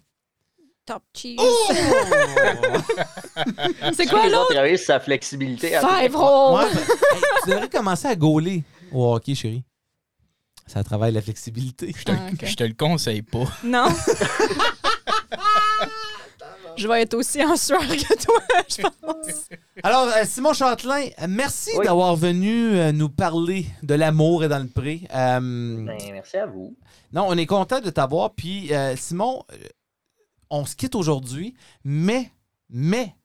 B: top cheese? c'est quoi,
E: Ils ont
B: l'autre?
E: travaillé sur sa flexibilité. après.
B: Five roll!
A: Ouais, ben, hey, tu devrais commencer à gauler au hockey, chérie. Ça travaille la flexibilité.
C: Je te,
B: Ah, ok.
C: je te le conseille pas.
B: Non. je vais être aussi en sueur que toi, je pense.
A: Alors, euh, Simon Châtelain, euh, merci
E: Oui.
A: d'avoir venu euh, nous parler de l'amour et dans le pré. Euh,
E: Ben, merci à vous.
A: Non, on est content de t'avoir. Puis, euh, Simon, euh, on se quitte aujourd'hui, mais, mais,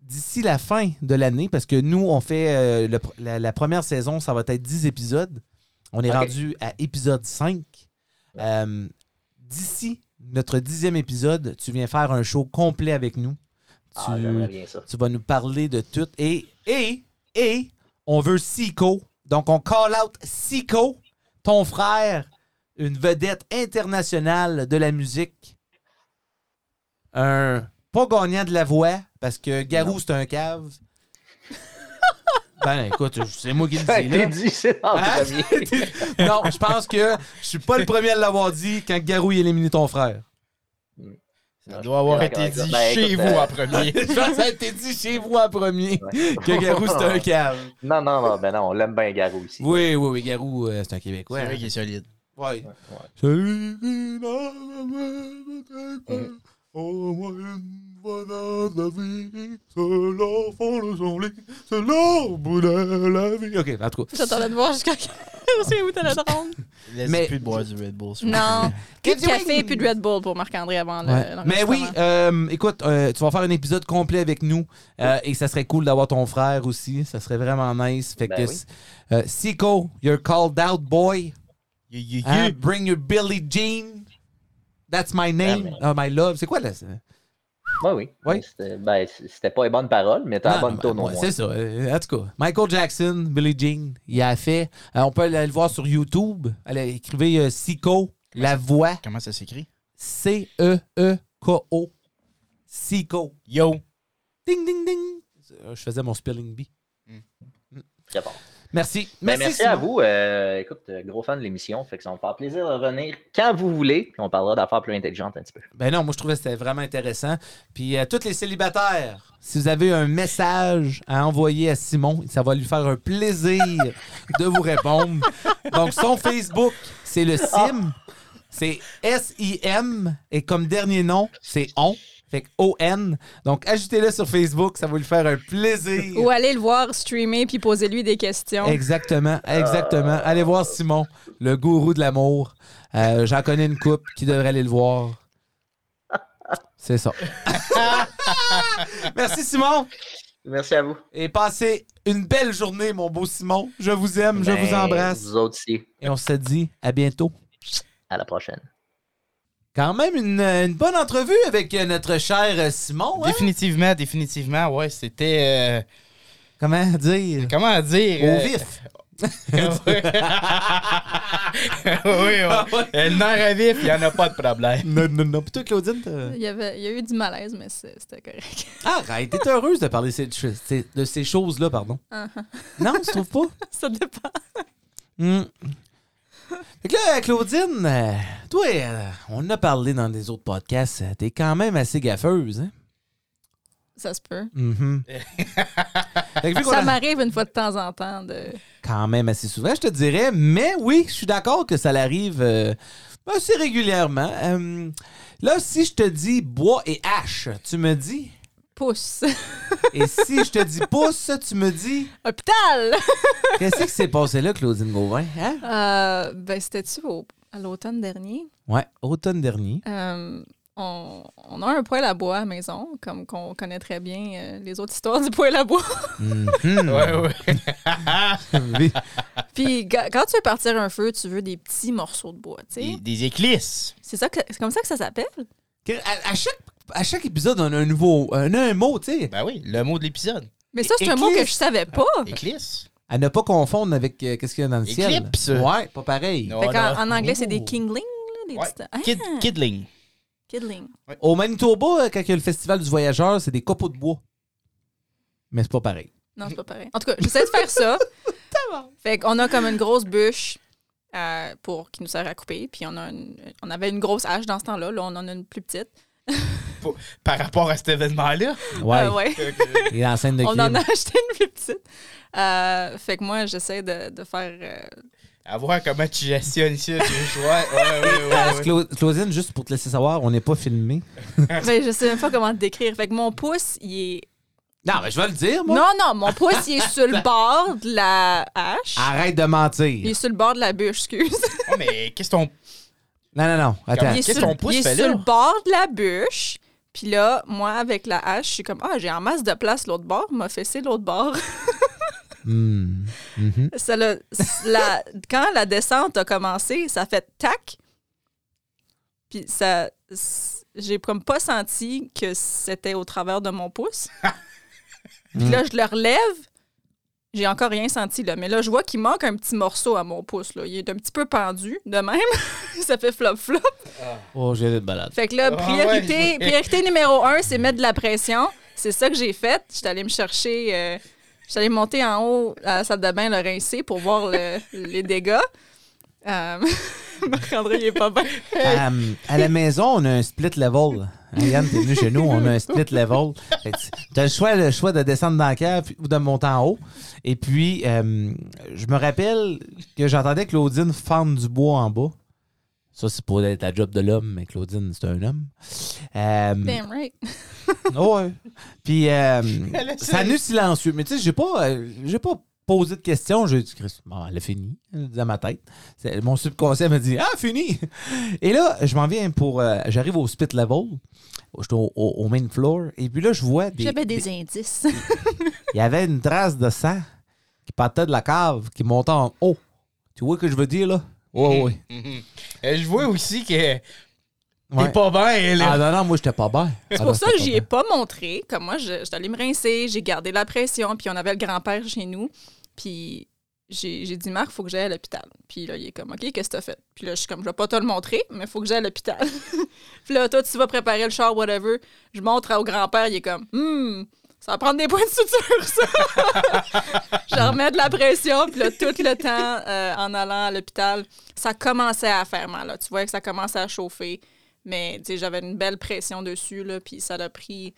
A: d'ici la fin de l'année, parce que nous, on fait euh, le pr- la, la première saison, ça va être 10 épisodes. On est
E: Ok.
A: rendu à épisode 5. Euh, d'ici notre dixième épisode, tu viens faire un show complet avec nous. Tu,
E: Ah, j'aimerais bien ça.
A: tu vas nous parler de tout. Et, et, et, on veut Sico. Donc, on call out Sico, ton frère, une vedette internationale de la musique. Un pas gagnant de la voix, parce que Garou, c'est un cave. ben, écoute, c'est moi qui le dis. là.
E: T'es dit, c'est dans le
A: Hein?
E: premier.
A: non, je pense que je suis pas le premier à l'avoir dit quand Garou il a éliminé ton frère.
C: Ça doit avoir
E: Ouais,
C: été
E: ouais,
C: dit
E: ben,
C: chez
E: écoute,
C: vous
E: euh,
C: en premier.
A: Je pense que ça a été dit chez vous en premier que Garou c'est un cave.
E: Non, non, non, ben non, on l'aime bien Garou ici.
A: Oui, oui, oui, Garou, euh, c'est un
C: C'est vrai
A: Québécois.
C: qu'il est solide.
A: Ouais.
E: ouais.
A: Celui qui n'a jamais été fait, au moins une fois dans sa vie, c'est l'enfant de son lit, c'est l'arbre de la vie. Ok, en tout cas.
B: J'attendais de voir jusqu'à jusqu'à où t'as la drone.
C: Laisse
A: Mais-
C: plus de boire du Red Bull. s'il vous
B: Non. Plus de
A: Keep
B: café
A: doing.
B: et plus de Red Bull pour Marc-André avant le-
A: Ouais. Mais oui,
B: l'enregistrement.
A: euh, écoute, euh, tu vas faire un épisode complet avec nous euh, et ça serait cool d'avoir ton frère aussi. Ça serait vraiment nice. Fait
E: Ben
A: que,
E: oui.
A: euh, Sico, you're called out, boy.
C: plaît. You, you, you.
A: Hein? Bring your Billy Jean. That's
E: Ah,
A: my name, uh,
E: Amen.
A: my love. C'est quoi là? ça?
E: Ouais, Bah oui,
A: Oui.
E: C'était ben, c'était pas les bonnes paroles, mais t'as la
A: Non,
E: bonne
A: non,
E: tourne au
A: ouais,
E: moins.
A: C'est ça. euh, en tout cas, Michael Jackson, Billy Jean, il a fait. Euh, on peut aller le voir sur YouTube. Allez, écrivez euh, Sico, la voix, E
C: Comment ça s'écrit?
A: C-E-E-K-O. Sico.
C: Yo.
A: Ding, ding, ding. Euh, Je faisais mon spelling bee.
E: Très bon.
A: Merci.
E: Ben, merci à
A: Simon.
E: vous. Euh, écoute, euh, gros fan de l'émission. Fait que ça va me faire plaisir de revenir quand vous voulez. puis on parlera d'affaires plus intelligentes un petit peu.
A: Ben non, moi je trouvais que c'était vraiment intéressant. Puis euh, tous les célibataires, si vous avez un message à envoyer à Simon, ça va lui faire un plaisir de vous répondre. Donc son Facebook, c'est le Sim. C'est S-I-M. Et comme dernier nom, c'est On. Fait que O-N. Donc ajoutez-le sur Facebook, ça va lui faire un plaisir.
B: Ou aller le voir streamer puis poser lui des questions.
A: Exactement,
E: Euh.
A: exactement. Allez voir Simon, le gourou de l'amour. Euh, J'en connais une coupe qui devrait aller le voir. C'est ça. Merci Simon
E: Merci à vous.
A: et passez une belle journée, mon beau Simon. Je vous aime, je vous
E: Ben,
A: embrasse
E: Vous autres aussi.
A: et on se dit à bientôt.
E: À la prochaine.
A: Quand même une, une bonne entrevue avec euh, notre cher euh, Simon. hein?
C: Définitivement, définitivement, ouais, c'était. euh,
A: Comment dire
C: comment dire?
A: Au
C: euh,
A: vif.
C: oui, oui. Euh, Le nerf à vif, il n'y en a pas de problème.
A: Non, non, non. Plutôt Claudine. t'as-
B: Il y, avait, il y a eu du malaise, mais c'est- c'était correct.
A: Arrête, t'es heureuse de parler de ces- de ces choses-là, pardon. Non, tu trouves pas
B: Ça dépend.
A: Hmm. Fait que là, Claudine, euh, toi, euh, on en a parlé dans des autres podcasts, euh, t'es quand même assez gaffeuse, hein?
B: Ça se peut.
A: Mhm. Fait que vu qu'on
B: Ça
A: a-
B: m'arrive une fois de temps en temps de.
A: quand même assez souvent, je te dirais, mais oui, je suis d'accord que ça l'arrive euh, assez régulièrement. Euh, là, si je te dis bois et hache, tu me dis
B: pouce.
A: Et si je te dis pouce, tu me dis
B: Hôpital!
A: Qu'est-ce qui s'est passé là, Claudine Gauvin? Hein?
B: Euh, ben, c'était-tu au- à l'automne dernier?
A: Ouais, automne dernier.
B: Euh, on, on a un poêle à bois à la maison, comme qu'on connaît très bien euh, les autres histoires du poêle à bois.
A: Mhm.
C: Ouais, ouais.
A: Oui.
B: Puis ga- quand tu veux partir un feu, tu veux des petits morceaux de bois, tu
C: Des,
B: sais.
C: des éclisses.
B: C'est ça que- c'est comme ça que ça s'appelle?
A: Que- À, à chaque, à chaque épisode, on a un nouveau on a un mot, tu sais.
C: Ben oui, le mot de l'épisode.
B: Mais ça, c'est un mot que
A: Éclisse.
B: je savais pas.
C: Éclisse.
A: À ne pas confondre avec euh, qu'est-ce qu'il y a dans le
C: Éclipse.
A: ciel. Ouais, pas pareil.
C: Non,
B: Fait qu'en-
C: non.
B: en anglais, c'est des
A: Oh.
B: kinglings, là, des
C: Ouais.
B: petites- Hein?
C: Kid- kidling.
B: Kidling.
A: Au Manitoba, euh, quand il y a le festival du voyageur, c'est des copeaux de bois. Mais c'est pas pareil.
B: Non, c'est pas pareil. En tout cas, j'essaie de faire ça. fait qu'on a comme une grosse bûche euh, pour, qui nous sert à couper. Puis on, a une- on avait une grosse hache dans ce temps-là. Là, on en a une plus petite.
C: Par rapport à cet événement-là.
A: Ouais.
B: Euh, ouais.
A: Il est en scène de
B: On en
A: crime.
B: a acheté une plus petite. Euh, fait que moi, j'essaie de, de faire. euh,
C: À voir comment tu gestionnes ça. Tu joues. Ouais, ouais, ouais, ouais, ouais.
A: Clau- Claudine, juste pour te laisser savoir, on n'est pas filmé.
B: ben, je sais même pas comment te décrire. Fait que mon pouce, il est.
A: Non, mais je vais le dire, moi.
B: Non, non, mon pouce, il est sur le bord de la hache.
A: Arrête de mentir.
B: Il est sur le bord de la bûche, excuse.
C: Oh, mais qu'est-ce qu'on.
A: Non, non, non. Attends.
B: Il est
C: Qu'est-ce
B: sur,
C: qu'on pousse,
B: il est
C: fait
B: sur
C: là?
B: le bord de la bûche. Puis là, moi, avec la hache, je suis comme, ah, j'ai en masse de place l'autre bord, m'a fessé l'autre bord.
A: Hmm. Mhm.
B: Ça l'a- la, quand la descente a commencé, ça fait tac. Puis ça, s- j'ai comme pas senti que c'était au travers de mon pouce. Puis là, je le relève. J'ai encore rien senti, là. Mais là, je vois qu'il manque un petit morceau à mon pouce, là. Il est un petit peu pendu, de même. ça fait flop-flop.
A: Oh, j'ai de balade.
B: Fait que là,
C: Ah
B: priorité,
C: ouais, je-
B: priorité numéro un, c'est mettre de la pression. C'est ça que j'ai fait. J'étais allée me chercher. euh, j'étais allée monter en haut à la salle de bain, le rincer pour voir le- les dégâts. Euh, Marc-André, il est pas bien.
A: Euh, à la maison, on a un split level. Hein, Yann, t'es venu chez nous, on a un split level. Fait que T'as le choix, le choix de descendre dans la cave puis- ou de monter en haut. Et puis, euh, je me rappelle que j'entendais Claudine fendre du bois en bas. Ça, c'est pour être la job de l'homme, mais Claudine, c'est un homme. Euh,
B: Damn right.
A: oh ouais. Puis, euh,
C: Elle a
A: ça
C: essayé.
A: nous silencieux. Mais tu sais, j'ai pas, euh, j'ai pas posé de questions. J'ai dit, Chris, bon, elle a fini euh, dans ma tête. C'est- Mon subconscient me dit, ah, fini. Et là, je m'en viens pour. euh, J'arrive au spit level. Je suis au, au- au main floor. Et puis là, je vois. des-
B: J'avais des indices.
A: il y avait une trace de sang qui partait de la cave, qui montait en haut. Tu vois ce que je veux dire, là? Ouais, ouais.
C: Mhm. Euh, Je vois aussi que t'es
A: Ouais.
C: pas bien, là.
A: Ah non, non, moi, j'étais pas bien.
B: C'est pour ça que j'y ai pas montré. Comme moi, je- j'étais allée me rincer, j'ai gardé la pression, puis on avait le grand-père chez nous. Puis j'ai j'ai dit, Marc, faut que j'aille à l'hôpital. Puis là, il est comme, OK, qu'est-ce que t'as fait? Puis là, je suis comme, je vais pas te le montrer, mais faut que j'aille à l'hôpital. puis là, toi, tu vas préparer le char, whatever. Je montre au grand-père, il est comme, hmm, ça va prendre des points de suture, ça. je remets de la pression, puis là, tout le temps, euh, en allant à l'hôpital, ça commençait à faire mal. Là. Tu voyais que ça commençait à chauffer. Mais tu sais, j'avais une belle pression dessus, là, puis ça a pris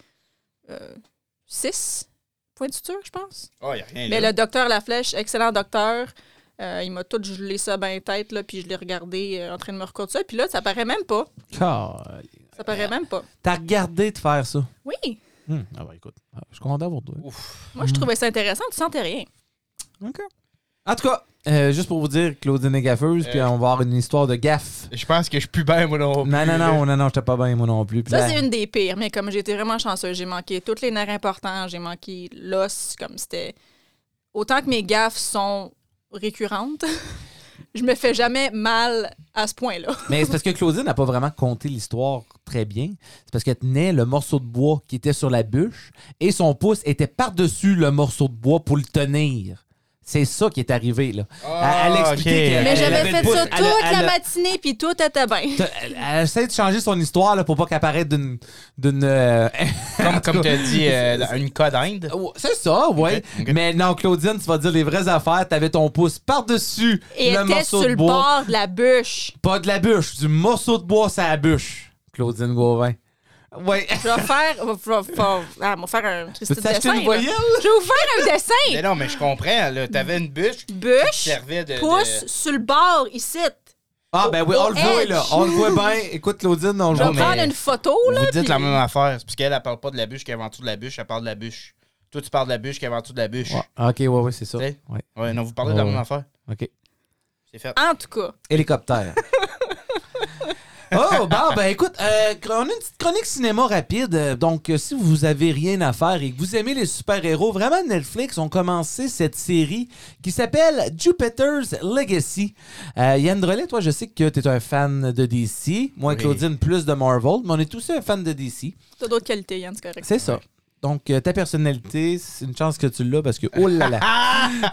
B: 6 points de suture, je pense.
C: Oh, y a rien,
B: Mais
C: là.
B: le docteur Laflèche, excellent docteur, euh, il m'a tout gelé ça bien tête, là, puis je l'ai regardé euh, en train de me recoudre ça. Puis là, ça paraît même pas.
A: T'as
B: Ça paraît même pas.
A: regardé de faire ça.
B: Oui,
A: Hum, Ah bah écoute, ah, je suis content pour toi.
B: moi, je trouvais ça intéressant. Tu sentais rien.
A: OK. En tout cas, euh, juste pour vous dire, Claudine est gaffeuse, puis
C: Euh.
A: on va avoir une histoire de gaffe.
C: Je pense que je suis plus bien, moi,
A: Non,
C: non. plus,
A: non,
C: euh. là.
A: non, non, non, j'étais pas bien, moi non plus. Puis
B: Ça,
A: là-
B: c'est une des pires, mais comme j'étais vraiment chanceuse, j'ai manqué tous les nerfs importants, j'ai manqué l'os, comme c'était. Autant que mes gaffes sont récurrentes, je me fais jamais mal à ce point-là.
A: Mais c'est parce que Claudine n'a pas vraiment compté l'histoire très bien. C'est parce qu'elle tenait le morceau de bois qui était sur la bûche et son pouce était par-dessus le morceau de bois pour le tenir. C'est ça qui est arrivé, là.
C: Ah,
A: elle, elle expliquait
C: ok.
A: qu'elle-
B: Mais
A: elle
B: j'avais
A: avait le
B: fait
A: pouce-
B: ça
A: elle a-
B: toute
A: elle
B: la
A: a-
B: matinée, puis tout était bien.
A: T'as- Elle, elle essaie de changer son histoire là, pour pas qu'elle paraisse d'une. d'une euh,
C: Comme, comme t'as dit, euh, une codinde.
A: Ouais, C'est ça, oui.
C: Ok, ok.
A: Mais non, Claudine, tu vas dire les vraies affaires. T'avais ton pouce par-dessus
B: Et
A: le
B: était
A: morceau
B: sur
A: de
B: le
A: bois.
B: bord de la bûche.
A: Pas de la bûche, du morceau de bois, c'est la bûche. Claudine Gauvin. Oui.
B: Je vais faire. va- va- va- Ah, on va faire un. c'est
A: Peux-tu
B: un
A: acheter
B: dessin,
A: une
B: là.
A: voyelle?
B: Je vais vous faire un
C: Mais
B: dessin.
C: non, mais je comprends, là. T'avais une bûche qui te
B: Bûche,
C: servait de. de-
B: pouce sur le bord, ici.
A: Ah, ben oui, on le
B: Edge.
A: voit, là. On le voit bien. Écoute, Claudine, on le
B: Je
A: voit.
B: vais
C: Non, mais-
B: prendre une photo, là.
C: Vous dites
B: puis-
C: la même affaire. C'est parce qu'elle, elle parle pas de la bûche qui est en dessous de la bûche, elle parle de la bûche. Toi, tu parles de la bûche qui est en dessous de la bûche.
A: Ouais. Ah, Ok, ouais, ouais, c'est ça.
C: Tu sais?
A: Ouais.
C: Ouais, non, vous parlez de la
A: Ouais,
C: même
A: ouais.
C: affaire.
A: Ok.
C: C'est fait.
B: En tout cas,
A: Hélicoptère. oh, bon, ben écoute, euh, on a une petite chronique cinéma rapide. euh, Donc, euh, si vous avez rien à faire et que vous aimez les super-héros, vraiment, Netflix ont commencé cette série qui s'appelle Jupiter's Legacy. Euh, Yann Drolet, toi, je sais que tu es un fan de DC. Moi,
C: Oui.
A: Claudine, plus de Marvel. Mais on est tous un fan de DC.
B: t'as d'autres qualités, Yann, c'est correct.
A: C'est ça. Donc, euh, ta personnalité, c'est une chance que tu l'as parce que, oh là là!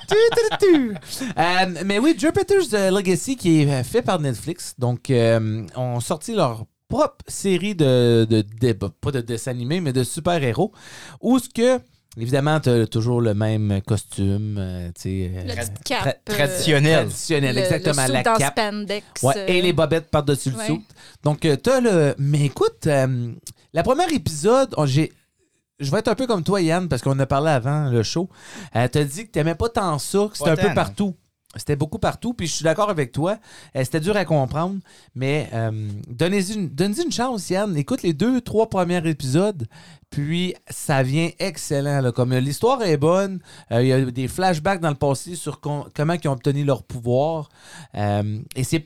A: Tu, tu, tu, tu. Euh, mais oui, Jupiter's euh, Legacy qui est euh, fait par Netflix. Donc, euh, ont sorti leur propre série de, de, de- pas de dessins animés, mais de super-héros. Où ce que, évidemment, tu as toujours le même costume, euh, tu sais, euh,
B: Le
A: tra-
B: petit cap. euh,
C: Traditionnel.
A: traditionnel,
B: le-
A: exactement,
B: le
A: la
B: suit en
A: cape.
B: spandex.
A: Ouais,
B: euh,
A: et les bobettes par-dessus
B: ouais.
A: le sou. Donc, euh, t'as le. Mais écoute, euh, la première épisode, on- j'ai. Je vais être un peu comme toi, Yann, parce qu'on en a parlé avant le show. Elle t'a dit que t'aimais pas tant ça, que c'était
C: Pas
A: un
C: tant,
A: peu
C: non.
A: partout. C'était beaucoup partout, puis je suis d'accord avec toi. Euh, c'était dur à comprendre, mais euh, donnez-y une, donnez-y une chance, Yann. Écoute les deux, trois premiers épisodes, puis ça vient excellent. là. Comme euh, l'histoire est bonne, euh, il y a eu des flashbacks dans le passé sur con- comment ils ont obtenu leur pouvoir. Euh, et c'est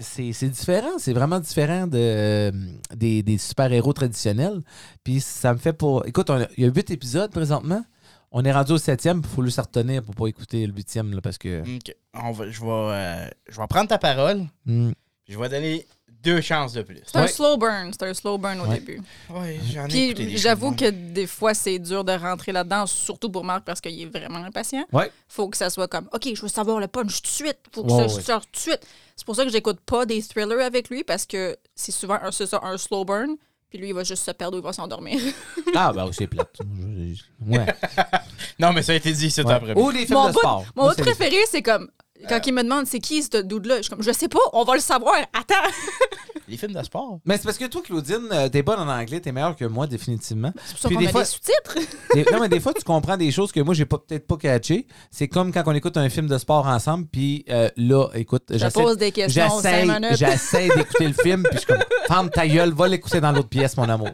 A: c'est c'est différent, c'est vraiment différent de, euh, des, des super-héros traditionnels. Puis ça me fait pour. Écoute, on a- il y a huit épisodes présentement. On est rendu au septième, il faut le retenir pour pas écouter le huitième, là, parce que.
C: Ok. On va, je, vais, euh, je vais prendre ta parole.
A: Hmm.
C: Je vais donner deux chances de plus.
B: C'est un
A: Ouais.
B: slow burn, c'est un slow burn au
A: Ouais.
B: début.
C: Ouais, j'en ai écouté des
B: Puis j'avoue
C: choses,
B: que des fois, c'est dur de rentrer là-dedans, surtout pour Marc parce qu'il est vraiment impatient.
A: Ouais.
B: Faut que ça soit comme, OK, je veux savoir le punch tout de suite, faut que
A: Ouais,
B: ça
A: ouais.
B: sorte tout de suite. C'est pour ça que j'écoute pas des thrillers avec lui parce que c'est souvent un, c'est ça, un slow burn. Puis lui, il va juste se perdre ou il va s'endormir.
A: Ah, ben, c'est plate. Je- je- Ouais.
C: Non, mais ça a été dit, c'est
A: Ouais.
C: après.
A: Ou des films
B: Mon
A: de
B: bout-
A: sport.
B: Mon
A: Moi,
B: autre
A: c'est- Euh.
B: préféré, c'est comme, quand il me demande c'est qui ce dude-là, je suis comme, je sais pas, on va le savoir, attends. Oh.
C: Les films de sport.
A: Mais c'est parce que toi, Claudine, euh, t'es bonne en anglais, t'es meilleure que moi, définitivement.
B: C'est pour ça
A: Puis
B: qu'on
A: des
B: a
A: fois-
B: des sous-titres.
A: Des- non, mais des fois, tu comprends des choses que moi, j'ai pas- peut-être pas catchées. C'est comme quand on écoute un film de sport ensemble, puis euh, là, écoute,
B: Je
A: j'essaie
B: pose des questions,
A: J'essaie,
B: cinq minutes.
A: j'essaie d'écouter le film, puis je suis comme, ferme ta gueule, va l'écouter dans l'autre pièce, mon amour.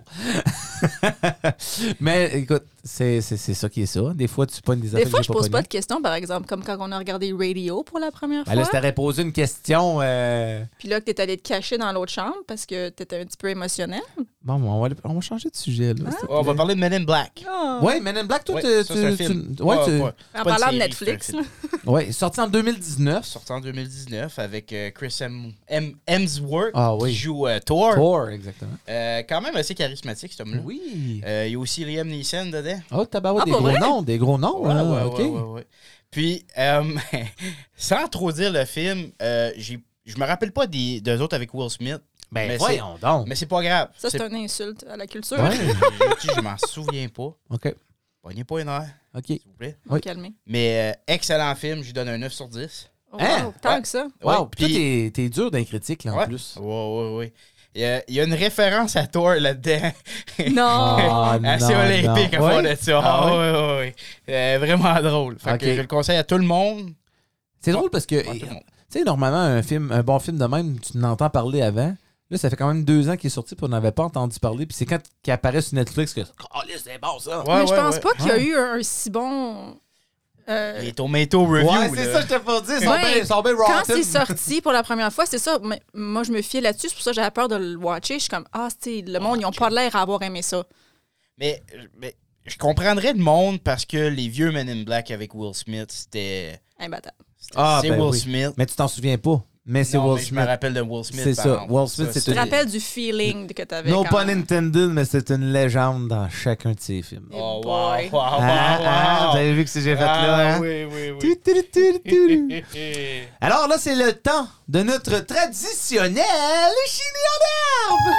A: Mais écoute, c'est, c'est, c'est ça qui est ça. Des fois, tu pognes des
B: Des
A: affaires
B: fois,
A: que
B: je
A: j'ai
B: pose pas
A: pognées.
B: de questions, par exemple, comme quand on a regardé Radio pour la première
A: Ben là, si
B: fois.
A: t'aurais posé une question. euh,
B: Puis là, que t'es allé te cacher dans l'autre chambre parce que t'étais un petit peu émotionnel.
A: Bon, on va, on va changer de sujet. Là, s'il te
C: on va
A: plaît.
C: parler de Men in Black.
B: Ah.
A: Ouais, Men in Black, toi, tu-
C: ça,
A: tu-
C: c'est un
A: tu-
C: film.
A: ouais,
C: Pas-
A: tu-
C: pas-
B: En
C: pas une
B: parlant de
C: série,
B: Netflix,
C: c'est un
B: là.
C: film.
A: ouais, sorti en 2019.
C: Sorti en 2019 avec euh, Chris Hem- Hem- Hemsworth
A: Ah oui.
C: qui joue euh, Thor.
A: Thor, exactement.
C: Euh, quand même assez charismatique, cet homme-là.
A: Oui.
C: Euh, il y a aussi Liam Neeson dedans.
A: Oh, tabarouette,
B: Ah,
A: des
B: pour
A: gros
B: vrai?
A: noms, des gros noms.
C: Ouais,
A: hein,
C: ouais,
A: ok.
C: ouais, ouais, ouais. Puis, euh, sans trop dire le film, euh, j'ai- je me rappelle pas des, des autres avec Will Smith.
A: Ben,
C: Mais
A: voyons donc.
C: Mais c'est pas grave.
B: Ça, c'est
C: C'est-
B: une insulte à la culture.
A: Ouais.
C: Je je m'en souviens pas.
A: OK.
C: Pognez pas une heure,
A: OK.
C: s'il vous plaît.
B: On va
A: Oui.
B: calmer.
C: Mais euh, excellent film, je lui donne un 9 sur 10.
B: Oh,
A: Hein?
B: wow, tant
C: Ouais.
B: que ça.
A: Wow,
C: Ouais,
A: puis toi, t'es- t'es dur d'un critique, là, en
C: ouais.
A: plus.
C: Ouais, ouais, ouais. Il y a- il y a une référence à Thor là-dedans.
B: Non.
A: Ah,
C: assez
A: non,
C: olympique
A: non.
C: à fond
A: Ouais?
C: de ça.
A: Ah
C: Ah, ouais, ouais, ouais. Euh, vraiment drôle. Fait
A: Ok.
C: que je le conseille à tout le monde.
A: C'est drôle parce que,
C: Ouais, tout
A: tu
C: le monde.
A: sais, normalement, un, film, un bon film de même, tu n'entends parler avant. Là, ça fait quand même deux ans qu'il est sorti, puis on n'avait pas entendu parler. Puis c'est quand il apparaît sur Netflix que. Oh, là, c'est bon, ça!
C: Ouais,
B: mais je
C: ouais,
B: pense
C: ouais.
B: pas qu'il
A: Ah.
B: y a eu un, un si bon. euh,
C: Les tomato review. là.
A: t'ai pas dit. Ils
B: Ouais.
A: bien- sont bien
B: quand
A: rotten.
B: c'est sorti pour la première fois, c'est ça. mais moi, je me fiais là-dessus. C'est pour ça que j'avais peur de le watcher. Je suis comme, ah, c'est le monde, ils ont pas l'air à avoir aimé ça.
C: Mais, mais je comprendrais le monde parce que les vieux Men in Black avec Will Smith, c'était.
B: Imbattable.
C: c'était-
A: Ah,
C: c'est
A: ben
C: Will
A: oui.
C: Smith.
A: Mais tu t'en souviens pas. Mais c'est
C: Non,
A: Will
C: mais Je me
A: Smith.
C: rappelle de Will Smith.
A: C'est
C: par
A: ça.
C: exemple.
A: Will Smith, c'est
B: Tu te
A: une-
B: rappelles du feeling que t'avais.
A: No
B: quand-
A: pun intended, mais c'est une légende dans chacun de ses films.
C: Oh, wow,
B: Boy.
C: wow, wow,
A: Ah, ah,
C: wow.
A: vous avez vu que c'est j'ai fait là,
C: Ah,
A: hein?
C: oui, oui, oui.
A: Tu, tu, tu, tu, tu, tu.
C: Eh,
A: Alors là, c'est le temps de notre traditionnel chili en herbe!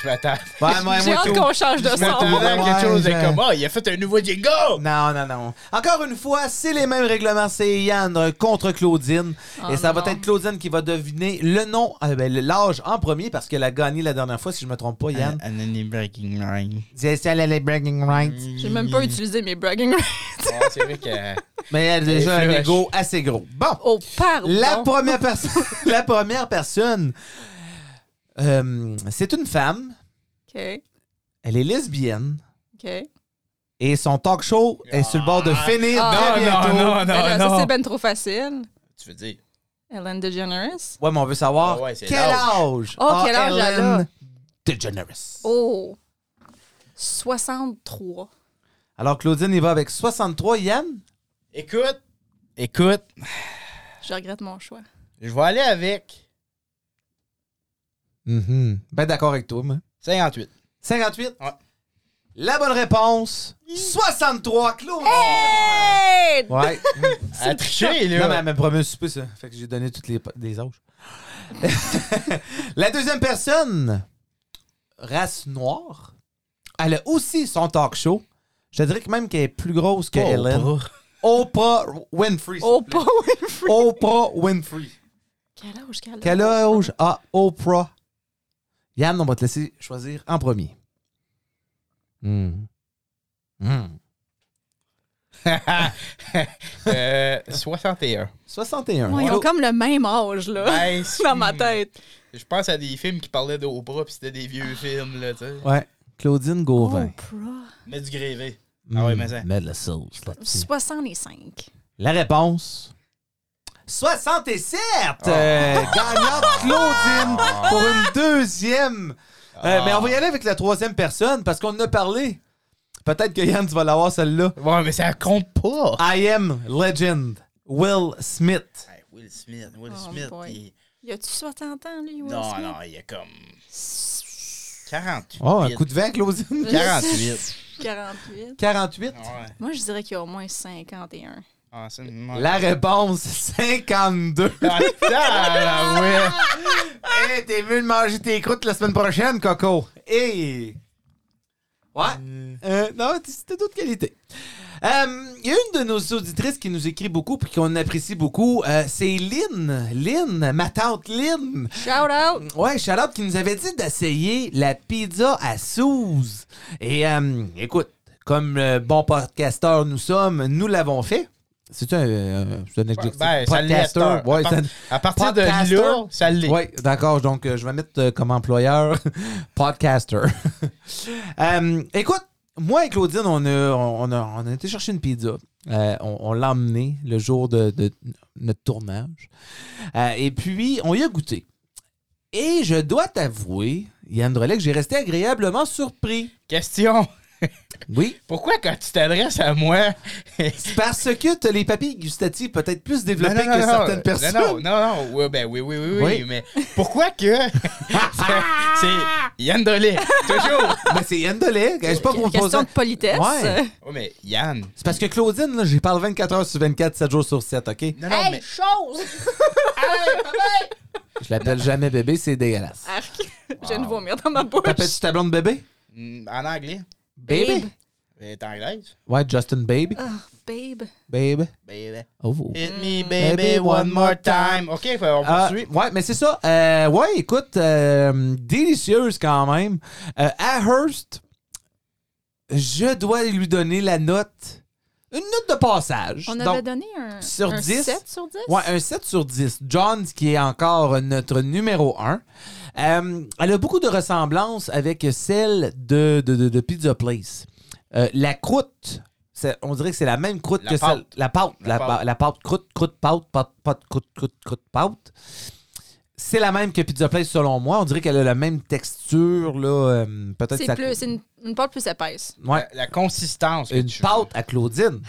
C: Je m'attends.
A: Ouais, moi,
B: J'ai
A: moi,
B: hâte
A: tout.
B: qu'on change de
C: Je
B: son.
C: m'attendais à
A: Ouais,
C: quelque chose de
A: je-
C: comme Ah, il a fait un nouveau jingle!
A: Non, non, non. Encore une fois, c'est les mêmes règlements. C'est Yann euh, contre Claudine.
B: Oh
A: et ça
B: non.
A: va être Claudine qui va deviner le nom, euh, ben, le- l'âge en premier parce qu'elle a gagné la dernière fois, si je me trompe pas, Yann.
C: Anony Breaking Line.
B: Euh,
A: C'est elle, elle est bragging rights.
B: J'ai même pas utilisé mes bragging rights.
C: Ouais, c'est vrai que.
A: Mais elle a déjà
C: Et
A: un
C: flush.
A: ego assez gros. Bon.
B: Oh, pardon!
A: La première personne. la première personne. euh, c'est une femme.
B: OK,
A: Elle est lesbienne.
B: OK.
A: Et son talk show est sur le bord de finir
B: Ah.
A: très
B: Non,
A: bientôt.
C: non,
B: Ben là, Ça, c'est ben trop facile.
C: Tu veux dire.
B: Ellen DeGeneres.
A: Ouais, mais on veut savoir
C: Ah ouais, c'est
A: quel âge.
C: l'âge.
B: Oh, quel
A: a
B: âge elle a?
A: Ellen DeGeneres.
B: Oh! 63.
A: Alors, Claudine, il va avec 63. Yann?
C: Écoute, écoute,
B: Je regrette mon choix.
C: je vais aller avec
A: Mhm. Ben d'accord avec toi, moi.
C: 58.
A: 58?
C: Ouais.
A: La bonne réponse, 63, Claude!
B: Hey!
A: Ouais.
C: À tricher,
A: non, mais
C: là.
A: elle m'a promis un souper, ça. Fait que j'ai donné toutes les, les âges. La deuxième personne, race noire, elle a aussi son talk show. Je te dirais que même qu'elle est plus grosse que Ellen. Oprah Winfrey. s'il
B: Oh,
A: vous plaît.
B: pas Winfrey!
A: Oprah Winfrey.
B: Quel âge, quel âge?
A: Quel âge a Oprah? Yann, on va te laisser choisir en premier. Hmm. Hmm.
C: Euh, 61.
A: 61.
B: Ouais, ils ont
A: Claude-
B: comme le même âge, là,
C: Ben, si-
B: dans ma tête.
C: Je pense à des films qui parlaient d'Oprah, puis c'était des vieux films, là, tu sais.
A: Ouais. Claudine Gauvin.
B: Oh.
A: Hmm.
B: Oprah.
C: Mets du grévé. Ah ouais, mais ça.
A: Mets de la sauce là-dessus.
B: 65.
A: La réponse. 67! Euh, gagnante Claudine pour une deuxième. Euh, Mais on va y aller avec la troisième personne parce qu'on en a parlé. Peut-être que Yann, tu vas l'avoir celle-là.
C: Ouais, mais ça compte pas.
A: I am legend. Will Smith.
C: Hey, Will Smith, Will
B: Oh
C: Smith,
B: boy.
C: il-
B: Y a-tu 60 ans, lui, Will
C: Non,
B: Smith?
C: non, il y a comme 48.
A: Oh, un coup de vent, Claudine.
C: 48.
B: 48.
A: 48.
C: Ouais.
B: Moi, je dirais qu'il y a au moins 51.
C: Ah, c'est une... Ah,
A: La réponse, 52.
C: la ah ouais.
A: Hey, t'es venu de manger tes croûtes la semaine prochaine, Coco. Hey! Ouais. Euh, non, c'était d'autres qualités. Euh, Il y a une de nos auditrices qui nous écrit beaucoup puis qu'on apprécie beaucoup. euh, c'est Lynn. Lynn, ma tante Lynn.
B: Shout out!
A: Ouais, Charlotte qui nous avait dit d'essayer la pizza à Souze. Et euh, écoute, comme euh, bon podcasteur nous sommes, nous l'avons fait. C'est un, euh, c'est un adjectif.
C: Ben, ça
A: Podcaster.
C: l'est,
A: Ouais,
C: à, par-
A: ça-
C: à partir de
A: Podcaster.
C: là, ça l'est.
A: oui, d'accord. Donc, euh, je vais mettre euh, comme employeur podcaster. Euh, écoute, moi et Claudine, on a, on a, on a été chercher une pizza. Euh, on on l'a emmenée le jour de, de notre tournage. Euh, et puis, on y a goûté. Et je dois t'avouer, Yann Drolet, que j'ai resté agréablement surpris.
C: Question.
A: Oui.
C: Pourquoi quand tu t'adresses à moi...
A: Parce que tu as les papilles gustatives peut-être plus développées
C: Non, non,
A: que
C: non,
A: certaines
C: non,
A: personnes.
C: Non, non, non, ouais, ben oui, oui, oui, oui,
A: Oui.
C: mais pourquoi que... c'est c'est Yann Dolé, toujours.
A: Ben, c'est Yann Drolet. Je sais pas pour
B: Question de politesse.
A: Ouais.
C: Oh, mais Yann...
A: C'est parce que Claudine, là, j'y parle 24 heures sur 24, 7 jours sur 7, OK?
C: Non, non, mais...
B: chose!
A: Je l'appelle jamais bébé, c'est dégueulasse.
B: Arc. J'ai une vomir dans ma bouche.
A: T'appelles-tu ta blonde bébé?
C: Mm, En anglais.
B: Babe.
C: Elle est anglaise.
A: Ouais, Justin Baby.
B: Ah, babe.
A: Baby.
C: Baby.
A: Oh.
C: Hit me,
A: Baby,
C: baby, one more time. OK, fait, on
A: Ah,
C: poursuit.
A: ouais, mais c'est ça. Euh, ouais, écoute, euh, délicieuse quand même. Euh, à Hearst, je dois lui donner la note, une note de passage.
B: On
A: Donc,
B: avait donné un,
A: sur
B: un
A: 10.
B: 7 sur 10?
A: Ouais, un 7 sur 10. John, qui est encore notre numéro 1. Euh, elle a beaucoup de ressemblances avec celle de, de, de- de Pizza Place. Euh, la croûte, c'est- on dirait que c'est la même croûte
C: La
A: que
C: pâte.
A: celle. La pâte. La,
C: La
A: pa-
C: pâte.
A: la pâte, croûte, croûte, pâte, pâte, pâte, croûte, croûte, croûte, pâte. C'est la même que Pizza Place selon moi. On dirait qu'elle a la même texture, là. euh, Peut-être
B: C'est
A: ça-
B: plus- c'est une, une pâte plus épaisse.
A: Ouais.
C: La, la consistance. que
A: Une
C: tu
A: pâte à Claudine.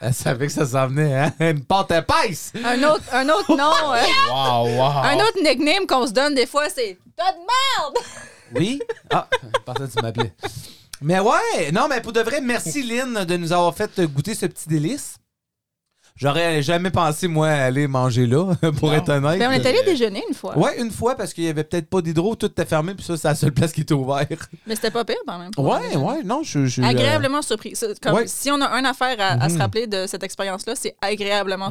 A: Elle savait que ça s'en venait, hein? Une pâte épaisse!
B: Un autre, un autre nom, euh,
C: veux. Wow, wow.
B: un autre nickname qu'on se donne des fois, c'est « T'as de merde!
A: Oui. Ah, je pensais que tu m'appelais. Mais ouais, non, mais pour de vrai, merci Lynn de nous avoir fait goûter ce petit délice. J'aurais jamais pensé, moi, aller manger là, pour
C: Non.
A: être » honnête.
B: Ben, on est allé déjeuner une fois,
A: Ouais, une fois, parce qu'il y avait peut-être pas d'hydro, tout était fermé, puis ça, c'est la seule place qui était ouverte.
B: mais c'était pas pire quand même.
A: Ouais, ouais, non, je euh, suis.
B: Agréablement surpris. C'est comme
A: Ouais.
B: Si on a une affaire à, à
A: Mhm.
B: se rappeler de cette expérience-là, c'est agréablement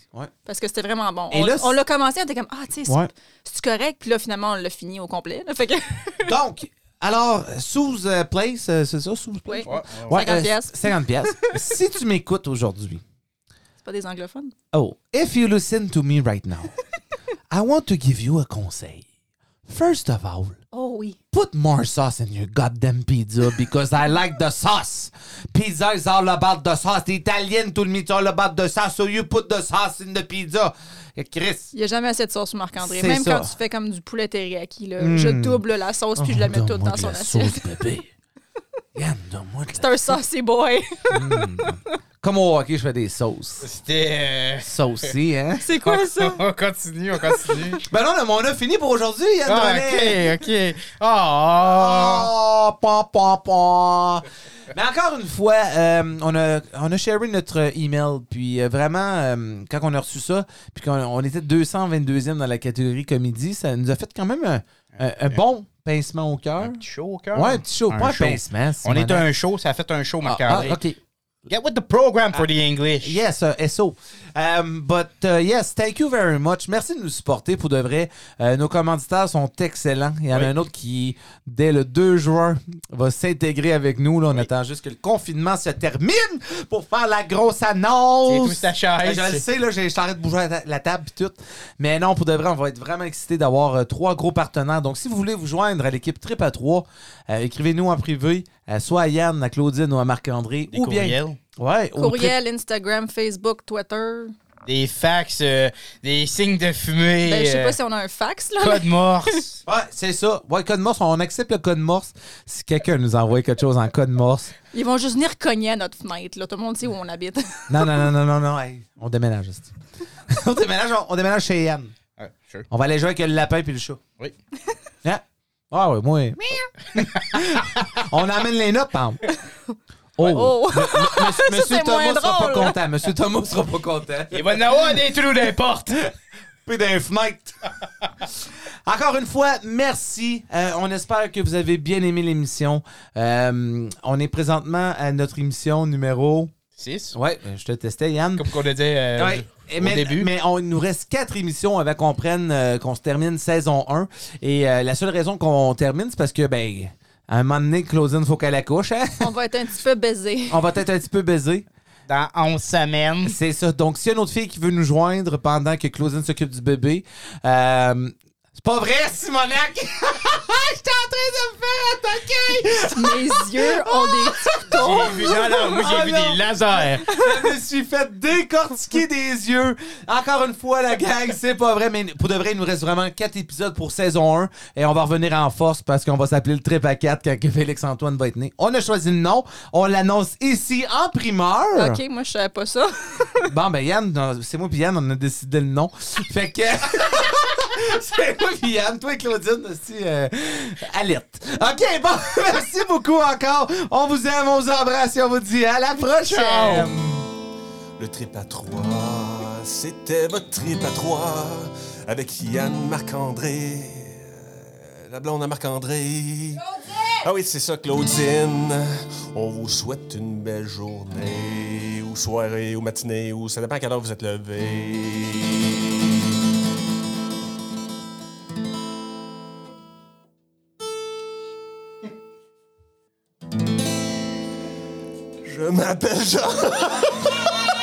A: surprise. Ouais.
B: Parce que c'était vraiment bon.
A: Et
B: on
A: là,
B: on l'a commencé, on était comme Ah, tu sais,
A: Ouais.
B: c'est correct. Puis là, finalement, on l'a fini au complet. là. Fait que
A: Donc, alors, sous euh, Place, euh, c'est ça, sous Place?
B: Oui.
C: Ouais, ouais, ouais.
A: Ouais,
B: 50
A: euh,
B: piastres.
A: 50 piastres. si tu m'écoutes aujourd'hui,
B: pas des anglophones.
A: Oh, if you listen to me right now, I want to give you a conseil. First of all,
B: Oh oui.
A: put more sauce in your goddamn pizza because I like the sauce. Pizza is all about the sauce. The Italian tout le meat's all about the sauce, so you put the sauce in the pizza. Eh, Chris.
B: Il n'y a jamais assez de sauce, Marc-André.
A: C'est
B: Même
A: ça.
B: quand tu fais comme du poulet teriyaki, là, je double la sauce puis je la mets toute
A: Donne-moi
B: dans
A: Oh, de
B: son
A: la
B: assiette.
A: sauce, bébé. Yann, donne-moi de la-
B: C'est un saucy boy.
A: Comme au hockey, je fais des sauces.
C: C'était. euh,
A: Saucy, hein?
B: C'est quoi ça?
C: on continue, on continue.
A: Ben non, mais on a fini pour aujourd'hui, Yann
C: Ah,
A: Drolet.
C: ok, ok. Ah!
A: Ah, pam, pam, pam. Mais encore une fois, euh, on, a, on a sharé notre email. Puis euh, vraiment, euh, quand on a reçu ça, puis qu'on on était 222e dans la catégorie comédie, ça nous a fait quand même un, un- un bon pincement au cœur.
C: Un petit show au cœur.
A: Ouais, un petit show.
C: Un
A: pas
C: show.
A: un pincement.
C: On est
A: Simonac.
C: un show, ça a fait un show,
A: Ah,
C: Marc-André.
A: ah, OK.
C: Get with the program for the English.
A: Yes, uh, SO. Um, but uh, yes, thank you very much. Merci de nous supporter pour de vrai. Euh, nos commanditaires sont excellents. Il y en
C: Oui.
A: a un autre qui, dès le 2 juin, va s'intégrer avec nous. Là, on attend juste que le confinement se termine pour faire la grosse annonce.
C: C'est tout, ta chaise.
A: Je le sais, là, j'ai- j'arrête de bouger la, ta- la table et tout. Mais non, pour de vrai, on va être vraiment excités d'avoir euh, trois gros partenaires. Donc, si vous voulez vous joindre à l'équipe Trip à 3, écrivez-nous en privé, euh, soit à Yann, à Claudine ou à Marc-André.
C: Des
A: Ou bien.
C: courriels.
A: Ouais, au Trip-
B: Courriel, Instagram, Facebook, Twitter.
C: Des fax, euh, des signes de fumée.
B: Ben, je sais
C: euh,
B: pas si on a un fax, là.
C: Code morse.
A: Ouais, c'est ça. Ouais, code morse, on accepte le code morse si quelqu'un nous envoie quelque chose en code morse.
B: Ils vont juste venir cogner à notre fenêtre, là. Tout le monde sait où on habite.
A: Non, non, non, non, non, non. hey, on déménage. hostie. on déménage, on, on déménage chez Yann.
C: Ouais, sure.
A: On va aller jouer avec le lapin puis le chat.
C: Oui.
A: Hein? Ah oui, moi. on amène les notes, par exemple. Oh,
B: Oh!
A: Monsieur,
B: c'est
A: Thomas sera
B: moins
A: pas
B: drôle, là.
A: content. Monsieur Thomas sera pas content.
C: Il va y en avoir oh, des trous dans les portes.
A: Puis d'un fenêtre. Encore une fois, merci. Euh, on espère que vous avez bien aimé l'émission. Euh, on est présentement à notre émission numéro.
C: 6.
A: Ouais, euh, je te testais, Yann.
C: Comme qu'on a dit euh,
A: Ouais. Et
C: au
A: mais,
C: début.
A: mais on il nous reste quatre émissions avant qu'on prenne, euh, qu'on se termine saison 1. Et euh, la seule raison qu'on termine, c'est parce que, ben, à un moment donné, Claudine, faut qu'elle accouche. hein?
B: on va être un petit peu baisé.
A: On va être un petit peu baisé.
C: Dans 11 semaines.
A: C'est ça. Donc, s'il y a une autre fille qui veut nous joindre pendant que Claudine s'occupe du bébé, euh, c'est pas vrai, Simonac! J'étais en train de me faire attaquer!
B: Mes yeux ont des petits tours.
C: J'ai vu, non, non, moi j'ai
A: Ah,
C: vu
A: non.
C: des lasers.
A: Je me suis fait décortiquer des yeux. Encore une fois, la gang, c'est pas vrai, mais pour de vrai, il nous reste vraiment quatre épisodes pour saison 1 et on va revenir en force parce qu'on va s'appeler le trip à 4 quand que Félix-Antoine va être né. On a choisi le nom, on l'annonce ici en primeur.
B: OK, moi, je savais pas ça.
A: Bon, ben Yann, non, c'est moi puis Yann, on a décidé le nom. Fait que... c'est moi puis Yann, toi et Claudine, aussi, euh, alerte. OK, bon, merci beaucoup encore. On vous aime, on vous embrasse et on vous dit à la prochaine.
D: Le trip à trois, c'était votre trip à trois avec Yann Marc-André. euh, La blonde à Marc-André. Ah oui, c'est ça, Claudine. On vous souhaite une belle journée, ou soirée, ou matinée, ou ça dépend à quelle heure vous êtes levé. Je m'appelle Jean.